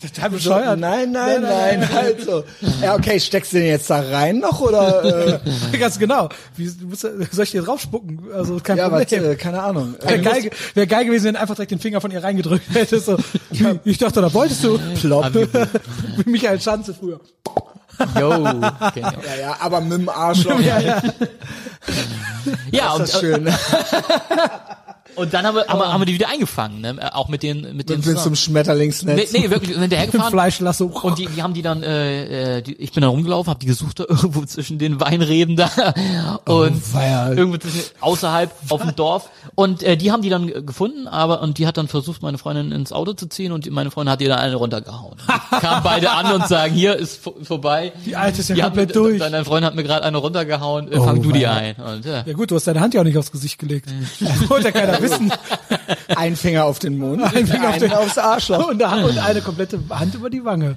S2: Total bescheuert.
S1: Nein, nein, nein, halt so. Ja, okay, steckst du den jetzt da rein noch oder? Äh,
S2: Ganz genau. Wie, du musst, soll ich dir draufspucken? Also kein
S1: ja, was,
S2: Problem.
S1: äh, keine Ahnung.
S2: Wäre geil, wär geil gewesen, wenn du einfach direkt den Finger von ihr reingedrückt hättest. So. Ich dachte, da wolltest du. Plopp. Wie Michael Schanze früher.
S3: yo, okay.
S1: Ja, ja, aber mit dem Arschloch. ja, ja,
S3: Ja,
S1: ist das
S3: und,
S1: schön. ne? Oh.
S3: und dann haben wir, haben, wir- haben wir die wieder eingefangen, ne? Äh, auch mit den, mit den,
S1: Ich bin zum
S3: nee,
S1: Schmetterlingsnetz.
S3: nee, wirklich, wir sind
S2: Im
S3: hinterhergefahren.
S2: Fleisch lass so.
S3: Und die, die haben die dann, äh, äh, die, ich bin da rumgelaufen, habe die gesucht da irgendwo zwischen den Weinreben da und
S1: Oh, weia.
S3: irgendwo zwischen, außerhalb auf dem Dorf. Und äh, die haben die dann äh, gefunden, aber und die hat dann versucht, meine Freundin ins Auto zu ziehen und die, meine Freundin hat ihr dann eine runtergehauen. Die Kamen beide an und sagen, hier ist vo- vorbei.
S2: Die Alte ist ja
S3: Die hat mir,
S2: komplett durch.
S3: Dein Freund hat mir gerade eine runtergehauen,
S1: Oh,
S3: äh, fang du die
S2: weia.
S3: ein. Und, äh, ja.
S2: Ja gut, du hast deine Hand ja auch nicht aufs Gesicht gelegt. Wollte ja keiner wissen.
S1: Ein Finger auf den Mund, ein
S2: Finger auf den-
S1: aufs Arschloch.
S2: Und, da, und eine komplette Hand über die Wange.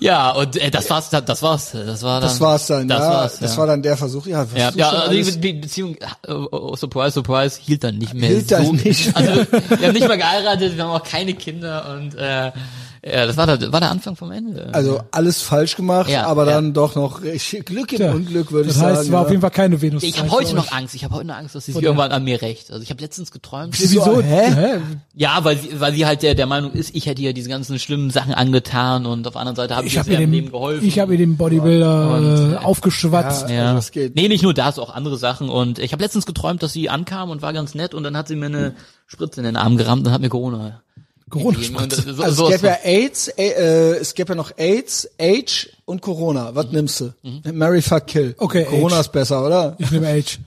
S3: ja, und äh, das war's, das, das war's. Das war dann.
S1: Das war's dann,
S3: Das
S1: ja.
S3: war's.
S1: das
S3: ja.
S1: war dann der Versuch. Ja,
S3: Ja,
S1: versuch
S3: ja
S1: schon
S3: also
S1: alles.
S3: die, die Beziehung, äh, oh, surprise, surprise, hielt dann nicht mehr.
S1: Hielt
S3: so,
S1: dann nicht mehr.
S3: Also, wir haben nicht mal geheiratet, wir haben auch keine Kinder und äh, ja, das war der, war der Anfang vom Ende.
S1: also alles falsch gemacht,
S3: Ja,
S1: aber
S3: ja.
S1: dann doch noch richtig Glück im
S2: Tja,
S1: Unglück, würde ich
S2: das heißt,
S1: sagen.
S2: es war auf
S1: ja.
S2: jeden Fall keine Venus.
S3: ich habe heute noch Angst, ich habe heute noch Angst, dass sie sich irgendwann an mir rächt. Also ich habe letztens geträumt.
S1: Wieso?
S2: Wieso?
S1: Hä?
S3: Ja, weil sie, weil sie halt der, der Meinung ist, ich hätte ihr diese ganzen schlimmen Sachen angetan und auf der anderen Seite habe ich,
S2: Ich
S3: ihr
S2: habe
S3: sehr
S2: ihr
S3: im Leben
S2: den,
S3: geholfen.
S2: ich habe ihr den Bodybuilder
S3: Und,
S2: äh, aufgeschwatzt.
S1: Ja,
S3: Ja.
S1: das geht.
S3: Nee, nicht nur das, auch andere Sachen. Und ich habe letztens geträumt, dass sie ankam und war ganz nett und dann hat sie mir eine Spritze in den Arm gerammt und hat mir Corona.
S2: Corona
S3: gegeben. Und so-
S1: Also
S3: so-
S1: es gäbe ja AIDS, äh, äh, es gäbe ja noch AIDS, Age und Corona.
S3: Mhm.
S1: Was nimmst du? Mary fuck kill.
S2: Okay,
S1: Corona
S2: Age.
S1: ist besser, oder?
S2: Ich nehme Age.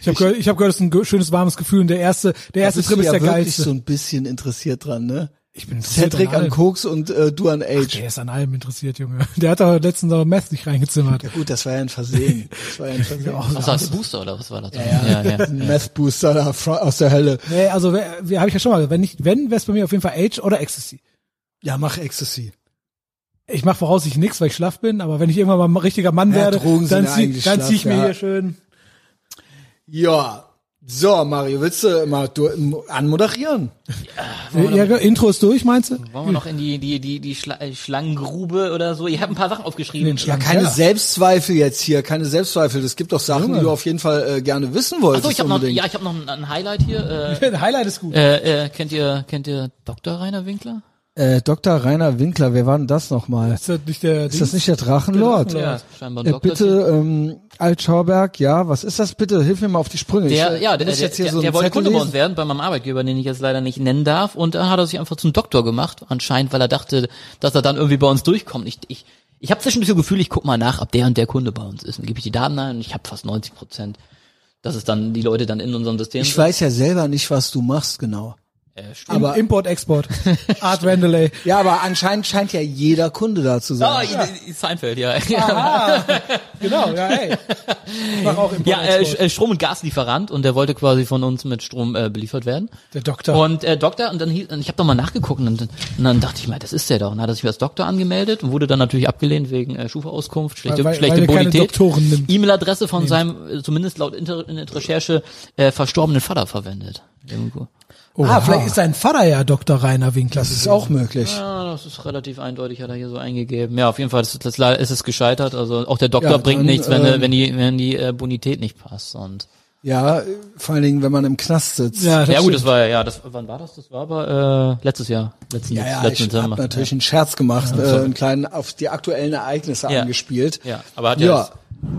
S2: Ich habe gehört, ich hab gehört, es ist ein ge- schönes warmes Gefühl und der erste, der erste
S1: bist du
S2: Trip ist
S1: ja
S2: der
S1: wirklich
S2: geilste.
S1: so ein bisschen interessiert dran, ne?
S2: ich bin interessiert
S1: Cedric an
S2: allem.
S1: Koks und äh, du an Age.
S2: Der ist an allem interessiert, Junge. Der hat doch letztens auch Meth nicht reingezimmert.
S1: Ja gut, das war ja ein Versehen. Das war ja ein Versehen.
S2: also-
S3: Was war das Booster oder was war das? Ja, ja.
S1: Ein Meth Booster da fro- aus der Hölle.
S2: Nee, also wer- wer- habe ich ja schon mal gesagt, wenn nicht, wenn wär's bei mir auf jeden Fall Age oder Ecstasy.
S1: Ja, mach Ecstasy.
S2: Ich mache voraussichtlich nichts, weil ich schlaff bin, aber wenn ich irgendwann mal ein richtiger Mann
S1: Ja,
S2: werde,
S1: Drogen sind
S2: dann
S1: ja
S2: zieh,
S1: eigentlich
S2: dann zieh ich
S1: schlaff,
S2: mir
S1: ja.
S2: hier schön.
S1: Ja. So, Mario, willst du mal du, anmoderieren?
S2: Ja, Intro ist durch, meinst du?
S3: Wollen wir noch in die, die, die, die Schla äh, Schlangengrube oder so? Ich habe ein paar Sachen aufgeschrieben.
S2: Den
S1: Ja,
S2: Ja,
S1: keine
S2: ja.
S1: Selbstzweifel jetzt hier, keine Selbstzweifel. Es gibt doch Sachen, die du auf jeden Fall äh, gerne wissen wolltest.
S3: Achso, ich habe noch,
S1: unbedingt.
S3: ja, ich hab noch ein, ein Highlight hier.
S2: Highlight ist gut.
S3: Äh, äh, äh, kennt ihr kennt ihr Dr. Rainer Winkler?
S1: Äh, Dr. Rainer Winkler, wer war denn das nochmal?
S2: Ist das nicht der
S1: Ist das nicht der Drachenlord?
S2: Der
S3: Ja, scheinbar ein
S1: Äh,
S3: Doktor.
S1: bitte, ähm, Alt Schauberg, ja, was ist das bitte? Hilf mir mal auf die Sprünge.
S3: Der,
S1: ich, äh,
S3: ja, der,
S1: muss
S3: der,
S1: jetzt hier
S3: der,
S1: so
S3: der
S1: einen
S3: wollte
S1: Zettel
S3: Kunde bei
S1: lesen.
S3: uns werden, bei meinem Arbeitgeber, den ich jetzt leider nicht nennen darf. Und da hat er sich einfach zum Doktor gemacht, anscheinend, weil er dachte, dass er dann irgendwie bei uns durchkommt. Ich, ich, ich habe zwischendurch so Gefühl, ich guck mal nach, ob der und der Kunde bei uns ist. Dann gebe ich die Daten ein und ich habe fast 90 Prozent, dass es dann die Leute dann in unserem System
S1: Ich weiß ja selber nicht, was du machst genau.
S3: Äh, stimmt.
S2: aber Import, Export. Art Vandelay.
S1: Ja, aber anscheinend scheint ja jeder Kunde da zu
S3: Ah,
S1: sein.
S3: i- i- Seinfeld, ja.
S2: Genau, ja, ey. Ich mach auch Import,
S3: ja, äh, Sch-
S2: Export.
S3: äh, Strom- und Gaslieferant und der wollte quasi von uns mit Strom äh, beliefert werden.
S2: Der Doktor.
S3: Und äh, Doktor, und dann hieß, und ich habe doch mal nachgeguckt und, dann- und dann dachte ich mal, das ist der doch. Und dann hat er sich als Doktor angemeldet und wurde dann natürlich abgelehnt wegen äh, Schufa-Auskunft, schlechte,
S2: Weil- weil-
S3: schlechte
S2: weil er keine
S3: Bonität.
S2: Doktoren nimmt.
S3: E-Mail-Adresse von seinem, äh, zumindest laut Inter Internet-Recherche, äh, verstorbenen Vater verwendet. Irgendwo.
S2: ah, vielleicht ist sein Vater ja Dr. Rainer Winkler.
S1: Das ist auch möglich.
S3: Ja, das ist relativ eindeutig, hat er hier so eingegeben. Ja, auf jeden Fall ist, das, leider ist es gescheitert. Also auch der Doktor
S1: Ja,
S3: bringt
S1: dann,
S3: nichts, wenn, äh,
S1: ähm,
S3: wenn die, wenn die äh, Bonität nicht passt. Und
S1: Ja, äh, vor allen Dingen, wenn man im Knast sitzt.
S2: Ja, das
S3: ja gut,
S2: stimmt.
S3: das war ja, ja, das wann war das? Das war aber äh, letztes Jahr, letzten,
S1: Ja, ja,
S3: letzten
S1: ich habe
S3: Dezember.
S1: natürlich einen Scherz gemacht, äh, einen kleinen auf die aktuellen Ereignisse
S3: Ja.
S1: angespielt.
S3: Ja, aber hat ja,
S1: Ja,
S3: das-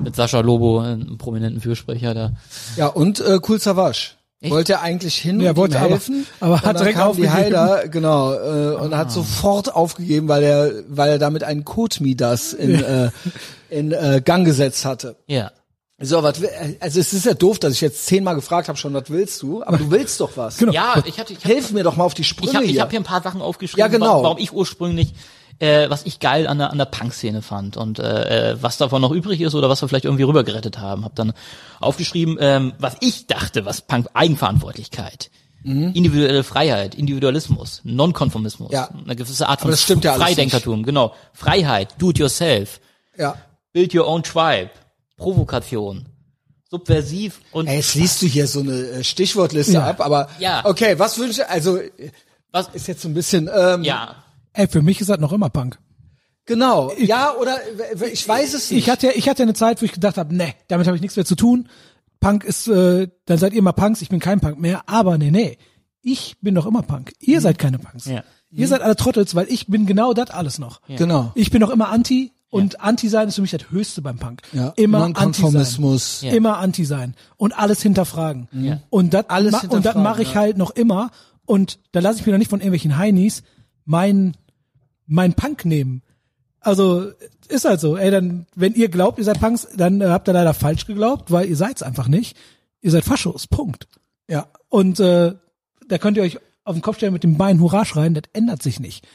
S3: Mit Sascha Lobo, einem prominenten Fürsprecher da.
S1: Ja, und äh, Cool Savage.
S3: Echt?
S1: Wollte eigentlich hin
S2: Ja,
S1: und ihm
S2: wollte aber-
S1: helfen,
S2: aber
S1: und
S2: hat
S1: dann
S2: direkt
S1: kam
S2: aufgegeben.
S1: Die Heider, genau, äh, und
S2: Ah.
S1: hat sofort aufgegeben, weil er, weil er damit einen Kotmidas in, äh, in äh, Gang gesetzt hatte.
S3: Ja.
S1: So, was, will- also es ist ja doof, dass ich jetzt zehnmal gefragt habe schon, was willst du? Aber du willst doch was.
S2: Genau.
S3: Ja, ich hatte, ich hab,
S1: Hilf mir doch mal auf die Sprünge
S3: ich hab, ich
S1: hier.
S3: hab hier ein paar Sachen aufgeschrieben,
S1: Ja, genau.
S3: warum, warum ich ursprünglich, äh, was ich geil an der, an der Punk-Szene fand und äh, äh, was davon noch übrig ist oder was wir vielleicht irgendwie rübergerettet haben. Hab dann aufgeschrieben, ähm, was ich dachte, was Punk Eigenverantwortlichkeit. Individuelle Freiheit, Individualismus, Nonkonformismus,
S1: Mhm. Ja.
S3: eine gewisse Art
S1: Aber
S3: von
S1: das stimmt ja alles
S3: Freidenkertum, genau. Freiheit, do it yourself,
S1: ja.
S3: build your own tribe, Provokation, subversiv und
S1: Ey, jetzt liest du hier so eine äh, Stichwortliste
S2: Ja.
S1: ab, aber
S3: Ja.
S1: okay, was wünsche also äh,
S3: was
S1: ist jetzt so ein bisschen ähm,
S3: ja,
S2: Ey, für mich ist das noch immer Punk.
S1: genau. ja, oder äh, ich weiß es nicht.
S2: Ich hatte, ich hatte eine Zeit, wo ich gedacht habe, nee, damit habe ich nichts mehr zu tun. Punk ist, äh, dann seid ihr mal Punks, ich bin kein Punk mehr. Aber nee, nee, ich bin noch immer Punk.
S1: Mhm.
S2: Ihr seid keine Punks.
S3: Ja.
S2: Ihr seid alle Trottels, weil ich bin genau das alles noch.
S1: Genau.
S2: Ich bin noch immer Anti und Anti sein ist für mich das Höchste beim Punk.
S1: Ja,
S2: Immer Anti sein.
S1: Nonkonformismus.
S3: Ja.
S2: Immer Anti sein und alles hinterfragen.
S3: Ja.
S2: Und das
S1: Alles
S2: ma und das
S1: hinterfragen,
S2: mache ich
S1: ja.
S2: halt noch immer und da lasse ich mir noch nicht von irgendwelchen Heinis mein mein Punk nehmen. Also ist halt so, ey, dann wenn ihr glaubt, ihr seid Punks, dann äh, habt ihr leider falsch geglaubt, weil ihr seid's einfach nicht. Ihr seid Faschos, Punkt.
S1: Ja.
S2: Und äh, da könnt ihr euch auf den Kopf stellen mit dem Bein Hurra schreien, das ändert sich nicht.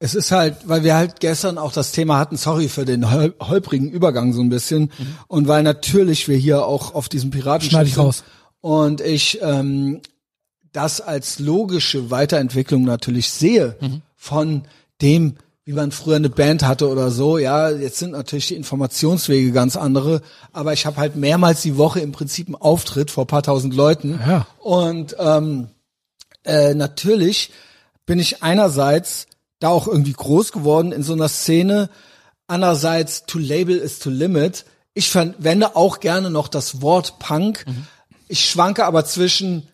S1: Es ist halt, weil wir halt gestern auch das Thema hatten, sorry für den hol- holprigen Übergang so ein bisschen. Und weil natürlich wir hier auch auf diesem Piraten
S2: Schneid Mhm. ich raus.
S1: Und ich ähm, das als logische Weiterentwicklung natürlich sehe von dem, wie man früher eine Band hatte oder so. Ja, jetzt sind natürlich die Informationswege ganz andere, aber ich habe halt mehrmals die Woche im Prinzip einen Auftritt vor paar tausend Leuten.
S2: Ja.
S1: Und ähm, äh, natürlich bin ich einerseits da auch irgendwie groß geworden in so einer Szene, andererseits to label is to limit. Ich verwende auch gerne noch das Wort Punk. Ich schwanke aber zwischen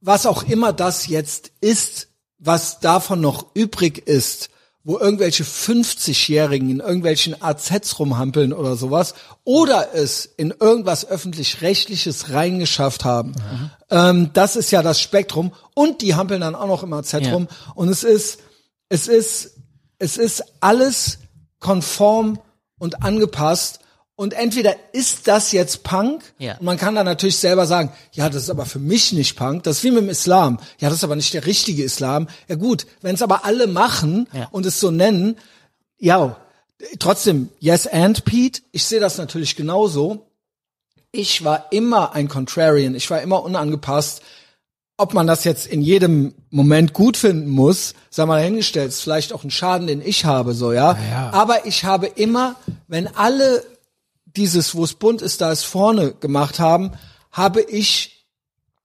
S1: was auch immer das jetzt ist, was davon noch übrig ist, wo irgendwelche 50-Jährigen in irgendwelchen AZs rumhampeln oder sowas, oder es in irgendwas öffentlich-rechtliches reingeschafft haben.
S3: Mhm.
S1: Ähm, das ist ja das Spektrum. Und die hampeln dann auch noch im AZ
S3: Ja.
S1: rum. Und es ist, es ist, es ist alles konform und angepasst. Und entweder ist das jetzt Punk
S3: Ja.
S1: und man kann dann natürlich selber sagen, ja, das ist aber für mich nicht Punk, das ist wie mit dem Islam. Ja, das ist aber nicht der richtige Islam. Ja gut, wenn es aber alle machen
S3: Ja.
S1: und es so nennen, ja, trotzdem, yes and Pete, ich sehe das natürlich genauso. Ich war immer ein Contrarian, ich war immer unangepasst. Ob man das jetzt in jedem Moment gut finden muss, sei mal dahingestellt, ist vielleicht auch ein Schaden, den ich habe, so, ja.
S2: ja.
S1: Aber ich habe immer, wenn alle dieses, wo es bunt ist, da ist vorne gemacht haben, habe ich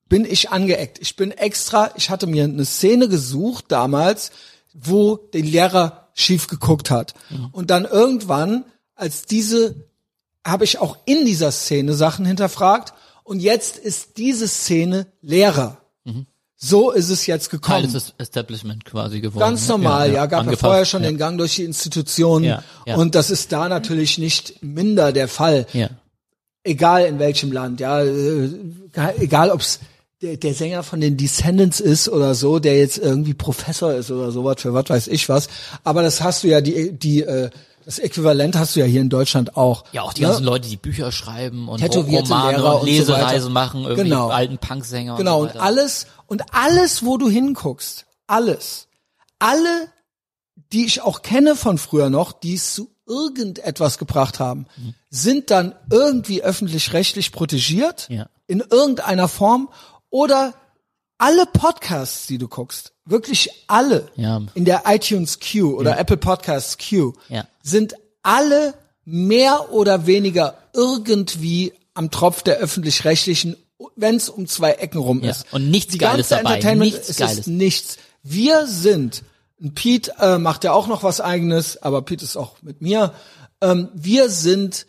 S1: bin ich angeeckt. Ich bin extra, ich hatte mir eine Szene gesucht damals, wo der Lehrer schief geguckt hat.
S3: Mhm.
S1: Und dann irgendwann, als diese, habe ich auch in dieser Szene Sachen hinterfragt. Und jetzt ist diese Szene Lehrer. So ist es jetzt gekommen.
S3: Mhm. Teil des Establishment quasi geworden.
S1: Ganz normal, ja. Gab ja
S3: angepasst,
S1: vorher schon
S3: ja.
S1: den Gang durch die Institutionen.
S3: Ja, ja.
S1: Und das ist da natürlich nicht minder der Fall.
S3: Ja.
S1: egal in welchem Land, ja, äh, egal ob's der, der Sänger von den Descendants ist oder so, der jetzt irgendwie Professor ist oder sowas, für was weiß ich was. Aber das hast du ja, die, die, äh, das Äquivalent hast du ja hier in Deutschland auch.
S3: Ja, auch die
S1: Ne?
S3: ganzen Leute, die Bücher schreiben und
S1: Tätowierte
S3: Romane
S1: Lehrer und
S3: und
S1: so
S3: Lesereisen
S1: weiter.
S3: machen, irgendwie
S1: Genau.
S3: alten Punksänger
S1: Genau,
S3: und so
S1: und
S3: weiter.
S1: alles, und alles, wo du hinguckst, alles, alle, die ich auch kenne von früher noch, die es zu irgendetwas gebracht haben,
S3: Mhm.
S1: sind dann irgendwie öffentlich-rechtlich protegiert,
S3: Ja.
S1: in irgendeiner Form, oder alle Podcasts, die du guckst, wirklich alle,
S3: Ja.
S1: in der iTunes Q oder Apple Podcasts Q,
S3: Ja.
S1: sind alle mehr oder weniger irgendwie am Tropf der öffentlich-rechtlichen, wenn es um zwei Ecken rum
S3: Ja,
S1: ist.
S3: und nichts
S1: Die ganze
S3: Geiles dabei,
S1: Entertainment,
S3: nichts
S1: es
S3: Geiles.
S1: Ist nichts. Wir sind, und Pete äh, macht ja auch noch was eigenes, aber Pete ist auch mit mir. Ähm, wir sind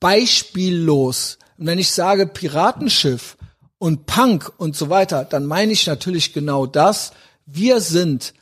S1: beispiellos. Und wenn ich sage Piratenschiff und Punk und so weiter, dann meine ich natürlich genau das. Wir sind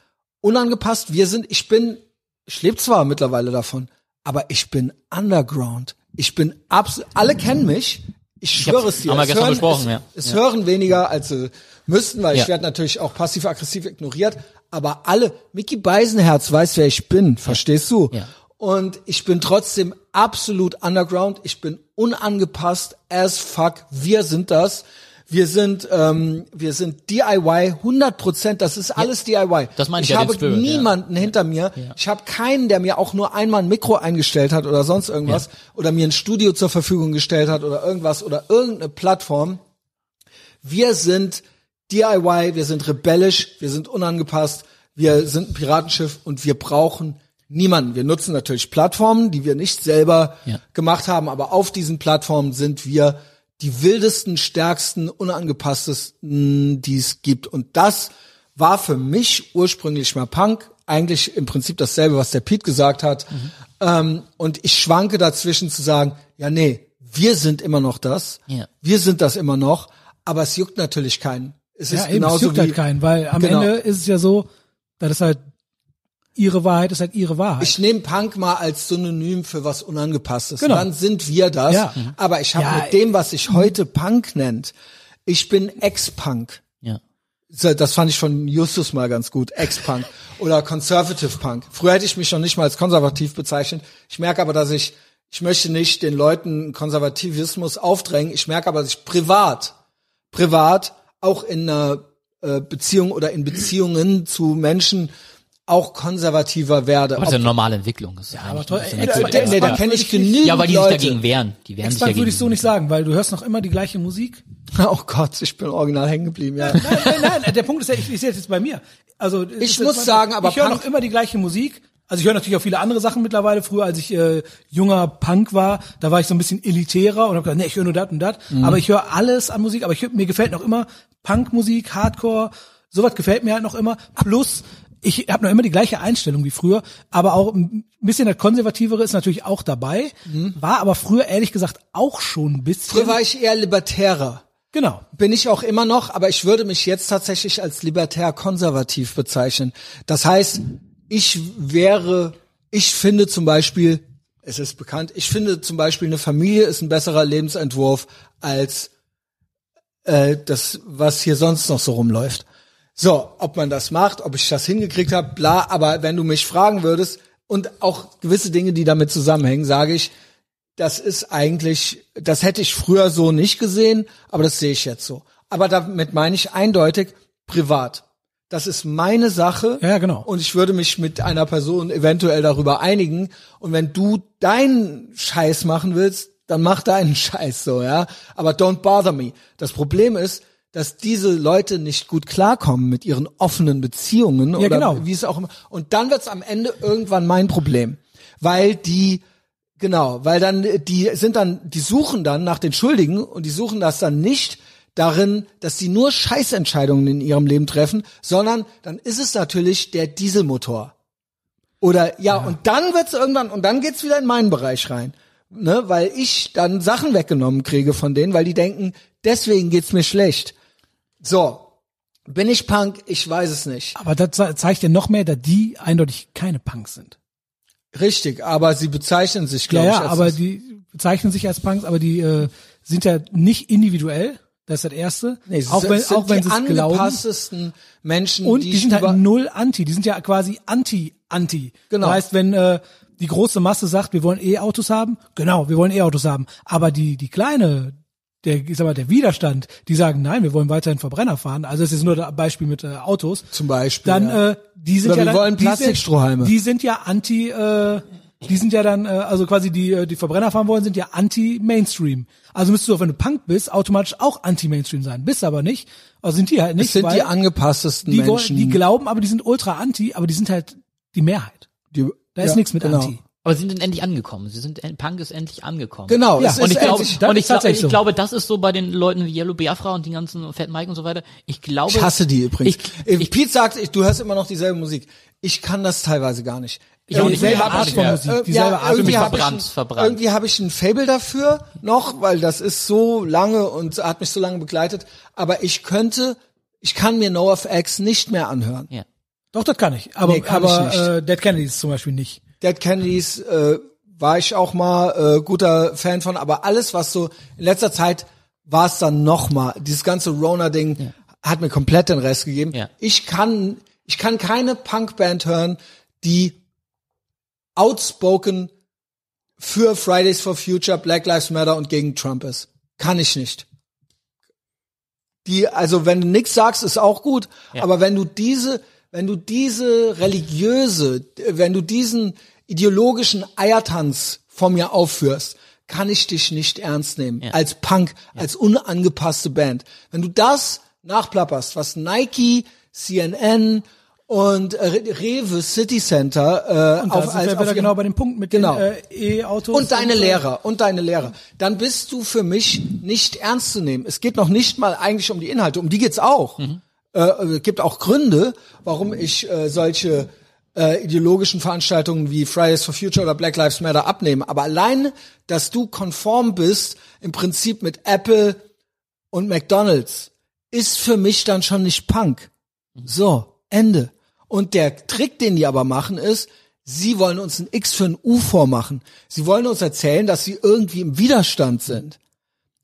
S1: unangepasst, wir sind, ich bin, ich lebe zwar mittlerweile davon, aber ich bin Underground. Ich bin absolut, alle kennen mich. Ich schwöre es dir.
S3: haben wir
S1: es
S3: gestern
S1: hören,
S3: besprochen,
S1: es,
S3: ja.
S1: Es hören weniger, als sie müssten, weil
S3: Ja.
S1: ich werde natürlich auch passiv-aggressiv ignoriert. Aber alle, Mickey Beisenherz weiß, wer ich bin, verstehst du?
S3: Ja.
S1: Und ich bin trotzdem absolut underground. Ich bin unangepasst as fuck. Wir sind das. Wir sind, ähm, wir sind DIY 100 Prozent. Das ist alles DIY.
S3: Das meine ich
S1: ich
S3: ja, den
S1: habe
S3: Spirit, ja.
S1: niemanden hinter mir. Ich habe keinen, der mir auch nur einmal ein Mikro eingestellt hat oder sonst irgendwas oder mir ein Studio zur Verfügung gestellt hat oder irgendwas oder irgendeine Plattform. Wir sind DIY, wir sind rebellisch, wir sind unangepasst, wir sind ein Piratenschiff und wir brauchen niemanden. Wir nutzen natürlich Plattformen, die wir nicht selber
S3: Ja.
S1: gemacht haben, aber auf diesen Plattformen sind wir die wildesten, stärksten, unangepasstesten, die es gibt. Und das war für mich ursprünglich mal Punk. Eigentlich im Prinzip dasselbe, was der Pete gesagt hat. Ähm, und ich schwanke dazwischen zu sagen, ja, nee, wir sind immer noch das.
S3: Ja.
S1: Wir sind das immer noch, aber es juckt natürlich keinen. Es
S2: Ja,
S1: ist
S2: eben,
S1: genauso
S2: es juckt
S1: wie,
S2: halt keinen, weil am
S1: Genau.
S2: Ende ist es ja so, das ist halt ihre Wahrheit, ist halt ihre Wahrheit.
S1: Ich nehme Punk mal als Synonym für was Unangepasstes.
S2: Genau.
S1: Dann sind wir das.
S2: Ja.
S1: Aber ich habe
S2: Ja,
S1: mit dem, was ich heute Punk nennt, ich bin Ex-Punk.
S3: Ja.
S1: So, Das fand ich von Justus mal ganz gut. Ex-Punk oder Conservative Punk. Früher hätte ich mich noch nicht mal als konservativ bezeichnet. Ich merke aber, dass ich, ich möchte nicht den Leuten Konservativismus aufdrängen. Ich merke aber, dass ich privat, privat, auch in einer äh, Beziehung oder in Beziehungen zu Menschen auch konservativer werde.
S3: Aber das ist ja
S1: Ob-
S3: eine normale Entwicklung. Das ist ja,
S2: aber
S3: eigentlich
S2: toll,
S3: ein bisschen
S2: ey,
S1: also,
S3: natürlich.
S1: der- nee, da kenne ich genügend
S3: ja, weil die sich
S1: Leute.
S3: dagegen wehren. Die wehren sich
S2: Expand
S3: dagegen.
S2: würde ich so nicht sagen, weil du hörst noch immer die gleiche Musik.
S1: Oh Gott, ich bin original hängen geblieben, ja.
S2: Nein, nein, nein, der Punkt ist ja, ich, ich sehe das jetzt bei mir. Also es ist
S1: muss
S2: jetzt-
S1: sagen, aber
S2: ich höre
S1: Punk-
S2: noch immer die gleiche Musik. Also ich höre natürlich auch viele andere Sachen mittlerweile. Früher, als ich äh, junger Punk war, da war ich so ein bisschen elitärer und habe gedacht, nee, ich höre nur das und das.
S1: Mhm.
S2: Aber ich höre alles an Musik. Aber ich, hör- mir gefällt noch immer Punkmusik, Hardcore, sowas gefällt mir halt noch immer. Plus ich habe noch immer die gleiche Einstellung wie früher, aber auch ein bisschen das Konservativere ist natürlich auch dabei. War aber früher ehrlich gesagt auch schon ein bisschen.
S1: Mhm. Früher war ich eher libertärer.
S2: genau.
S1: Bin ich auch immer noch, aber ich würde mich jetzt tatsächlich als libertär-konservativ bezeichnen. Das heißt, ich wäre, ich finde zum Beispiel, es ist bekannt, ich finde zum Beispiel eine Familie ist ein besserer Lebensentwurf als äh, das, was hier sonst noch so rumläuft. So, ob man das macht, ob ich das hingekriegt habe, bla, aber wenn du mich fragen würdest und auch gewisse Dinge, die damit zusammenhängen, sage ich, das ist eigentlich, das hätte ich früher so nicht gesehen, aber das sehe ich jetzt so. Aber damit meine ich eindeutig privat. Das ist meine Sache.
S2: Ja, ja, genau.
S1: Und ich würde mich mit einer Person eventuell darüber einigen. Und wenn du deinen Scheiß machen willst, dann mach deinen Scheiß so, ja. Aber don't bother me. Das Problem ist, dass diese Leute nicht gut klarkommen mit ihren offenen Beziehungen oder
S2: genau.
S1: wie es auch immer. Und dann wird's am Ende irgendwann mein Problem. Weil die, genau, weil dann, äh, die sind dann, die suchen dann nach den Schuldigen und die suchen das dann nicht darin, dass sie nur Scheißentscheidungen in ihrem Leben treffen, sondern dann ist es natürlich der Dieselmotor. Oder ja, und dann wird's irgendwann, und dann geht's wieder in meinen Bereich rein. Ne? Weil ich dann Sachen weggenommen kriege von denen, weil die denken, deswegen geht's mir schlecht. So, bin ich Punk? Ich weiß es nicht.
S2: Aber das ze- zeigt ja noch mehr, dass die eindeutig keine Punks sind.
S1: Richtig, aber sie bezeichnen sich,
S2: Ja,
S1: glaube ich.
S2: ja,
S1: als-
S2: aber die bezeichnen sich als Punks, aber die äh, sind ja nicht individuell. Das ist das Erste.
S1: nee, sie
S2: auch
S1: sind-
S2: wenn,
S1: sind
S2: auch wenn
S1: die
S2: sie es glauben.
S1: angepasstesten Menschen,
S2: Und
S1: die,
S2: die,
S1: ich
S2: sind
S1: über-
S2: halt null anti. Die sind ja quasi anti-anti.
S1: Genau.
S2: Das heißt, wenn äh, die große Masse sagt, wir wollen E-Autos haben, genau, wir wollen E-Autos haben. Aber die die kleine, der ich sag mal der Widerstand, die sagen, nein, wir wollen weiterhin Verbrenner fahren. Also das ist nur ein Beispiel mit äh, Autos.
S1: Zum Beispiel,
S2: Dann
S1: ja.
S2: äh, die sind
S1: Oder
S2: ja
S1: wir
S2: dann,
S1: wollen
S2: die sind-
S1: Plastikstrohhalme.
S2: Die sind ja anti. Äh, die sind ja dann, äh, also quasi die, äh, die Verbrenner fahren wollen, sind ja anti-Mainstream. Also müsstest du auch, wenn du Punk bist, automatisch auch anti-Mainstream sein. Bist aber nicht. Also sind die halt nicht.
S1: es sind
S2: weil-
S1: die angepasstesten
S2: die, wollen,
S1: Menschen.
S2: die glauben, aber die sind ultra anti, aber die sind halt die Mehrheit.
S1: die-
S2: Da ist
S1: ja,
S2: nichts mit
S1: genau.
S2: anti.
S3: Aber sie sind endlich angekommen. Sie sind, äh, Punk ist endlich angekommen.
S1: Genau,
S2: Ja,
S1: es
S3: Und
S1: ist
S3: ich, glaube,
S1: endlich-
S2: das
S3: und ich,
S2: ist
S3: glaub,
S2: tatsächlich
S3: ich
S2: so.
S3: glaube, das ist so bei den Leuten wie Yellow Biafra und den ganzen Fat Mike und so weiter. Ich glaube,
S1: Ich hasse die übrigens.
S3: Ich,
S1: Äh,
S3: ich,
S1: Pete sagt, ich, du hörst immer noch dieselbe Musik. Ich kann das teilweise gar nicht.
S3: Ich auch nicht mehr,
S1: Selber hab
S3: Art
S1: ich-
S3: von
S2: Musik,
S1: äh,
S2: dieselbe
S1: ja,
S2: Art von
S1: irgendwie
S3: Musik.
S1: hab ich
S3: Verbrannt,
S1: ein-
S3: verbrannt.
S1: Irgendwie habe ich ein Fable dafür noch, weil das ist so lange und hat mich so lange begleitet. Aber ich könnte, ich kann mir NoFX nicht mehr anhören.
S3: ja.
S2: Doch, das kann ich. Aber,
S1: Nee, kann
S2: aber
S1: ich nicht.
S2: Äh, Dead Kennedys zum Beispiel nicht.
S1: Dead Kennedys äh, war ich auch mal äh, guter Fan von, aber alles, was so in letzter Zeit war es dann nochmal. Dieses ganze Rona-Ding hat mir komplett den Rest gegeben.
S3: Ja.
S1: Ich kann, ich kann keine Punkband hören, die outspoken für Fridays for Future, Black Lives Matter und gegen Trump ist. Kann ich nicht. Die, also wenn du nix sagst, ist auch gut, aber wenn du diese, wenn du diese religiöse, wenn du diesen ideologischen Eiertanz vor mir aufführst, kann ich dich nicht ernst nehmen. Als Punk, als unangepasste Band. Wenn du das nachplapperst, was Nike, CNN und äh, Re- Rewe City Center äh,
S2: Und auf, da sind wir wieder
S1: ihrem-
S2: genau bei dem Punkt mit
S1: Genau.
S2: den äh, E-Autos.
S1: und deine Lehrer und deine Lehrer, dann bist du für mich nicht ernst zu nehmen. Es geht noch nicht mal eigentlich um die Inhalte, um die geht's auch. Äh, es gibt auch Gründe, warum ich äh, solche äh, ideologischen Veranstaltungen wie Fridays for Future oder Black Lives Matter abnehme. Aber allein, dass du konform bist, im Prinzip mit Apple und McDonalds, ist für mich dann schon nicht Punk. Mhm. So, Ende. Und der Trick, den die aber machen, ist, sie wollen uns ein X für ein U vormachen. Sie wollen uns erzählen, dass sie irgendwie im Widerstand sind.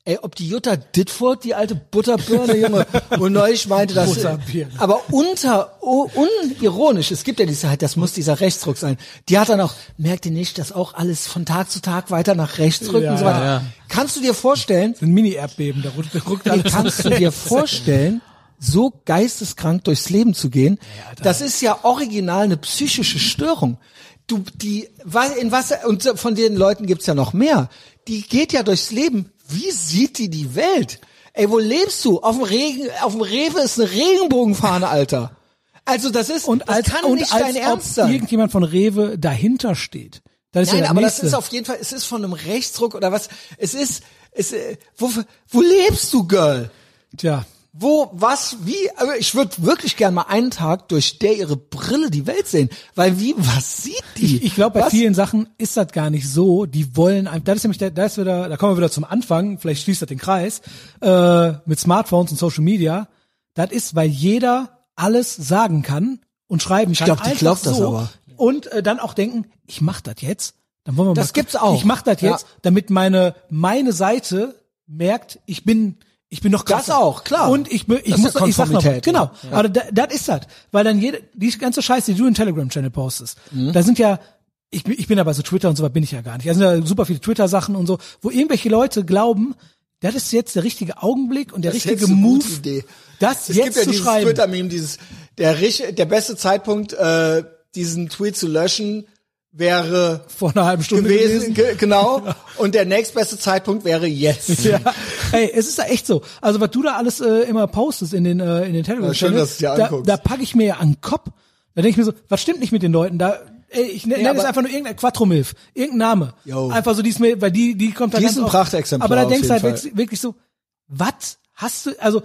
S1: Ey, ob die Jutta Ditford, die alte Butterbirne, Junge, wohl neulich meinte, dass...
S2: Butterbirne.
S1: Aber unter, u- unironisch, es gibt ja diese, halt, das muss dieser Rechtsdruck sein. Die hat dann auch, merkt ihr nicht, dass auch alles von Tag zu Tag weiter nach rechts rückt
S2: Ja,
S1: und so weiter.
S3: ja, ja.
S1: Kannst du dir vorstellen,
S2: Ein Mini-Erdbeben, da ruckt, da ruckt
S1: Ey,
S2: alles.
S1: kannst du dir vorstellen, so geisteskrank durchs Leben zu gehen? das ist ja original eine psychische Störung. Du, die, wa- in was, und von den Leuten gibt's ja noch mehr. Die geht ja durchs Leben. Wie sieht die die Welt? Ey, wo lebst du? Auf dem Regen, auf dem Rewe ist eine Regenbogenfahne, Alter. Also das ist,
S2: Und
S1: das
S2: als,
S1: kann
S2: und
S1: nicht
S2: als
S1: dein
S2: ob
S1: Ernst sein.
S2: irgendjemand von Rewe dahinter steht. Das ist
S1: Nein,
S2: ja der
S1: aber
S2: nächste.
S1: das ist auf jeden Fall, es ist von einem Rechtsdruck oder was. Es ist, es, äh, wo, wo lebst du, Girl?
S2: Tja,
S1: Wo, was, wie? Also ich würde wirklich gern mal einen Tag durch der ihre Brille die Welt sehen, weil wie, was sieht die?
S2: ich glaube, bei
S1: was?
S2: vielen Sachen ist das gar nicht so. Die wollen, ein- das ist nämlich, der- da ist wieder, da kommen wir wieder zum Anfang. Vielleicht schließt das den Kreis äh, mit Smartphones und Social Media. Das ist, weil jeder alles sagen kann und schreiben kann.
S1: glaub, die
S2: einfach
S1: glaubt das
S2: so.
S1: aber.
S2: Und äh, dann auch denken, ich mach das jetzt. Dann wollen wir
S1: Das
S2: mal-
S1: gibt's auch.
S2: Ich mach das
S1: Ja.
S2: jetzt, damit meine meine Seite merkt, ich bin ich bin noch
S1: Das
S2: krasser.
S1: auch, klar.
S2: Und ich, bin- ich
S1: Das ist
S2: muss
S1: ja
S2: ich sag noch,
S1: Konformität.
S2: genau. Aber da, das ist das. Weil dann jede, die ganze Scheiße, die du in Telegram-Channel postest,
S1: Mhm.
S2: da sind ja, ich, bin- ich bin aber so Twitter und so was bin ich ja gar nicht. Da sind ja super viele Twitter-Sachen und so, wo irgendwelche Leute glauben, das ist jetzt der richtige Augenblick und der
S1: Das ist
S2: richtige
S1: jetzt eine
S2: Move,
S1: gute Idee.
S2: das
S1: es
S2: jetzt
S1: gibt ja
S2: zu
S1: dieses
S2: schreiben.
S1: Twitter-Meme, dieses der richt- der beste Zeitpunkt, äh, diesen Tweet zu löschen, wäre
S2: vor einer halben Stunde
S1: gewesen, ge- genau. Und der nächstbeste Zeitpunkt wäre jetzt.
S2: Ja. Ey, es ist ja echt so. Also was du da alles äh, immer postest in den äh, in den Telegram
S1: Ja, schön, dass du dir
S2: da,
S1: anguckst.
S2: da packe ich mir ja an den Kopf. Da denke ich mir so, was stimmt nicht mit den Leuten? Da ey, ich nenne
S1: Ja,
S2: es
S1: aber-
S2: einfach nur irgendein Quattromilf, irgendein Name.
S1: Jo.
S2: Einfach so die ist mir, weil die die kommt da
S1: Die
S2: ganz
S1: ist ein
S2: oft.
S1: Prachtexemplar
S2: Aber da
S1: auf
S2: denkst du
S1: jeden
S2: halt wirklich, wirklich so, was hast du also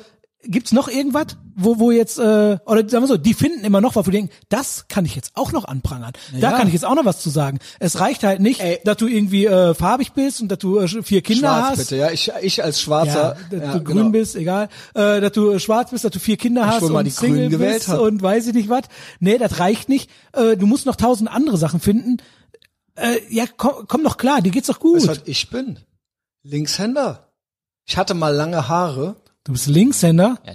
S2: Gibt's noch irgendwas, wo wo jetzt äh, oder sagen wir so, die finden immer noch was, wo die denken, das kann ich jetzt auch noch anprangern.
S1: ja.
S2: Da kann ich jetzt auch noch was zu sagen. Es reicht halt nicht,
S1: Ey.
S2: dass du irgendwie äh, farbig bist und dass du äh, vier Kinder
S1: Schwarz
S2: hast
S1: bitte, ja. Ich, ich als
S2: ja,
S1: Schwarzer.
S2: dass
S1: ja,
S2: du
S1: genau.
S2: grün bist, egal, äh, dass du schwarz bist, dass du vier Kinder hast
S1: wohl
S2: und
S1: mal die
S2: Single
S1: Grünen gewählt
S2: bist
S1: hab.
S2: und weiß ich nicht was. Nee, das reicht nicht. Äh, du musst noch tausend andere Sachen finden. Äh, ja, komm, komm doch klar, dir geht's doch gut.
S1: Weißt du, was ich bin? Linkshänder. Ich hatte mal lange Haare.
S2: du bist Linkshänder.
S3: Ja.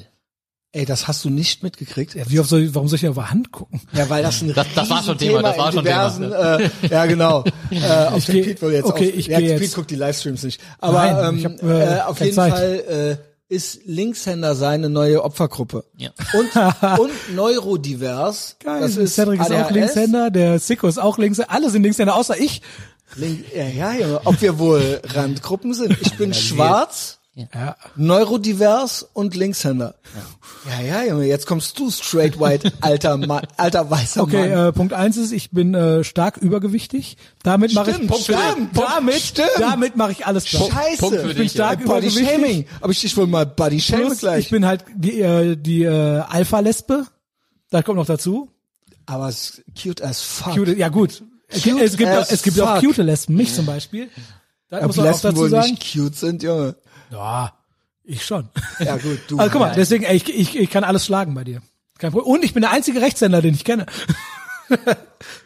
S1: Ey, das hast du nicht mitgekriegt.
S2: Ja, wie oft soll, ich- warum soll ich denn auf der Hand gucken?
S1: Ja, weil das ein
S3: Das- das war schon Thema, das war
S1: in
S3: schon
S1: diversen, Äh, ja, genau. Äh, auf
S2: Ich
S1: den
S2: geh-
S1: Pete wohl jetzt
S2: okay,
S1: auf,
S2: ich
S1: ja,
S2: geh jetzt.
S1: Pete guckt die Livestreams nicht. Aber
S2: Nein, ich
S1: ähm,
S2: hab, äh,
S1: äh, auf
S2: keine
S1: jeden
S2: Zeit.
S1: Fall äh, ist Linkshänder seine neue Opfergruppe.
S3: Ja.
S1: Und, und neurodivers. Das ist
S2: Cedric ist auch
S1: ADHS.
S2: Linkshänder, der Sicko ist auch Linkshänder, alle sind Linkshänder, außer ich.
S1: Link, ja, ja, Junge. Ob wir wohl Randgruppen sind. Ich bin schwarz.
S2: Ja.
S1: Neurodivers und Linkshänder. Ja, ja, Junge, jetzt kommst du straight white, alter Ma alter weißer
S2: Okay,
S1: Mann.
S2: äh, Punkt eins ist, ich bin äh, stark übergewichtig. Damit mache ich
S1: Stimmt, stimmt,
S2: damit,
S1: stimmt.
S2: damit mache ich alles klar.
S1: Scheiße.
S3: Punkt für
S1: Ich bin
S3: dich. ja.
S2: stark
S1: Body
S2: übergewichtig.
S1: Shaming. Aber ich dich wohl mal Body Shaming
S2: Plus,
S1: gleich.
S2: ich bin halt die, äh, die äh, Alpha-Lesbe. Das kommt noch dazu.
S1: aber es ist cute as fuck.
S2: Cute, ja gut.
S1: Cute
S2: es gibt,
S1: as
S2: auch, es gibt auch
S1: fuck.
S2: cute Lesben, mich zum Beispiel. Das
S1: Ob
S2: muss man auch
S1: Lesben
S2: dazu
S1: wohl
S2: sagen.
S1: nicht cute sind, Junge.
S2: Ja, ich schon.
S1: Ja gut, du.
S2: Ah, Also guck mal, deswegen, ey, ich, ich, ich kann alles schlagen bei dir. Kein Problem. Und ich bin der einzige Rechtshänder, den ich kenne.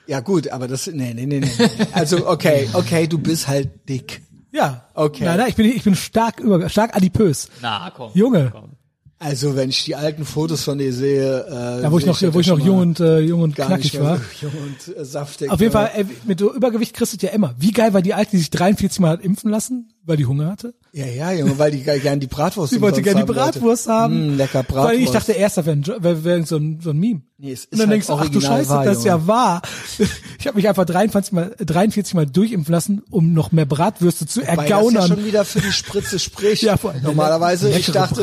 S1: Ja gut, aber das, nee, nee, nee, nee. Also okay, okay, du bist halt dick.
S2: Ja.
S1: Okay.
S2: Nein, nein, ich bin, ich bin stark über, stark adipös.
S3: Na, komm.
S2: Junge.
S3: Komm.
S1: Also wenn ich die alten Fotos von dir sehe, äh,
S2: Da, wo ich noch, wo ich noch jung und, äh, jung und
S1: gar nicht
S2: knackig war.
S1: mehr so jung und äh, saftig.
S2: Auf jeden
S1: war.
S2: Fall, ey, mit so Übergewicht kriegst du es ja immer. Wie geil war die Alte, die sich 43 Mal hat impfen lassen, weil die Hunger hatte?
S1: Ja, ja, Junge, weil die ge- gern die Bratwurst
S2: Sie wollte
S1: umsonst
S2: gerne die
S1: haben wollte.
S2: Bratwurst haben.
S1: Mm, lecker Bratwurst.
S2: Weil ich dachte erst, das wäre ein, Jo- wär, wär so, ein, so ein Meme.
S1: Nee, es ist
S2: Und dann
S1: halt
S2: denkst du, ach du
S1: original
S2: Scheiße,
S1: wahr,
S2: das ist ja
S1: Junge.
S2: wahr. Ich habe mich einfach 43 mal, 43 mal durchimpfen lassen, um noch mehr Bratwürste zu
S1: Weil das ja
S2: ergaunern.
S1: schon wieder für die Spritze spricht.
S2: Ja, vor allem-
S1: Normalerweise, ich
S2: Leckere
S1: dachte,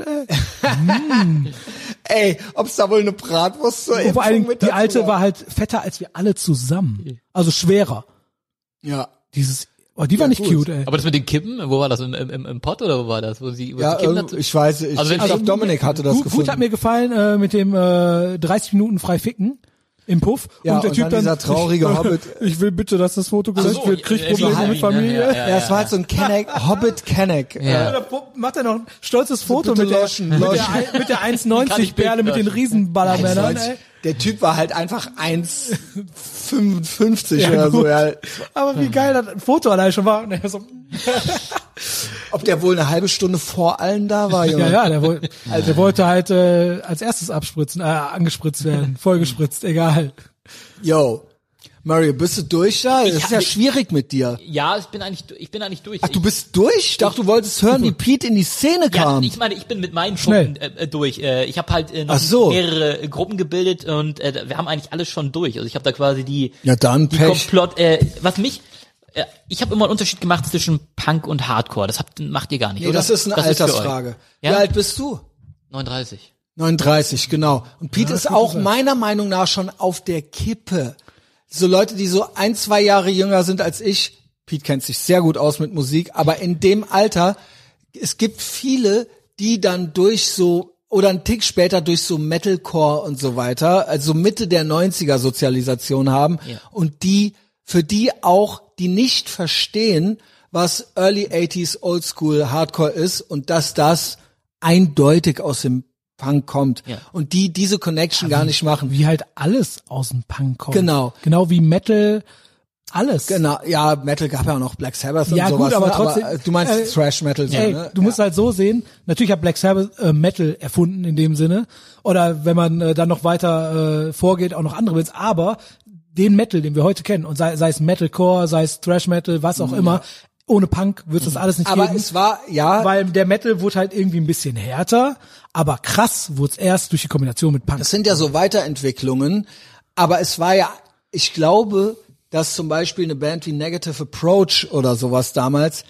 S2: ey.
S1: ey, ob's da wohl eine Bratwurst zur
S2: Und vor allem,
S1: Impfung mit
S2: die
S1: dazu
S2: Alte
S1: gab?
S2: war halt fetter als wir alle zusammen. Also schwerer.
S1: Ja.
S2: Dieses, oh, die war nicht
S1: gut.
S2: cute, ey.
S3: Aber das mit den Kippen, wo war das? Im, im, im Pott oder wo war das? Wo sie, wo
S1: Ja,
S3: die Kippen
S1: irgend-
S3: dazu-
S1: ich weiß, ich,
S3: Also wenn-
S1: ich glaube,
S3: also-
S1: Dominik hatte das
S2: gut,
S1: gefunden.
S2: gut hat mir gefallen äh, mit dem äh, 30 Minuten frei ficken im Puff
S1: Ja,
S2: und der
S1: und
S2: Typ
S1: dann
S2: dann
S1: dieser traurige
S2: ich,
S1: Hobbit.
S2: Ich will bitte, dass das Foto gelöscht
S3: so,
S2: wird, kriegt
S3: äh, die
S2: Probleme
S3: Harry,
S2: mit
S3: ne?
S2: Familie.
S3: Ja,
S1: ja, es war halt so ein Kenneck, Hobbit Kenneck.
S3: Ja.
S2: Und dann macht er noch ein stolzes Foto
S1: bitte
S2: mit der,
S1: löschen,
S2: mit
S1: löschen.
S2: der, ein- mit der
S3: Kann ich
S2: 1,90 Perle mit den
S3: löschen.
S2: Riesenballermännern. ey.
S1: Der Typ war halt einfach 1,55 oder
S2: gut.
S1: so. Ja.
S2: Aber wie geil das Foto allein schon war. Und er so,
S1: Ob der wohl eine halbe Stunde vor allen da war, Junge?
S2: ja, ja, der, woll, der wollte halt äh, als erstes abspritzen, äh, angespritzt werden, vollgespritzt, egal.
S1: Yo, Mario, bist du durch da? Das ist ja
S3: hab-
S1: schwierig mit dir.
S3: ja, ich bin eigentlich, du- ich bin eigentlich durch.
S1: Ach, du bist durch? Ich dachte, du wolltest hören, wie Pete in die Szene
S3: Ja, also
S1: kam.
S3: ich meine, ich bin mit meinen
S2: Schnell.
S3: Punkten äh, äh, durch. Äh, ich habe halt äh, noch
S1: Ach so.
S3: mehrere äh, Gruppen gebildet und äh, wir haben eigentlich alles schon durch. Also ich habe da quasi die,
S1: Ja, dann
S3: die
S1: Pech.
S3: Komplott. Äh, was mich, äh, ich habe immer einen Unterschied gemacht zwischen Punk und Hardcore. Das habt, macht ihr gar nicht.
S1: nee,
S3: oder?
S1: das ist eine
S3: für euch.
S1: Altersfrage.
S3: Ja?
S1: Wie alt bist du?
S3: 39.
S1: 39, genau. Und Pete ist auch meiner Meinung nach schon auf der Kippe. So Leute, die so ein, zwei Jahre jünger sind als ich. Pete kennt sich sehr gut aus mit Musik, aber in dem Alter, es gibt viele, die dann durch so, oder einen Tick später durch so Metalcore und so weiter, also Mitte der 90er Sozialisation haben
S3: Ja.
S1: und die, für die auch, die nicht verstehen, was Early 80s Oldschool Hardcore ist und dass das eindeutig aus dem Punk kommt
S3: Ja.
S1: und die diese Connection gar nicht machen.
S2: Wie halt alles aus dem Punk kommt.
S1: Genau.
S2: Genau wie Metal, alles.
S1: Genau, ja, Metal gab ja auch noch Black Sabbath
S2: Ja,
S1: und
S2: gut,
S1: sowas.
S2: aber
S1: ne?
S2: trotzdem-
S1: äh, du meinst
S2: äh,
S1: Thrash Metal so,
S2: Ey,
S1: ne?
S2: du musst halt so sehen, natürlich hat Black Sabbath äh, Metal erfunden in dem Sinne. Oder wenn man äh, dann noch weiter äh, vorgeht, auch noch andere Bands. Aber den Metal, den wir heute kennen, und sei, sei es Metalcore, sei es Thrash Metal, was auch immer, ohne Punk wird das alles nicht
S1: Mhm. aber
S2: geben.
S1: es war ja,
S2: weil der Metal wurde halt irgendwie ein bisschen härter, aber krass wurde es erst durch die Kombination mit Punk.
S1: das sind ja so Weiterentwicklungen, aber es war ja, ich glaube, dass zum Beispiel eine Band wie Negative Approach oder sowas damals,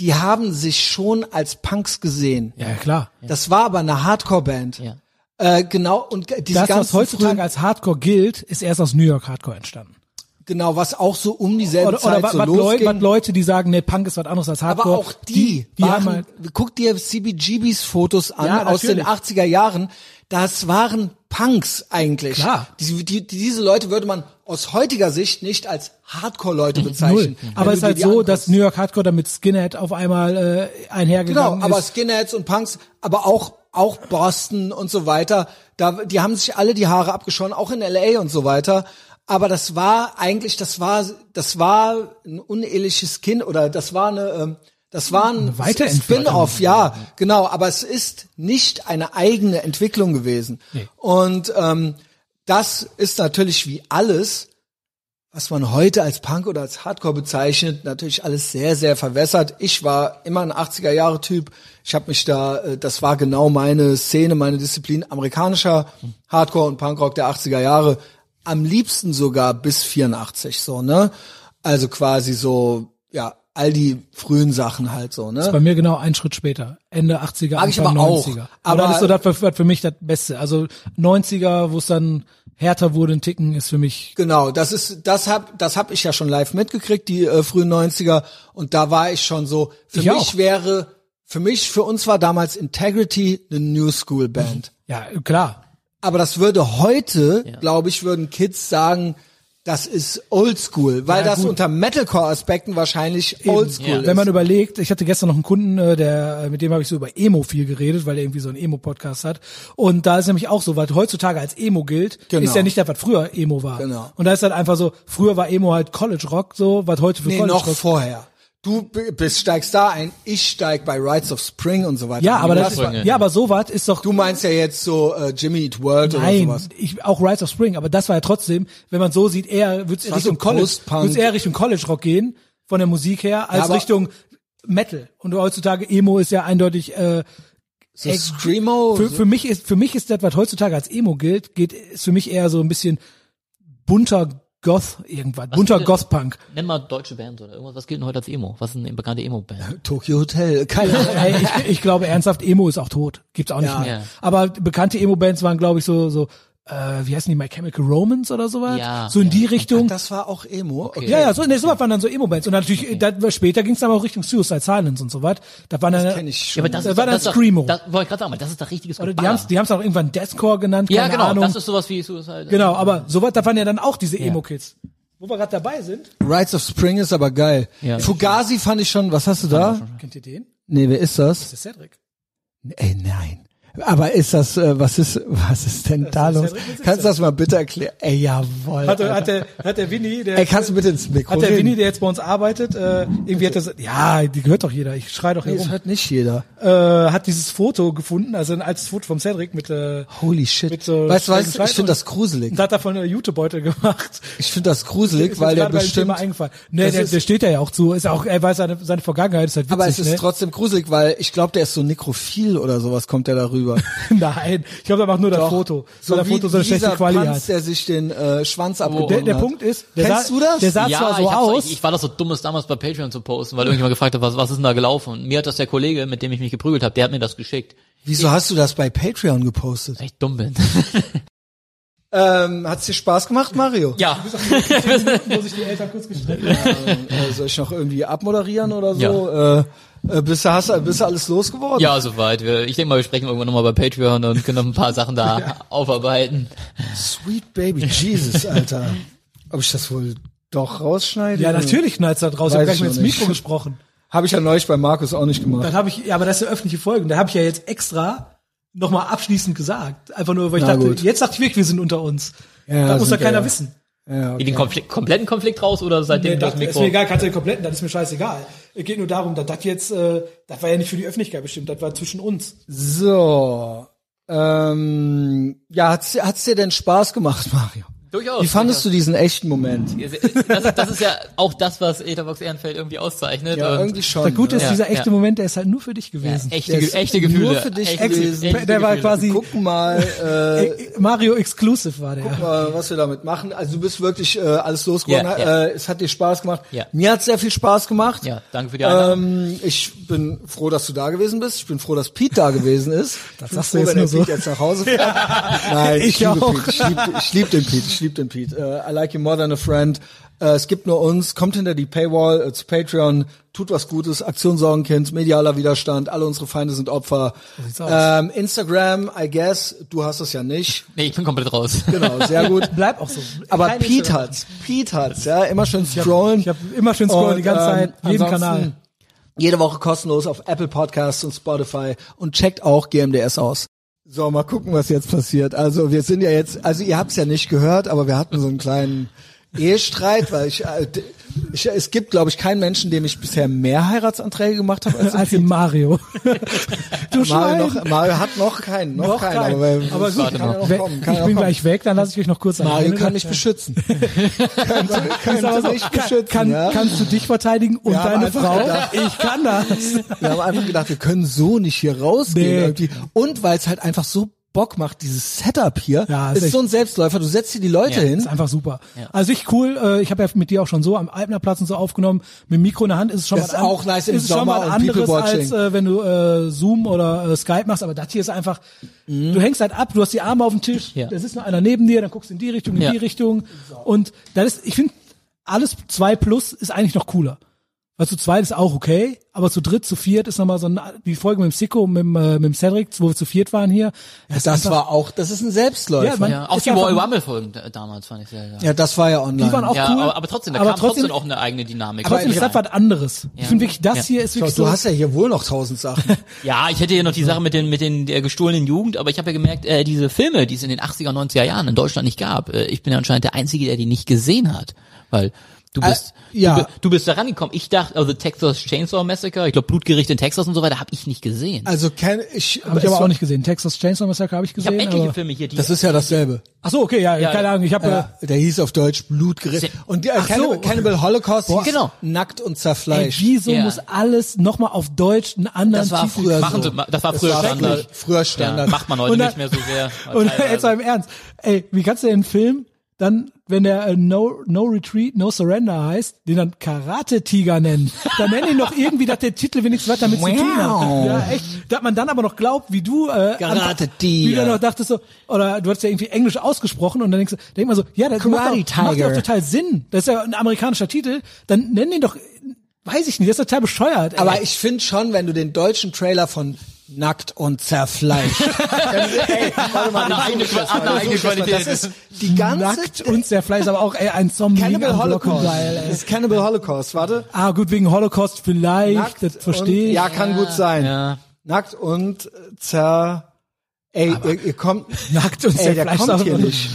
S1: die haben sich schon als Punks gesehen.
S2: ja, klar.
S1: Das war aber eine Hardcore-Band.
S3: Ja.
S1: Äh, genau, und ge- diese
S2: Das, was
S1: ganzen frühen,
S2: heutzutage als Hardcore gilt, ist erst aus New York Hardcore entstanden.
S1: genau, was auch so um dieselbe
S2: Oder,
S1: Zeit
S2: oder was,
S1: so
S2: was, Leute,
S1: losging.
S2: was Leute, die sagen, nee, Punk ist was anderes als
S1: Aber
S2: Hardcore.
S1: auch die,
S2: die, die haben
S1: waren,
S2: halt,
S1: guck dir CBGBs Fotos an
S2: Ja,
S1: aus den
S2: natürlich.
S1: 80er Jahren. Das waren Punks eigentlich.
S2: Klar.
S1: Die, die, diese Leute würde man aus heutiger Sicht nicht als Hardcore-Leute bezeichnen.
S2: Null.
S1: wenn
S2: Aber
S1: du
S2: es ist
S1: dir
S2: halt
S1: die
S2: so,
S1: anguckst.
S2: dass New York Hardcore damit Skinhead auf einmal äh, einhergegangen
S1: Genau, aber
S2: ist.
S1: Skinheads und Punks, aber auch auch Boston und so weiter, da die haben sich alle die Haare abgeschoren, auch in LA und so weiter, aber das war eigentlich das war das war ein uneheliches Kind oder das war eine ähm, das war ein
S2: Weiterentwicklung.
S1: Spin-off, ja, genau, aber es ist nicht eine eigene Entwicklung gewesen. Und ähm, das ist natürlich wie alles was man heute als Punk oder als Hardcore bezeichnet, natürlich alles sehr, sehr verwässert. Ich war immer ein 80er-Jahre-Typ. Ich habe mich da, äh, das war genau meine Szene, meine Disziplin, amerikanischer Hardcore und Punkrock der 80er Jahre. Am liebsten sogar bis 84, so, ne? Also quasi so, ja, all die frühen Sachen halt so, ne?
S2: Bei mir genau einen Schritt später. Ende 80er,
S1: Mag ich
S2: Anfang
S1: aber auch.
S2: 90er.
S1: Aber-
S2: das ist so das, was was für mich das Beste. Also 90er, wo es dann härter wurde, ein Ticken, ist für mich
S1: Genau, das ist, das hab, das hab ich ja schon live mitgekriegt, die äh, frühen 90er. Und da war ich schon so, für
S2: Ich
S1: mich
S2: auch.
S1: wäre, für mich, für uns war damals Integrity eine New School
S2: Mhm.
S1: Band.
S2: ja klar.
S1: Aber das würde heute, glaube ich, würden Kids sagen, Das ist oldschool, weil
S2: Ja,
S1: das
S2: gut.
S1: unter Metalcore-Aspekten wahrscheinlich oldschool
S3: Ja.
S1: ist.
S2: Wenn man überlegt, ich hatte gestern noch einen Kunden, äh, der äh, mit dem habe ich so über Emo viel geredet, weil er irgendwie so einen Emo-Podcast hat. Und da ist nämlich auch so, was heutzutage als Emo gilt,
S1: Genau.
S2: ist ja nicht das, was früher Emo war.
S1: Genau.
S2: Und da ist halt einfach so, früher war Emo halt College Rock, so was heute für
S1: nee,
S2: College
S1: noch
S2: Rock.
S1: vorher. Du b- bist, steigst da ein, ich steig bei Rites of Spring und so weiter.
S2: Ja,
S1: ein.
S2: aber
S1: Du
S2: das
S1: hast
S2: ist,
S1: mal-
S3: Folgen, ja.
S2: ja, aber sowas ist doch
S1: Du meinst ja jetzt so äh, Jimmy Eat World oder
S2: Nein,
S1: sowas.
S2: ich, auch Rise of Spring, aber das war ja trotzdem, wenn man so sieht, eher wird's
S1: war
S2: Richtung
S1: so
S2: College,
S1: Post-Punk.
S2: wird's eher Richtung College Rock gehen von der Musik her als
S1: aber-
S2: Richtung Metal. Und heutzutage Emo ist ja eindeutig äh,
S1: So
S2: ey,
S1: Screamo.
S2: für,
S1: so-
S2: für mich ist für mich ist das, was heutzutage als Emo gilt, geht ist für mich eher so ein bisschen bunter Goth irgendwas, bunter
S3: gilt-
S2: Goth Punk.
S3: Nenn mal deutsche Bands oder irgendwas. Was gilt denn heute als Emo? Was ist eine bekannte Emo-Band?
S1: Tokyo Hotel, keine Ahnung.
S2: Ey, ich, ich glaube ernsthaft, Emo ist auch tot, gibt's auch nicht
S1: Ja.
S2: mehr.
S3: Ja.
S2: Aber bekannte Emo-Bands waren, glaube ich, so so äh, wie heißen die My Chemical Romance oder sowas?
S3: Ja.
S2: so in die
S3: Ja.
S2: Richtung.
S1: Das war auch Emo. Okay.
S2: Ja, ja, so, nee, sowas waren dann so Emo-Bands. Und natürlich, äh, das, später ging es dann auch Richtung Suicide Silence und so was. Da waren dann,
S1: Kenn ich schon.
S3: Ja, aber das,
S2: Das
S3: ist
S2: war
S3: doch-
S2: dann
S3: das ist doch-
S2: Screamo.
S3: Das wollte ich gerade sagen, aber das ist doch richtiges
S2: oder die
S3: Geballer.
S2: haben's, die haben's auch irgendwann Deathcore genannt, keine
S3: Ja, genau.
S2: Ahnung.
S3: Das ist sowas wie Suicide.
S2: genau, aber sowas, da waren ja dann auch diese Emo-Kids. Wo wir gerade dabei sind,
S1: Rites of Spring ist aber geil.
S3: Ja.
S1: Fugazi fand ich schon, was hast du da?
S2: kennt ihr den?
S1: Nee, wer ist das?
S2: Das ist Cedric.
S1: Ey, nein. Aber ist das, äh, was ist, was ist denn da
S2: ist
S1: los?
S2: Henrik Witzig.
S1: Kannst du das mal bitte erklären? Ey, jawohl.
S2: Hat,
S1: Alter.
S2: der- hat, der, hat der Winnie, der,
S1: Ey, kannst du bitte ins Mikro
S2: hat der
S1: reden?
S2: Winnie, der jetzt bei uns arbeitet, äh, irgendwie hat das, ja, die gehört doch jeder, ich schrei doch hier
S1: das
S2: rum,
S1: hört nicht jeder.
S2: äh, hat dieses Foto gefunden, also ein altes Foto vom Cedric mit, äh,
S1: Holy shit.
S2: Mit so
S1: weißt du
S2: schrägen
S1: was? Ich
S2: Schweif-
S1: finde das gruselig.
S2: und hat davon einen Jutebeutel gemacht.
S1: Ich finde das
S2: Ist
S1: gruselig,
S2: mir
S1: weil der
S2: gerade beim Thema
S1: bestimmt
S2: eingefallen. Nee,
S1: Das
S2: der,
S1: ist-
S2: der steht da ja auch zu. Ist auch, er weiß seine, seine Vergangenheit, ist halt witzig,
S1: Aber es ist
S2: ne?
S1: trotzdem gruselig, weil ich glaube, der ist so nekrophil oder sowas, kommt der darüber.
S2: Nein, ich glaube, er macht nur das
S1: Doch.
S2: Foto.
S1: So
S2: weil das
S1: wie
S2: Foto so eine schlechte
S1: dieser
S2: Quali
S1: Panz,
S2: hat.
S1: der sich den äh, Schwanz abgebrochen
S2: Der, der
S1: hat.
S2: Punkt ist, der
S1: Kennst
S2: sah,
S1: du das?
S2: Der sah
S3: ja,
S2: zwar
S3: ich,
S2: so
S3: hab's-
S2: aus.
S3: ich, ich war doch so dummes damals bei Patreon zu posten, weil irgendjemand gefragt hat, was, was ist denn da gelaufen? Und mir hat das der Kollege, mit dem ich mich geprügelt habe, der hat mir das geschickt.
S1: Wieso hast du das bei Patreon gepostet?
S3: Weil ich dumm bin.
S1: Ähm, hat's dir Spaß gemacht, Mario?
S3: ja.
S2: muss ich die Eltern kurz gestreckt.
S1: Äh, soll ich noch irgendwie abmoderieren oder so?
S3: Ja.
S1: Äh, äh, bist, du, hast, du- bist du alles losgeworden?
S3: Ja, soweit. Wir, ich denke mal, wir sprechen irgendwann nochmal bei Patreon und können noch ein paar Sachen da aufarbeiten.
S1: Sweet Baby Jesus, Alter. Ob ich das wohl doch rausschneide?
S2: Ja, natürlich schneid's da draus. Ich
S1: Weiß
S2: habe gleich
S1: ich
S2: mit
S1: noch
S2: ins Mikro
S1: nicht.
S2: gesprochen.
S1: Habe ich ja neulich bei Markus auch nicht gemacht.
S2: Dann habe ich, ja, aber das ist eine öffentliche Folge. und Da habe ich ja jetzt extra nochmal abschließend gesagt. Einfach nur, weil ich
S1: Na
S2: dachte,
S1: gut.
S2: jetzt dachte ich wirklich, wir sind unter uns.
S1: Ja,
S2: das muss ja
S1: sind wir
S2: keiner
S1: ja.
S2: wissen.
S1: Ja,
S3: Wie den Konflikt, kompletten Konflikt raus oder seitdem
S2: Nee,
S3: du
S2: das
S3: das
S2: ist
S3: Mikro.
S2: mir egal, kannst du den kompletten, das ist mir scheißegal. Es geht nur darum, dass das jetzt, äh, das war ja nicht für die Öffentlichkeit bestimmt, das war zwischen uns.
S1: So. Ähm, ja, hat's, hat's dir denn Spaß gemacht, Mario?
S3: Durchaus.
S1: Wie fandest du diesen echten Moment?
S3: Das, ist- das ist ja auch das, was Etherbox Ehrenfeld irgendwie auszeichnet.
S1: Ja,
S3: und
S1: irgendwie schon.
S2: Das Gute ist,
S1: ne?
S3: Ja,
S2: dieser echte
S3: ja.
S2: Moment, der ist halt nur für dich gewesen.
S3: echte,
S1: Der
S3: Ge-
S1: ist
S3: echte
S1: nur
S3: Gefühle.
S1: für dich
S3: echte,
S1: gewesen.
S3: echte
S2: Der war quasi-
S1: Wir gucken mal, äh,
S2: Äh, Mario Exclusive war der.
S1: mal, äh, was wir damit machen. Also du bist wirklich äh, alles losgeworden.
S3: Ja, ja.
S1: Äh, es hat dir Spaß gemacht.
S3: Ja.
S1: Mir hat sehr viel Spaß gemacht.
S3: Ja, danke für die Einladung.
S1: Ähm, ich bin froh, dass du da gewesen bist. Ich bin froh, dass Pete da gewesen ist. Das
S2: sagst du
S1: froh,
S2: jetzt
S1: wenn der
S2: nur so.
S1: Pete jetzt nach Hause fährt. Nein,
S2: Ich
S1: ich, liebe
S2: auch.
S1: Pete. Ich liebe ich lieb den Pete. Ich liebe den Pete. Äh, I like you more than a friend. Äh, es gibt nur uns. Kommt hinter die Paywall äh, zu Patreon. Tut was Gutes. Aktion Sorgenkind. Medialer Widerstand. Alle unsere Feinde sind Opfer.
S2: sieht's aus.
S1: Ähm, Instagram, I guess. Du hast es ja nicht.
S3: nee, ich bin komplett raus.
S1: Genau, sehr gut.
S2: Bleib auch so.
S1: Aber
S2: Kein
S1: Pete
S2: Instagram.
S1: hat's, Pete hat's, ja, immer schön scrollen. ähm,
S2: ich hab immer schön scrollen, die ganze Zeit, jeden
S1: ansonsten
S2: Kanal.
S1: Jede Woche kostenlos auf Apple Podcasts und Spotify und checkt auch GMDS aus. So, mal gucken, was jetzt passiert. Also, wir sind ja jetzt, also ihr habt's ja nicht gehört, aber wir hatten so einen kleinen Ehestreit, weil ich, äh, d- ich es gibt, glaube ich, keinen Menschen, dem ich bisher mehr Heiratsanträge gemacht habe als, als
S2: Als in Mario. du Schwein.
S1: Mario, noch, Mario hat noch keinen, noch,
S2: Noch
S1: keinen,
S2: keinen.
S1: aber,
S2: Aber gut,
S1: kann ja noch
S2: Wenn-
S1: kommen, kann
S2: ich bin
S1: ja noch kommen.
S2: gleich weg, dann lasse ich euch noch kurz ein.
S1: Mario kann mich beschützen. kann
S2: aber
S1: kann
S2: so,
S1: mich
S2: kann,
S1: beschützen.
S2: kann,
S1: ja?
S2: Kannst du dich verteidigen und
S1: Wir haben
S2: deine
S1: einfach
S2: Frau?
S1: gedacht-
S2: Ich kann das.
S1: Wir haben einfach gedacht, wir können so nicht hier rausgehen.
S2: Nee.
S1: Irgendwie. Und weil es halt einfach so Bock macht, dieses Setup hier,
S2: Ja, ist
S1: ist,
S2: echt-
S1: so ein Selbstläufer. Du setzt hier die Leute
S3: Ja,
S1: hin.
S2: Ist einfach super. Also ich cool, äh, ich habe ja mit dir auch schon so am Alpnerplatz und so aufgenommen, mit dem Mikro in der Hand ist es schon
S1: Das
S2: mal
S1: ist auch nice im
S2: ist es schon
S1: Sommer
S2: mal
S1: und people
S2: anderes als
S1: watching.
S2: äh, wenn du äh, Zoom oder äh, Skype machst, aber das hier ist einfach du hängst halt ab, du hast die Arme auf dem Tisch,
S3: Ja.
S2: da sitzt noch einer neben dir, dann guckst du in die Richtung, in
S3: Ja.
S2: die Richtung und das ist ich finde alles 2 plus ist eigentlich noch cooler. Weil zu zweit ist auch okay, aber zu dritt, zu viert ist nochmal so ein, die Folge mit dem Sicko und mit, dem, äh, mit dem Cedric, wo wir zu viert waren hier.
S1: Das, war auch, das ist ein Selbstläufer.
S2: Ja, man-
S3: Ja, auch
S2: ist
S3: die
S2: einfach-
S3: Royal Rumble Folgen da- damals fand ich sehr geil.
S1: Ja, das war ja online.
S2: Die waren auch
S3: Ja,
S2: cool.
S3: aber, aber trotzdem, da
S2: aber
S3: kam trotzdem, auch eine eigene Dynamik.
S2: trotzdem ist das
S3: rein.
S2: was anderes. Ich finde wirklich, das
S3: Ja.
S2: hier ist
S1: Schau,
S2: wirklich
S1: du
S2: so,
S1: hast ja hier wohl noch tausend Sachen.
S3: Ja, ich hätte hier noch die Sache mit den mit den der gestohlenen Jugend, aber ich habe ja gemerkt, äh, diese Filme, die es in den 80er, 90er Jahren in Deutschland nicht gab, äh, ich bin ja anscheinend der Einzige, der die nicht gesehen hat, weil du bist
S1: ja.
S3: du, bi- du bist da rangekommen. Ich dachte, also Texas Chainsaw Massacre, ich glaube Blutgericht in Texas und so weiter, habe ich nicht gesehen.
S1: Also kenn ich,
S2: habe ich aber auch nicht gesehen. Texas Chainsaw Massacre habe ich
S3: ich habe
S2: gesehen.
S3: etliche
S2: aber-
S3: Filme hier, die
S1: Das ist ja dasselbe.
S2: Ach so, okay, ja,
S3: Ja,
S2: keine Ahnung. Ich habe äh,
S1: Ja, der hieß auf Deutsch Blutgericht.
S3: Se-
S1: Und der
S2: Ach so.
S1: Cannibal, Cannibal Holocaust hieß
S3: Genau.
S1: nackt und
S2: Ey,
S1: zerfleisch.
S2: wieso
S3: Ja.
S2: muss alles nochmal auf Deutsch einen anderen
S3: Das war
S2: Titel
S3: früher
S2: haben?
S3: so. Machen Sie- das war
S1: Es
S3: früher Standard.
S1: wirklich Früher Standard.
S3: Ja, macht man heute
S2: Und dann-
S3: nicht mehr so sehr.
S2: Und jetzt
S3: teilweise.
S2: mal im Ernst. Ey, wie kannst du den Film dann, wenn der äh, no, no Retreat, No Surrender heißt, den dann Karate-Tiger nennen? Dann nenn ihn doch irgendwie, dass der Titel wenigstens was damit zu tun hat.
S1: Wow.
S2: Ja, echt. Dass man dann aber noch glaubt, wie du... Äh,
S1: Karate-Tiger.
S2: Wie du noch dachtest so, oder du hast ja irgendwie Englisch ausgesprochen und dann denkst du, denk mal so, ja, das macht doch,
S1: Karate-Tiger.
S2: macht doch total Sinn. Das ist ja ein amerikanischer Titel. Dann nenn den doch... Weiß ich nicht, das ist total bescheuert. Ey.
S1: Aber ich finde schon, wenn du den deutschen Trailer von Nackt und Zerfleisch. Ey, warte mal,
S3: Hat eine eigene-
S1: versuch das
S3: hat eine
S1: mal, versuch
S3: eigene
S1: das mal.
S3: Qualität.
S1: Das ist die ganze
S2: Nackt und sehr Fleisch, aber auch ey, ein Zombie.
S1: Cannibal
S2: am
S1: Holocaust.
S2: Glockenseil, ey.
S1: Das ist Cannibal Holocaust, warte.
S2: Ah, gut, wegen Holocaust vielleicht, das verstehe
S1: und,
S2: ich.
S1: Ja, kann gut sein. Nackt und Zer... Ey, ihr, ihr kommt...
S2: Nackt und
S1: Ey, der
S2: zerfleischt
S1: kommt
S2: aber
S1: hier
S2: noch.
S1: nicht.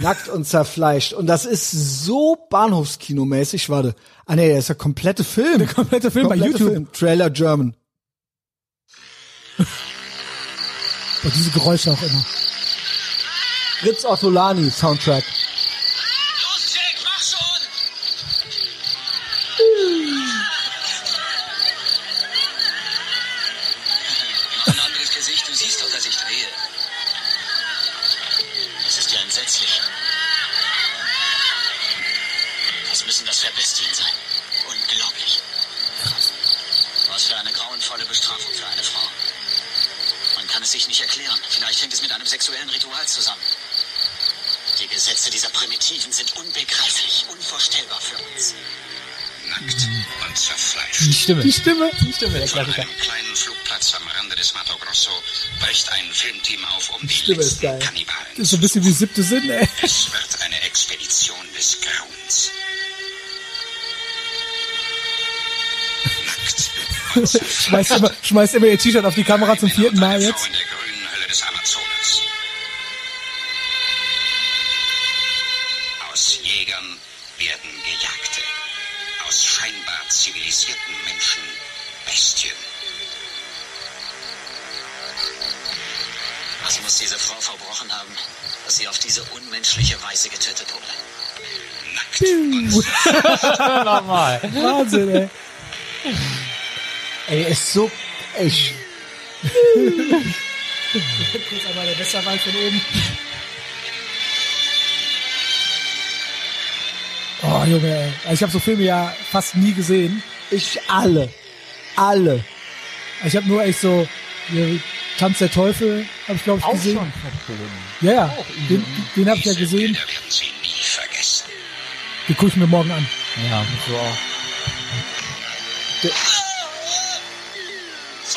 S1: Nackt und zerfleischt. Und das ist so Bahnhofskinomäßig, warte. Ah nee, das ist der komplette Film. Der
S2: komplette Film bei YouTube.
S1: Trailer German.
S2: Und diese Geräusche auch immer.
S1: Fritz Ottolani Soundtrack.
S4: Los, Jake, mach schon! Ein anderes Gesicht, du siehst doch, dass ich drehe. Das ist ja entsetzlich. Was müssen das für Bestien sein? Unglaublich. Krass. Was für eine grauenvolle Bestrafung für eine Frau. Man kann es sich nicht erklären. Vielleicht hängt es mit einem sexuellen Ritual zusammen. Die Gesetze dieser Primitiven sind unbegreiflich, unvorstellbar für uns.
S5: Nackt und zerfleischt.
S3: Stimme.
S2: Die Stimme.
S5: Von einem kleinen Flugplatz am Rande des Mato Grosso bricht ein Filmteam auf, um die
S2: Stimme ist
S5: letzten
S2: geil.
S5: Kannibalen.
S2: Ist so ein bisschen wie siebte Sinn, ey.
S5: Es wird eine Expedition des Grauens. Nackt und zerfleischt.
S2: Schmeißt immer, schmeißt immer ihr T-Shirt auf die Kamera zum vierten Mal
S5: Eine Frau
S2: jetzt.
S5: in der grünen Hölle des Amazonas. Aus Jägern werden Gejagte. Aus scheinbar zivilisierten Menschen Bestien.
S4: Was muss diese Frau verbrochen haben, dass sie auf diese unmenschliche Weise getötet wurde?
S5: Nackt
S2: Hm.
S5: und zerfleischt.
S2: Wahnsinn, ey.
S1: Ey, ist so echt.
S2: Kurz einmal der Westerwald von oben. Oh, Junge, ey. Also Ich habe so Filme ja fast nie gesehen.
S1: Ich alle. Alle.
S2: Ich habe nur echt so hier, Tanz der Teufel, habe ich glaube ich gesehen. Ja, ja, den, den habe ich ja
S5: Diese
S2: gesehen.
S5: Bilder werden Sie nie vergessen.
S2: Den gucke ich mir morgen an.
S3: Ja, so auch.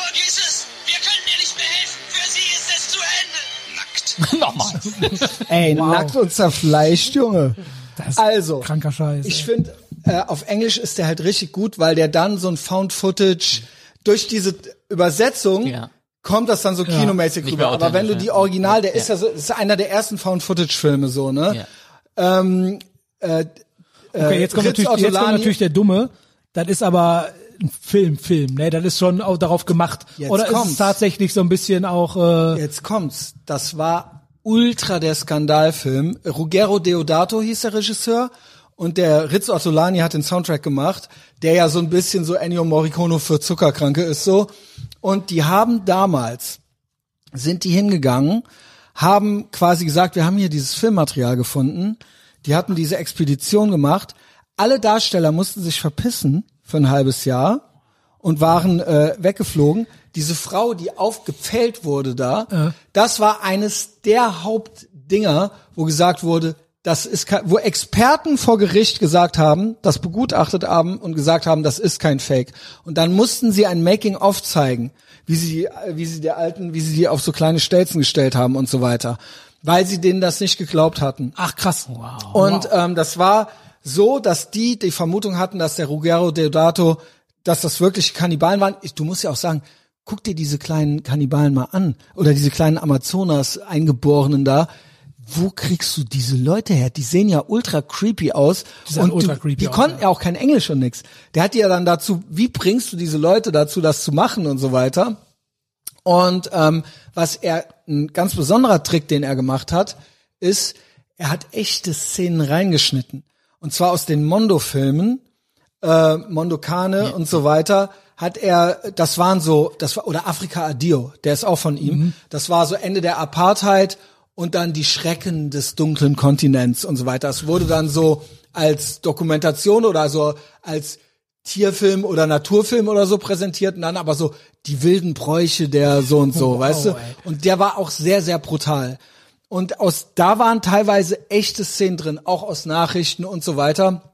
S4: Vergiss es! Wir können dir nicht mehr helfen! Für sie ist es zu Ende!
S5: Nackt
S3: Nochmal.
S1: Ey, nackt und zerfleischt, Junge.
S2: Das
S1: Also.
S2: Kranker Scheiß.
S1: Ich
S2: ey.
S1: finde, äh, auf Englisch ist der halt richtig gut, weil der dann so ein Found Footage durch diese Übersetzung
S3: Ja.
S1: kommt das dann so kinomäßig
S3: Nicht
S1: rüber.
S3: mehr
S1: Aber wenn du
S3: authentisch,
S1: die
S3: ja.
S1: Original, der
S3: Ja.
S1: ist ja so, das ist einer der ersten Found Footage Filme so, ne?
S2: okay, jetzt kommt,
S1: Fritz
S2: natürlich, jetzt kommt
S1: äh, Ortolani-
S2: natürlich der Dumme. Das ist aber ein Film, Film. Ne? Das ist schon auch darauf gemacht.
S1: Jetzt
S2: Oder ist es
S1: kommt's.
S2: tatsächlich so ein bisschen auch... Äh,
S1: Jetzt kommt's. Das war ultra der Skandalfilm. Ruggero Deodato hieß der Regisseur. Und der Ritz Ottolani hat den Soundtrack gemacht, der ja so ein bisschen so Ennio Morricone für Zuckerkranke ist so. Und die haben damals, sind die hingegangen, haben quasi gesagt, wir haben hier dieses Filmmaterial gefunden. Die hatten diese Expedition gemacht. Alle Darsteller mussten sich verpissen für ein halbes Jahr und waren äh, weggeflogen. Diese Frau, die aufgepellt wurde da, das war eines der Hauptdinger, wo gesagt wurde, Das ist kein, wo Experten vor Gericht gesagt haben, das begutachtet haben und gesagt haben, das ist kein Fake. Und dann mussten sie ein Making of zeigen, wie sie wie sie der alten, wie sie die auf so kleine Stelzen gestellt haben und so weiter, weil sie denen das nicht geglaubt hatten.
S2: Ach krass. Wow.
S1: Und ähm, das war so, dass die die Vermutung hatten, dass der Ruggero Deodato, dass das wirklich Kannibalen waren. Ich, du musst ja auch sagen, guck dir diese kleinen Kannibalen mal an oder diese kleinen Amazonas Eingeborenen da. Wo kriegst du diese Leute her? Die sehen ja ultra creepy aus
S2: Die sahen
S1: und
S2: ultra
S1: du,
S2: creepy
S1: die
S2: aus,
S1: konnten
S2: ja.
S1: ja auch kein Englisch und nix. Der hat die ja dann dazu, wie bringst du diese Leute dazu, das zu machen und so weiter? Und ähm, was er, ein ganz besonderer Trick, den er gemacht hat, ist, er hat echte Szenen reingeschnitten. Und zwar aus den Mondo-Filmen, äh, Mondo Kane und so weiter, hat er, das waren so, das war, oder Afrika Adio, der ist auch von ihm, das war so Ende der Apartheid und dann die Schrecken des dunklen Kontinents und so weiter. Es wurde dann so als Dokumentation oder so als Tierfilm oder Naturfilm oder so präsentiert und dann aber so die wilden Bräuche der so und so, weißt du? Und der war auch sehr, sehr brutal. Und aus, da waren teilweise echte Szenen drin, auch aus Nachrichten und so weiter.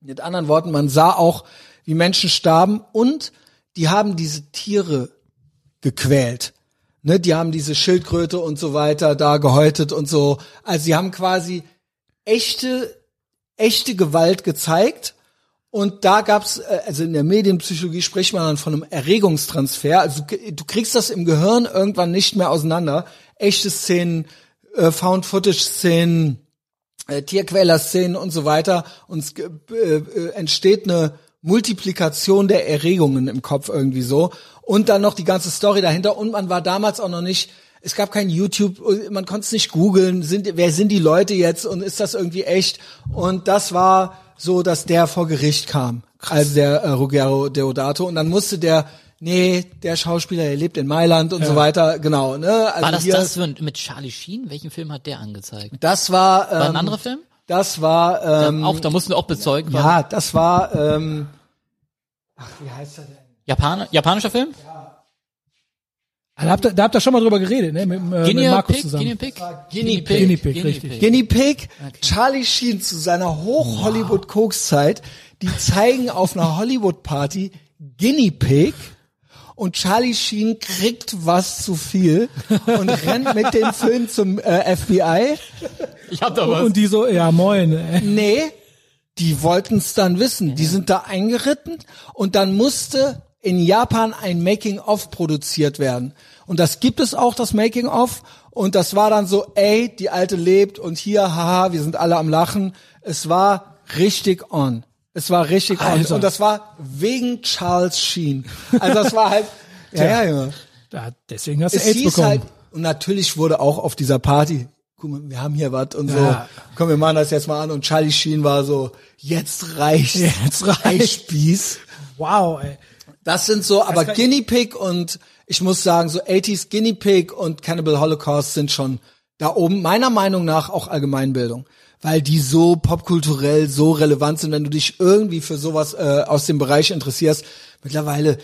S1: Mit anderen Worten, man sah auch, wie Menschen starben und die haben diese Tiere gequält. Ne, die haben diese Schildkröte und so weiter da gehäutet und so. Also sie haben quasi echte, echte Gewalt gezeigt. Und da gab's, äh, also in der Medienpsychologie spricht man dann von einem Erregungstransfer. Also du k- du kriegst das im Gehirn irgendwann nicht mehr auseinander. Echte Szenen, äh, Found-Footage-Szenen, äh, Tierquäler-Szenen und so weiter. Und es ge- äh, äh, entsteht eine Multiplikation der Erregungen im Kopf irgendwie so. Und dann noch die ganze Story dahinter. Und man war damals auch noch nicht, es gab kein YouTube, man konnte es nicht googeln, sind, wer sind die Leute jetzt und ist das irgendwie echt? Und das war so, dass der vor Gericht kam. Also der äh, Ruggero Deodato. Und dann musste der, nee, der Schauspieler, der lebt in Mailand und so weiter. Genau, ne? Also
S3: War das
S1: hier-
S3: das für- mit Charlie Sheen? Welchen Film hat der angezeigt?
S1: Das war, ähm,
S3: War ein anderer Film?
S1: Das war, ähm,
S3: auch, da mussten wir auch bezeugen. War
S1: Ja, das war, ähm, ach, wie heißt er denn?
S3: Japaner, japanischer Film?
S1: Äh,
S2: Ah, Da habt ihr, da habt ihr schon mal drüber geredet, ne? Mit, äh, mit
S3: Guinea
S2: Markus
S3: Pig?
S2: zusammen.
S3: Guinea Pig?
S1: Ah, Guinea Pig.
S2: Guinea Pig, richtig.
S1: Guinea Pig, Charlie Sheen zu seiner Hoch-Hollywood-Koks-Zeit, die zeigen auf einer Hollywood-Party Guinea Pig und Charlie Sheen kriegt was zu viel und rennt mit dem Film zum äh, FBI.
S3: Ich hab da was.
S2: Und die so, ja moin. Ey.
S1: Nee, die wollten es dann wissen. Die sind da eingeritten und dann musste in Japan ein Making-of produziert werden. Und das gibt es auch, das Making-of. Und das war dann so, ey, die Alte lebt und hier, haha, wir sind alle am Lachen. Es war richtig on. Es war richtig
S2: Alter.
S1: on. Und das war wegen Charles Sheen. Also das war halt, ja, ja, ja.
S2: Da, deswegen hast du
S1: Es
S2: AIDS
S1: hieß
S2: bekommen.
S1: halt, und natürlich wurde auch auf dieser Party, guck mal, wir haben hier was und
S2: Ja.
S1: so, komm, wir machen das jetzt mal an. Und Charlie Sheen war so, jetzt reicht's.
S2: Jetzt reicht's.
S1: Reichspieß.
S2: Wow,
S1: Äh,
S2: ey.
S1: Das sind so, aber
S2: Also kann-
S1: Guinea Pig und ich muss sagen, so 80s Guinea Pig und Cannibal Holocaust sind schon da oben, meiner Meinung nach auch Allgemeinbildung. Weil die so popkulturell so relevant sind, wenn du dich irgendwie für sowas äh, aus dem Bereich interessierst. Mittlerweile,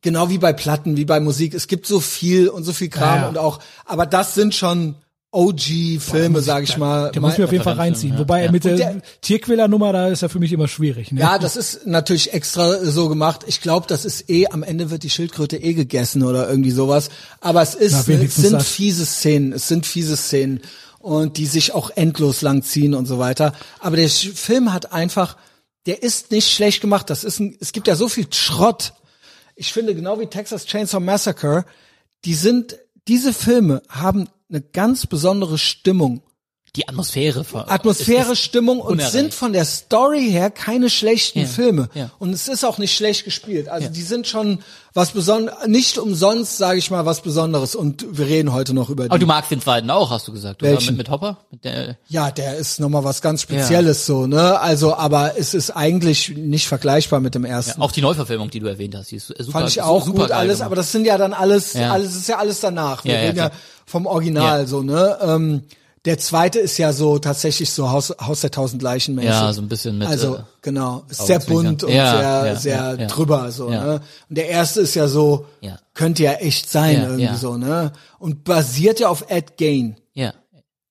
S1: genau wie bei Platten, wie bei Musik, es gibt so viel und so viel Kram
S2: Ja, ja.
S1: und auch, aber das sind schon OG-Filme, sag ich mal.
S2: Der muss ich mir auf jeden Fall
S3: Referenz,
S2: reinziehen.
S3: ja.
S2: Wobei
S3: Ja.
S2: mit der,
S1: der-
S2: Tierquälernummer, da ist ja für mich immer schwierig. Ne?
S1: Ja, das ist natürlich extra äh, so gemacht. Ich glaube, das ist eh, am Ende wird die Schildkröte eh gegessen oder irgendwie sowas. Aber es ist,
S2: Na,
S1: es
S2: wenigstens
S1: sind
S2: das.
S1: fiese Szenen, es sind fiese Szenen und die sich auch endlos lang ziehen und so weiter. Aber der Sch- Film hat einfach, der ist nicht schlecht gemacht. Das ist ein, es gibt ja so viel Schrott. Ich finde, genau wie Texas Chainsaw Massacre, die sind, diese Filme haben eine ganz besondere Stimmung.
S3: Die Atmosphäre. ver-
S1: Atmosphäre,
S3: ist- ist
S1: Stimmung und
S3: unerreicht.
S1: sind von der Story her keine schlechten
S3: Ja,
S1: Filme.
S3: ja.
S1: Und es ist auch nicht schlecht gespielt. Also
S3: Ja.
S1: die sind schon was Besonderes, nicht umsonst, sage ich mal, was Besonderes. Und wir reden heute noch über
S3: Aber du
S1: die.
S3: magst den zweiten auch, hast du gesagt, oder?
S1: Welchen?
S3: Mit, mit Hopper? Mit der,
S1: Ja, der ist nochmal was ganz Spezielles so, ne? Also, aber es ist eigentlich nicht vergleichbar mit dem ersten.
S3: auch die Neuverfilmung, die du erwähnt hast, die ist super.
S1: Fand ich
S3: super
S1: auch gut
S3: geil
S1: alles,
S3: gemacht.
S1: aber das sind ja dann alles,
S3: Ja.
S1: alles ist ja alles danach. Wir
S3: Ja, ja,
S1: reden ja,
S3: klar.
S1: vom Original
S3: Ja.
S1: so, ne? Ähm, der zweite ist ja so tatsächlich so Haus, Haus der tausend Leichen mäßig.
S3: Ja, so ein bisschen mit,
S1: Also
S3: äh,
S1: genau, ist sehr bunt und
S3: Ja,
S1: sehr,
S3: ja,
S1: sehr
S3: ja, ja.
S1: drüber so.
S3: Ja.
S1: Ne? Und der erste ist ja so,
S3: Ja.
S1: könnte ja echt sein
S3: Ja,
S1: irgendwie
S3: ja.
S1: so, ne? Und basiert ja auf Ed Gain.
S3: Ja.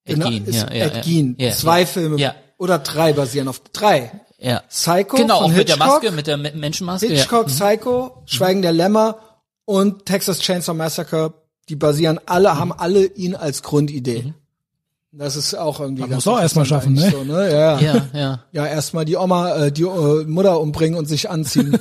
S3: Ed Gein,
S1: ist
S3: ja, ja,
S1: Ed
S3: ja.
S1: Gein.
S3: Ja,
S1: Zwei
S3: ja.
S1: Filme
S3: Ja.
S1: oder drei basieren auf drei.
S3: Ja.
S1: Psycho
S3: Genau,
S1: von
S3: auch mit der
S1: Hitchcock.
S3: Maske, mit der Me- Menschenmaske.
S1: Hitchcock, Psycho, Schweigen der Lämmer und Texas Chainsaw Massacre, die basieren
S3: Mhm.
S1: alle, haben alle ihn als Grundidee. Das ist auch irgendwie
S2: muss auch erstmal
S1: interessant
S2: schaffen,
S1: eigentlich So, ne? ja, ja.
S3: Ja, ja. ja.
S1: ja, erstmal die Oma, äh, die äh, Mutter umbringen und sich anziehen.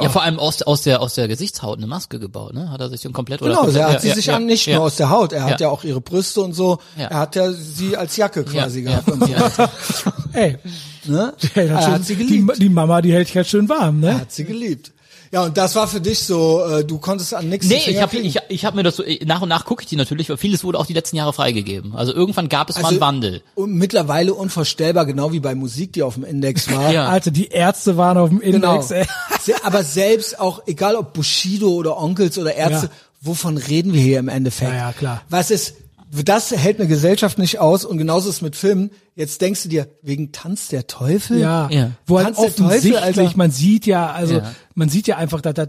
S3: Ja, vor allem aus, aus der aus der Gesichtshaut eine Maske gebaut, ne? Hat er sich dann komplett oder
S1: genau,
S3: komplett,
S1: er hat
S3: ja,
S1: sie
S3: ja,
S1: sich
S3: ja,
S1: an nicht
S3: ja,
S1: nur aus der Haut, er hat ja,
S3: Ja.
S1: auch ihre Brüste und so,
S3: Ja.
S1: er hat ja sie als Jacke
S3: ja,
S1: quasi
S3: ja,
S1: gehabt. und so,
S3: ja.
S2: Ey,
S1: Ne?
S2: der
S1: Er
S2: hat schon,
S1: hat sie
S2: die,
S1: geliebt.
S2: die Mama, die hält sich halt schön warm,
S1: Er
S2: ne?
S1: hat sie geliebt. Ja, und das war für dich so, äh, du konntest an nichts
S3: Nee,
S1: den Finger
S3: ich habe
S1: kriegen.
S3: ich, ich hab mir das so, nach und nach gucke ich die natürlich, weil vieles wurde auch die letzten Jahre freigegeben. Also irgendwann gab es mal einen Wandel.
S1: Und mittlerweile unvorstellbar, genau wie bei Musik, die auf dem Index war.
S3: Ja.
S2: Alter, Also, die Ärzte waren auf dem
S1: Genau.
S2: Index, ey.
S1: Se- Aber selbst auch, egal ob Bushido oder Onkels oder Ärzte,
S2: Ja.
S1: wovon reden wir hier im Endeffekt?
S2: Ja, ja, klar.
S1: Was ist, das hält eine Gesellschaft nicht aus und genauso ist es mit Filmen. Jetzt denkst du dir, wegen Tanz der Teufel?
S2: Ja,
S3: Ja.
S2: wo halt
S1: Tanz der Teufel,
S2: offensichtlich,
S1: Alter.
S2: man sieht ja, also,
S3: Ja.
S2: man sieht ja einfach, dass das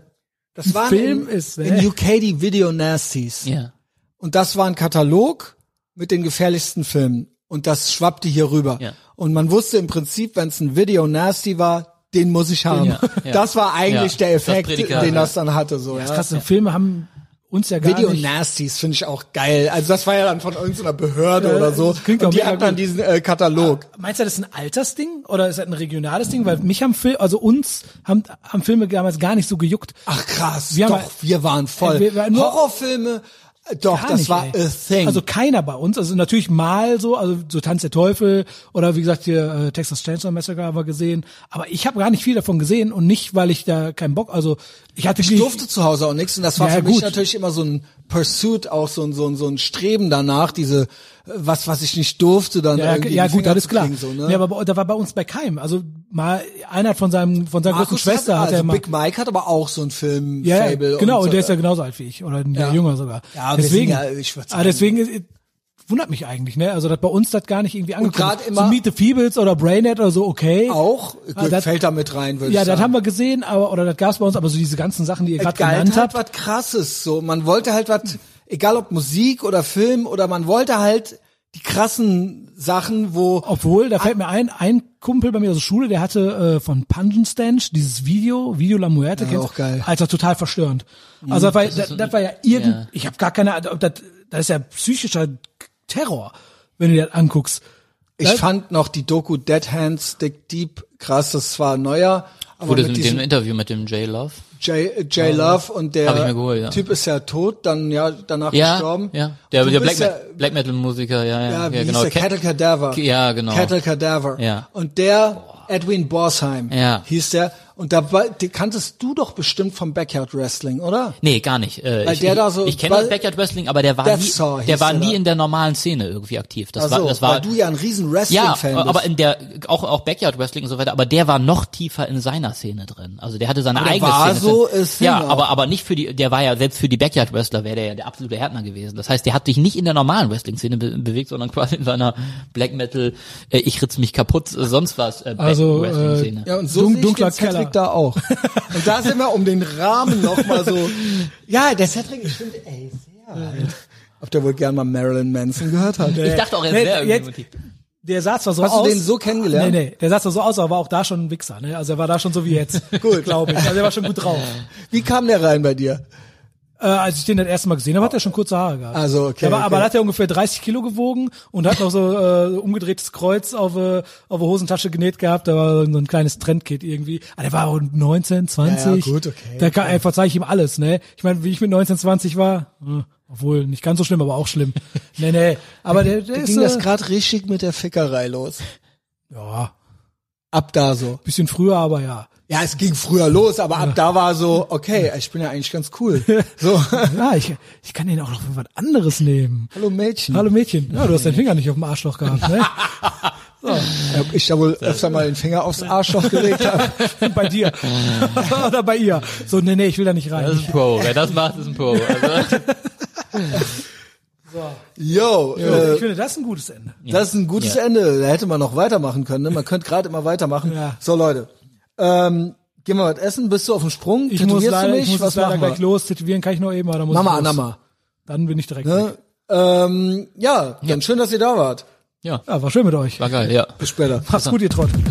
S1: Das waren
S2: Film
S1: in,
S2: ist, ne?
S1: in UK die Video Nasties.
S3: Ja.
S1: Und das war ein Katalog mit den gefährlichsten Filmen. Und das schwappte hier rüber.
S3: Ja.
S1: Und man wusste im Prinzip, wenn es ein Video nasty war, den muss ich haben.
S3: Ja, ja.
S1: Das war eigentlich
S3: Ja,
S1: der
S3: das
S1: Effekt,
S3: Prädikat,
S1: den
S3: ja.
S1: das dann hatte. So, ja,
S2: Das krasse Filme haben uns ja gar
S1: Video
S2: nicht.
S1: Nasties finde ich auch geil. Also das war ja dann von irgendeiner Behörde
S2: Ja,
S1: oder so.
S2: das klingt
S1: und
S2: auch
S1: die
S2: mega
S1: hatten dann
S2: gut. Ah.
S1: diesen äh, Katalog.
S2: Meinst du, das ist ein Altersding oder ist das ein regionales Ding? Weil mich haben Filme, also uns haben, haben Filme damals gar nicht so gejuckt.
S1: Ach krass,
S2: Wir haben-
S1: doch, wir waren voll.
S2: Äh, wir waren nur-
S1: Horrorfilme, äh, doch,
S2: Gar
S1: das
S2: nicht,
S1: war
S2: ey.
S1: a thing.
S2: Also keiner bei uns. Also natürlich mal so, also so Tanz der Teufel oder wie gesagt hier äh, Texas Chainsaw Massacre haben wir gesehen. Aber ich habe gar nicht viel davon gesehen und nicht, weil ich da keinen Bock, also ich hatte
S1: ich durfte zu Hause auch nichts und das war
S2: Ja,
S1: für mich
S2: gut.
S1: natürlich immer so ein Pursuit, auch so ein, so ein, so ein Streben danach, diese, äh, was, was ich nicht durfte, dann
S2: ja,
S1: irgendwie in
S2: ja
S1: die
S2: gut,
S1: Finger
S2: das ist
S1: zu
S2: klar.
S1: kriegen, so, ne?
S2: Nee, aber bei- da war bei uns bei keinem. Also mal einer von seinem von seiner großen
S1: Markus
S2: Schwester
S1: hat,
S2: hat,
S1: also
S2: er mal
S1: Big Mike hat aber auch so einen Film,
S2: Ja,
S1: Fable
S2: genau, und,
S1: und
S2: der ist ja genauso alt wie ich oder ein Jahr jünger sogar.
S1: Ja, aber wir
S2: deswegen,
S1: sind ja, ich würd
S2: aber deswegen ist, wundert mich eigentlich, ne? Also dass bei uns das gar nicht irgendwie angekommen
S1: grad
S2: ist.
S1: immer-
S2: so Meet the Feebles oder Brainhead oder so, okay.
S1: auch,
S2: Ah, das-
S1: fällt da mit rein, würde
S2: ja,
S1: ich sagen.
S2: das haben wir gesehen, aber oder das gab's bei uns, aber so diese ganzen Sachen, die ihr
S1: Es
S2: gerade
S1: galt
S2: genannt
S1: halt
S2: habt.
S1: was krasses so. Man wollte halt was, egal ob Musik oder Film oder man wollte halt die krassen Sachen, wo
S2: Obwohl, da fällt mir ein, ein Kumpel bei mir aus der Schule, der hatte äh, von Pungenstench dieses Video, Video La Muerte,
S1: Ja,
S2: kennst
S1: auch geil. Mhm.
S2: Alter, total verstörend. Also das war, das, das war ja irgend,
S3: ja.
S2: ich habe gar keine Ahnung, ob das, das ist ja psychischer Terror, wenn du dir das anguckst. Ne?
S1: ich fand noch die Doku Dead Hands Stick Deep krass, das war neuer, aber
S3: Wurde
S1: mit
S3: mit dem
S1: diesem
S3: Interview mit dem J Love.
S1: J, J äh, Love und der
S3: Hab ich mir geholt, ja.
S1: Typ ist ja tot, dann ja danach
S3: Ja,
S1: gestorben.
S3: ja. Der,
S1: Du
S3: der Black,
S1: bist
S3: Metal, Black Metal Musiker, ja, ja,
S1: ja, wie
S3: genau.
S1: hieß der? Cattle Cadaver.
S3: Ja, genau.
S1: Cattle Cadaver.
S3: Ja.
S1: Und der Edwin Borsheim
S3: Ja.
S1: hieß der. Und da war, die kanntest du doch bestimmt vom Backyard Wrestling, oder?
S3: Nee, gar nicht. Äh,
S1: Weil
S3: ich
S1: der
S3: ich,
S1: da so-
S3: ich kenne
S1: weil-
S3: das Backyard Wrestling, aber der war
S1: Death
S3: nie,
S1: Saw hieß
S3: der war
S1: der
S3: nie
S1: da.
S3: in der normalen Szene irgendwie aktiv. Das
S1: Also,
S3: war, das war,
S1: weil du ja ein riesen
S3: ja,
S1: Wrestling-Fan bist.
S3: aber in der, auch, auch Backyard Wrestling und so weiter, aber der war noch tiefer in seiner Szene drin. Also der hatte seine
S1: Aber der
S3: eigene
S1: war
S3: Szene.
S1: so,
S3: drin.
S1: äh, Szene
S3: ja,
S1: auch.
S3: aber, aber nicht für die, der war ja, selbst für die Backyard Wrestler wäre der ja der absolute Härtner gewesen. Das heißt, der hat dich nicht in der normalen Wrestling-Szene be bewegt, sondern quasi in seiner Black Metal, äh, ich ritz mich kaputt, äh, sonst was, äh, Back-
S2: Also, äh,
S3: Wrestling-Szene.
S1: ja, und so
S2: Dun-
S1: sehe ich
S2: dunkler
S1: den Cedric
S2: Keller.
S1: da auch. Und da sind wir um den Rahmen nochmal so. Ja, der Cedric, ich finde, ey, sehr alt. Ob der wohl gern mal Marilyn Manson gehört hat.
S3: ich dachte auch, er
S2: Nee,
S3: wäre
S2: jetzt-
S3: irgendwie.
S2: Der sah zwar so
S1: Hast du
S2: aus.
S1: den so kennengelernt?
S2: Nee, nee, der sah zwar so aus, aber war auch da schon ein Wichser, ne? Also er war da schon so wie jetzt. gut, glaube ich. Also er war schon gut drauf.
S1: Wie kam der rein bei dir?
S2: Äh, als ich den das erste Mal gesehen habe, hat er schon kurze Haare gehabt.
S1: Also, okay,
S2: Der war, Aber
S1: okay.
S2: da hat er ungefähr 30 Kilo gewogen und hat noch so äh, umgedrehtes Kreuz auf, äh, auf der Hosentasche genäht gehabt. Da war so ein kleines Trendkit irgendwie. Ah, der war auch 19, 20.
S1: Ja, ja, gut, okay.
S2: Da kann, ey, verzeih ich ihm alles, ne? Ich meine, wie ich mit 19, 20 war, äh, obwohl nicht ganz so schlimm, aber auch schlimm. nee, nee. Aber der, der
S1: Da
S2: ist.
S1: ging das
S2: Äh,
S1: gerade richtig mit der Fickerei los.
S2: ja,
S1: Ab da so.
S2: bisschen früher, aber ja.
S1: Ja, es ging früher los, aber ab da war so, okay, ich bin ja eigentlich ganz cool. So,
S2: Ja, ich, ich kann den auch noch für was anderes nehmen.
S1: hallo Mädchen.
S2: Hallo Mädchen. Ja, du hast deinen Finger nicht auf dem Arschloch gehabt, ne?
S1: Ob ich da wohl öfter mal den Finger aufs Arschloch gelegt habe.
S2: bei dir. Oder bei ihr. So, nee, nee, ich will da nicht
S3: Das
S2: rein.
S3: ist ein Pro, wer das macht, ist ein Pro. Also,
S1: Yo,
S2: Ich
S1: äh,
S2: finde das ist ein gutes Ende.
S1: das ist ein gutes
S3: Ja.
S1: Ende. Da hätte man noch weitermachen können. Ne? Man könnte gerade immer weitermachen.
S2: Ja.
S1: So, Leute. Ähm, gehen wir was essen? Bist du auf dem Sprung?
S2: Ich
S1: Tätowierst
S2: muss leider,
S1: du mich?
S2: ich muss
S1: was
S2: jetzt leider
S1: machen
S2: gleich
S1: wir?
S2: los. Tätowieren kann ich noch eben, aber dann muss
S1: Mama
S2: ich los.
S1: Anama.
S2: Dann bin ich direkt
S1: Ne?
S2: weg.
S1: Ähm, ja, dann schön, dass ihr da wart.
S3: Ja,
S2: Ja, Ah, war schön mit euch.
S3: war geil, ja.
S1: Bis später.
S2: Macht's gut, ihr Trottel.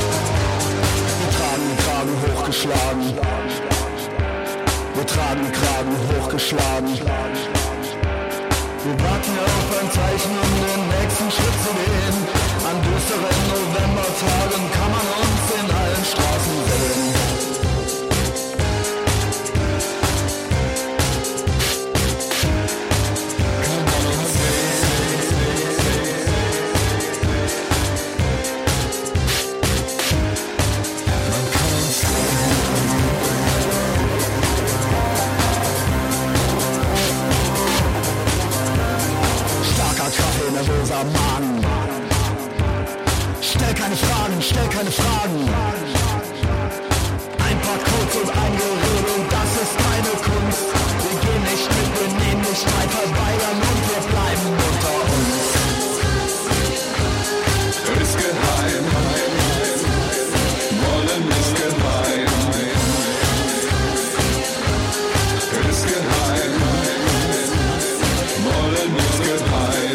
S6: Wir tragen Kragen hochgeschlagen. Wir tragen Kragen hochgeschlagen. Wir warten auf ein Zeichen, um den nächsten Schritt zu gehen. An düsteren Novembertagen kann man uns in allen Straßen sehen. Kann man uns Starker Kaffee, nervöser Magen. Stell keine Fragen, stell keine Fragen. Ein paar Codes und ein Gerede, das ist keine Kunst. Wir gehen nicht mit, wir nehmen nicht weiter weigern und wir bleiben unter uns.
S7: Ist geheim, wollen ist geheim. Ist geheim, wollen ist geheim.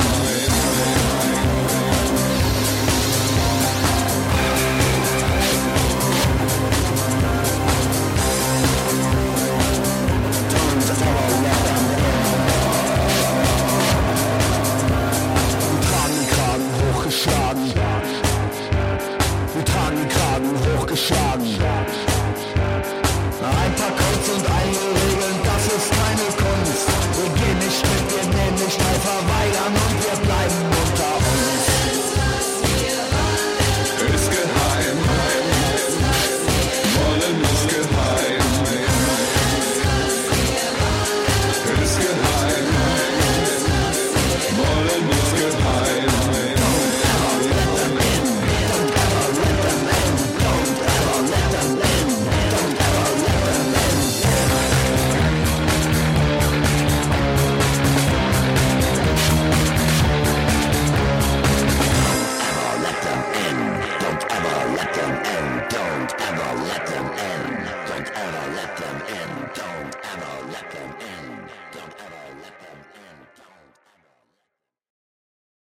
S6: Wir tragen Kragen hochgeschlagen. Wir tragen Kragen hochgeschlagen. Ein paar Codes und einige Regeln, das ist keine Kunst. Wir gehen nicht mit, wir nehmen nicht teil, verweigern und wir bleiben unter uns.
S7: Ist geheim, wollen ist geheim. Ist geheim, wollen ist geheim.
S6: Don't ever let them in. Don't ever let them in. Don't ever.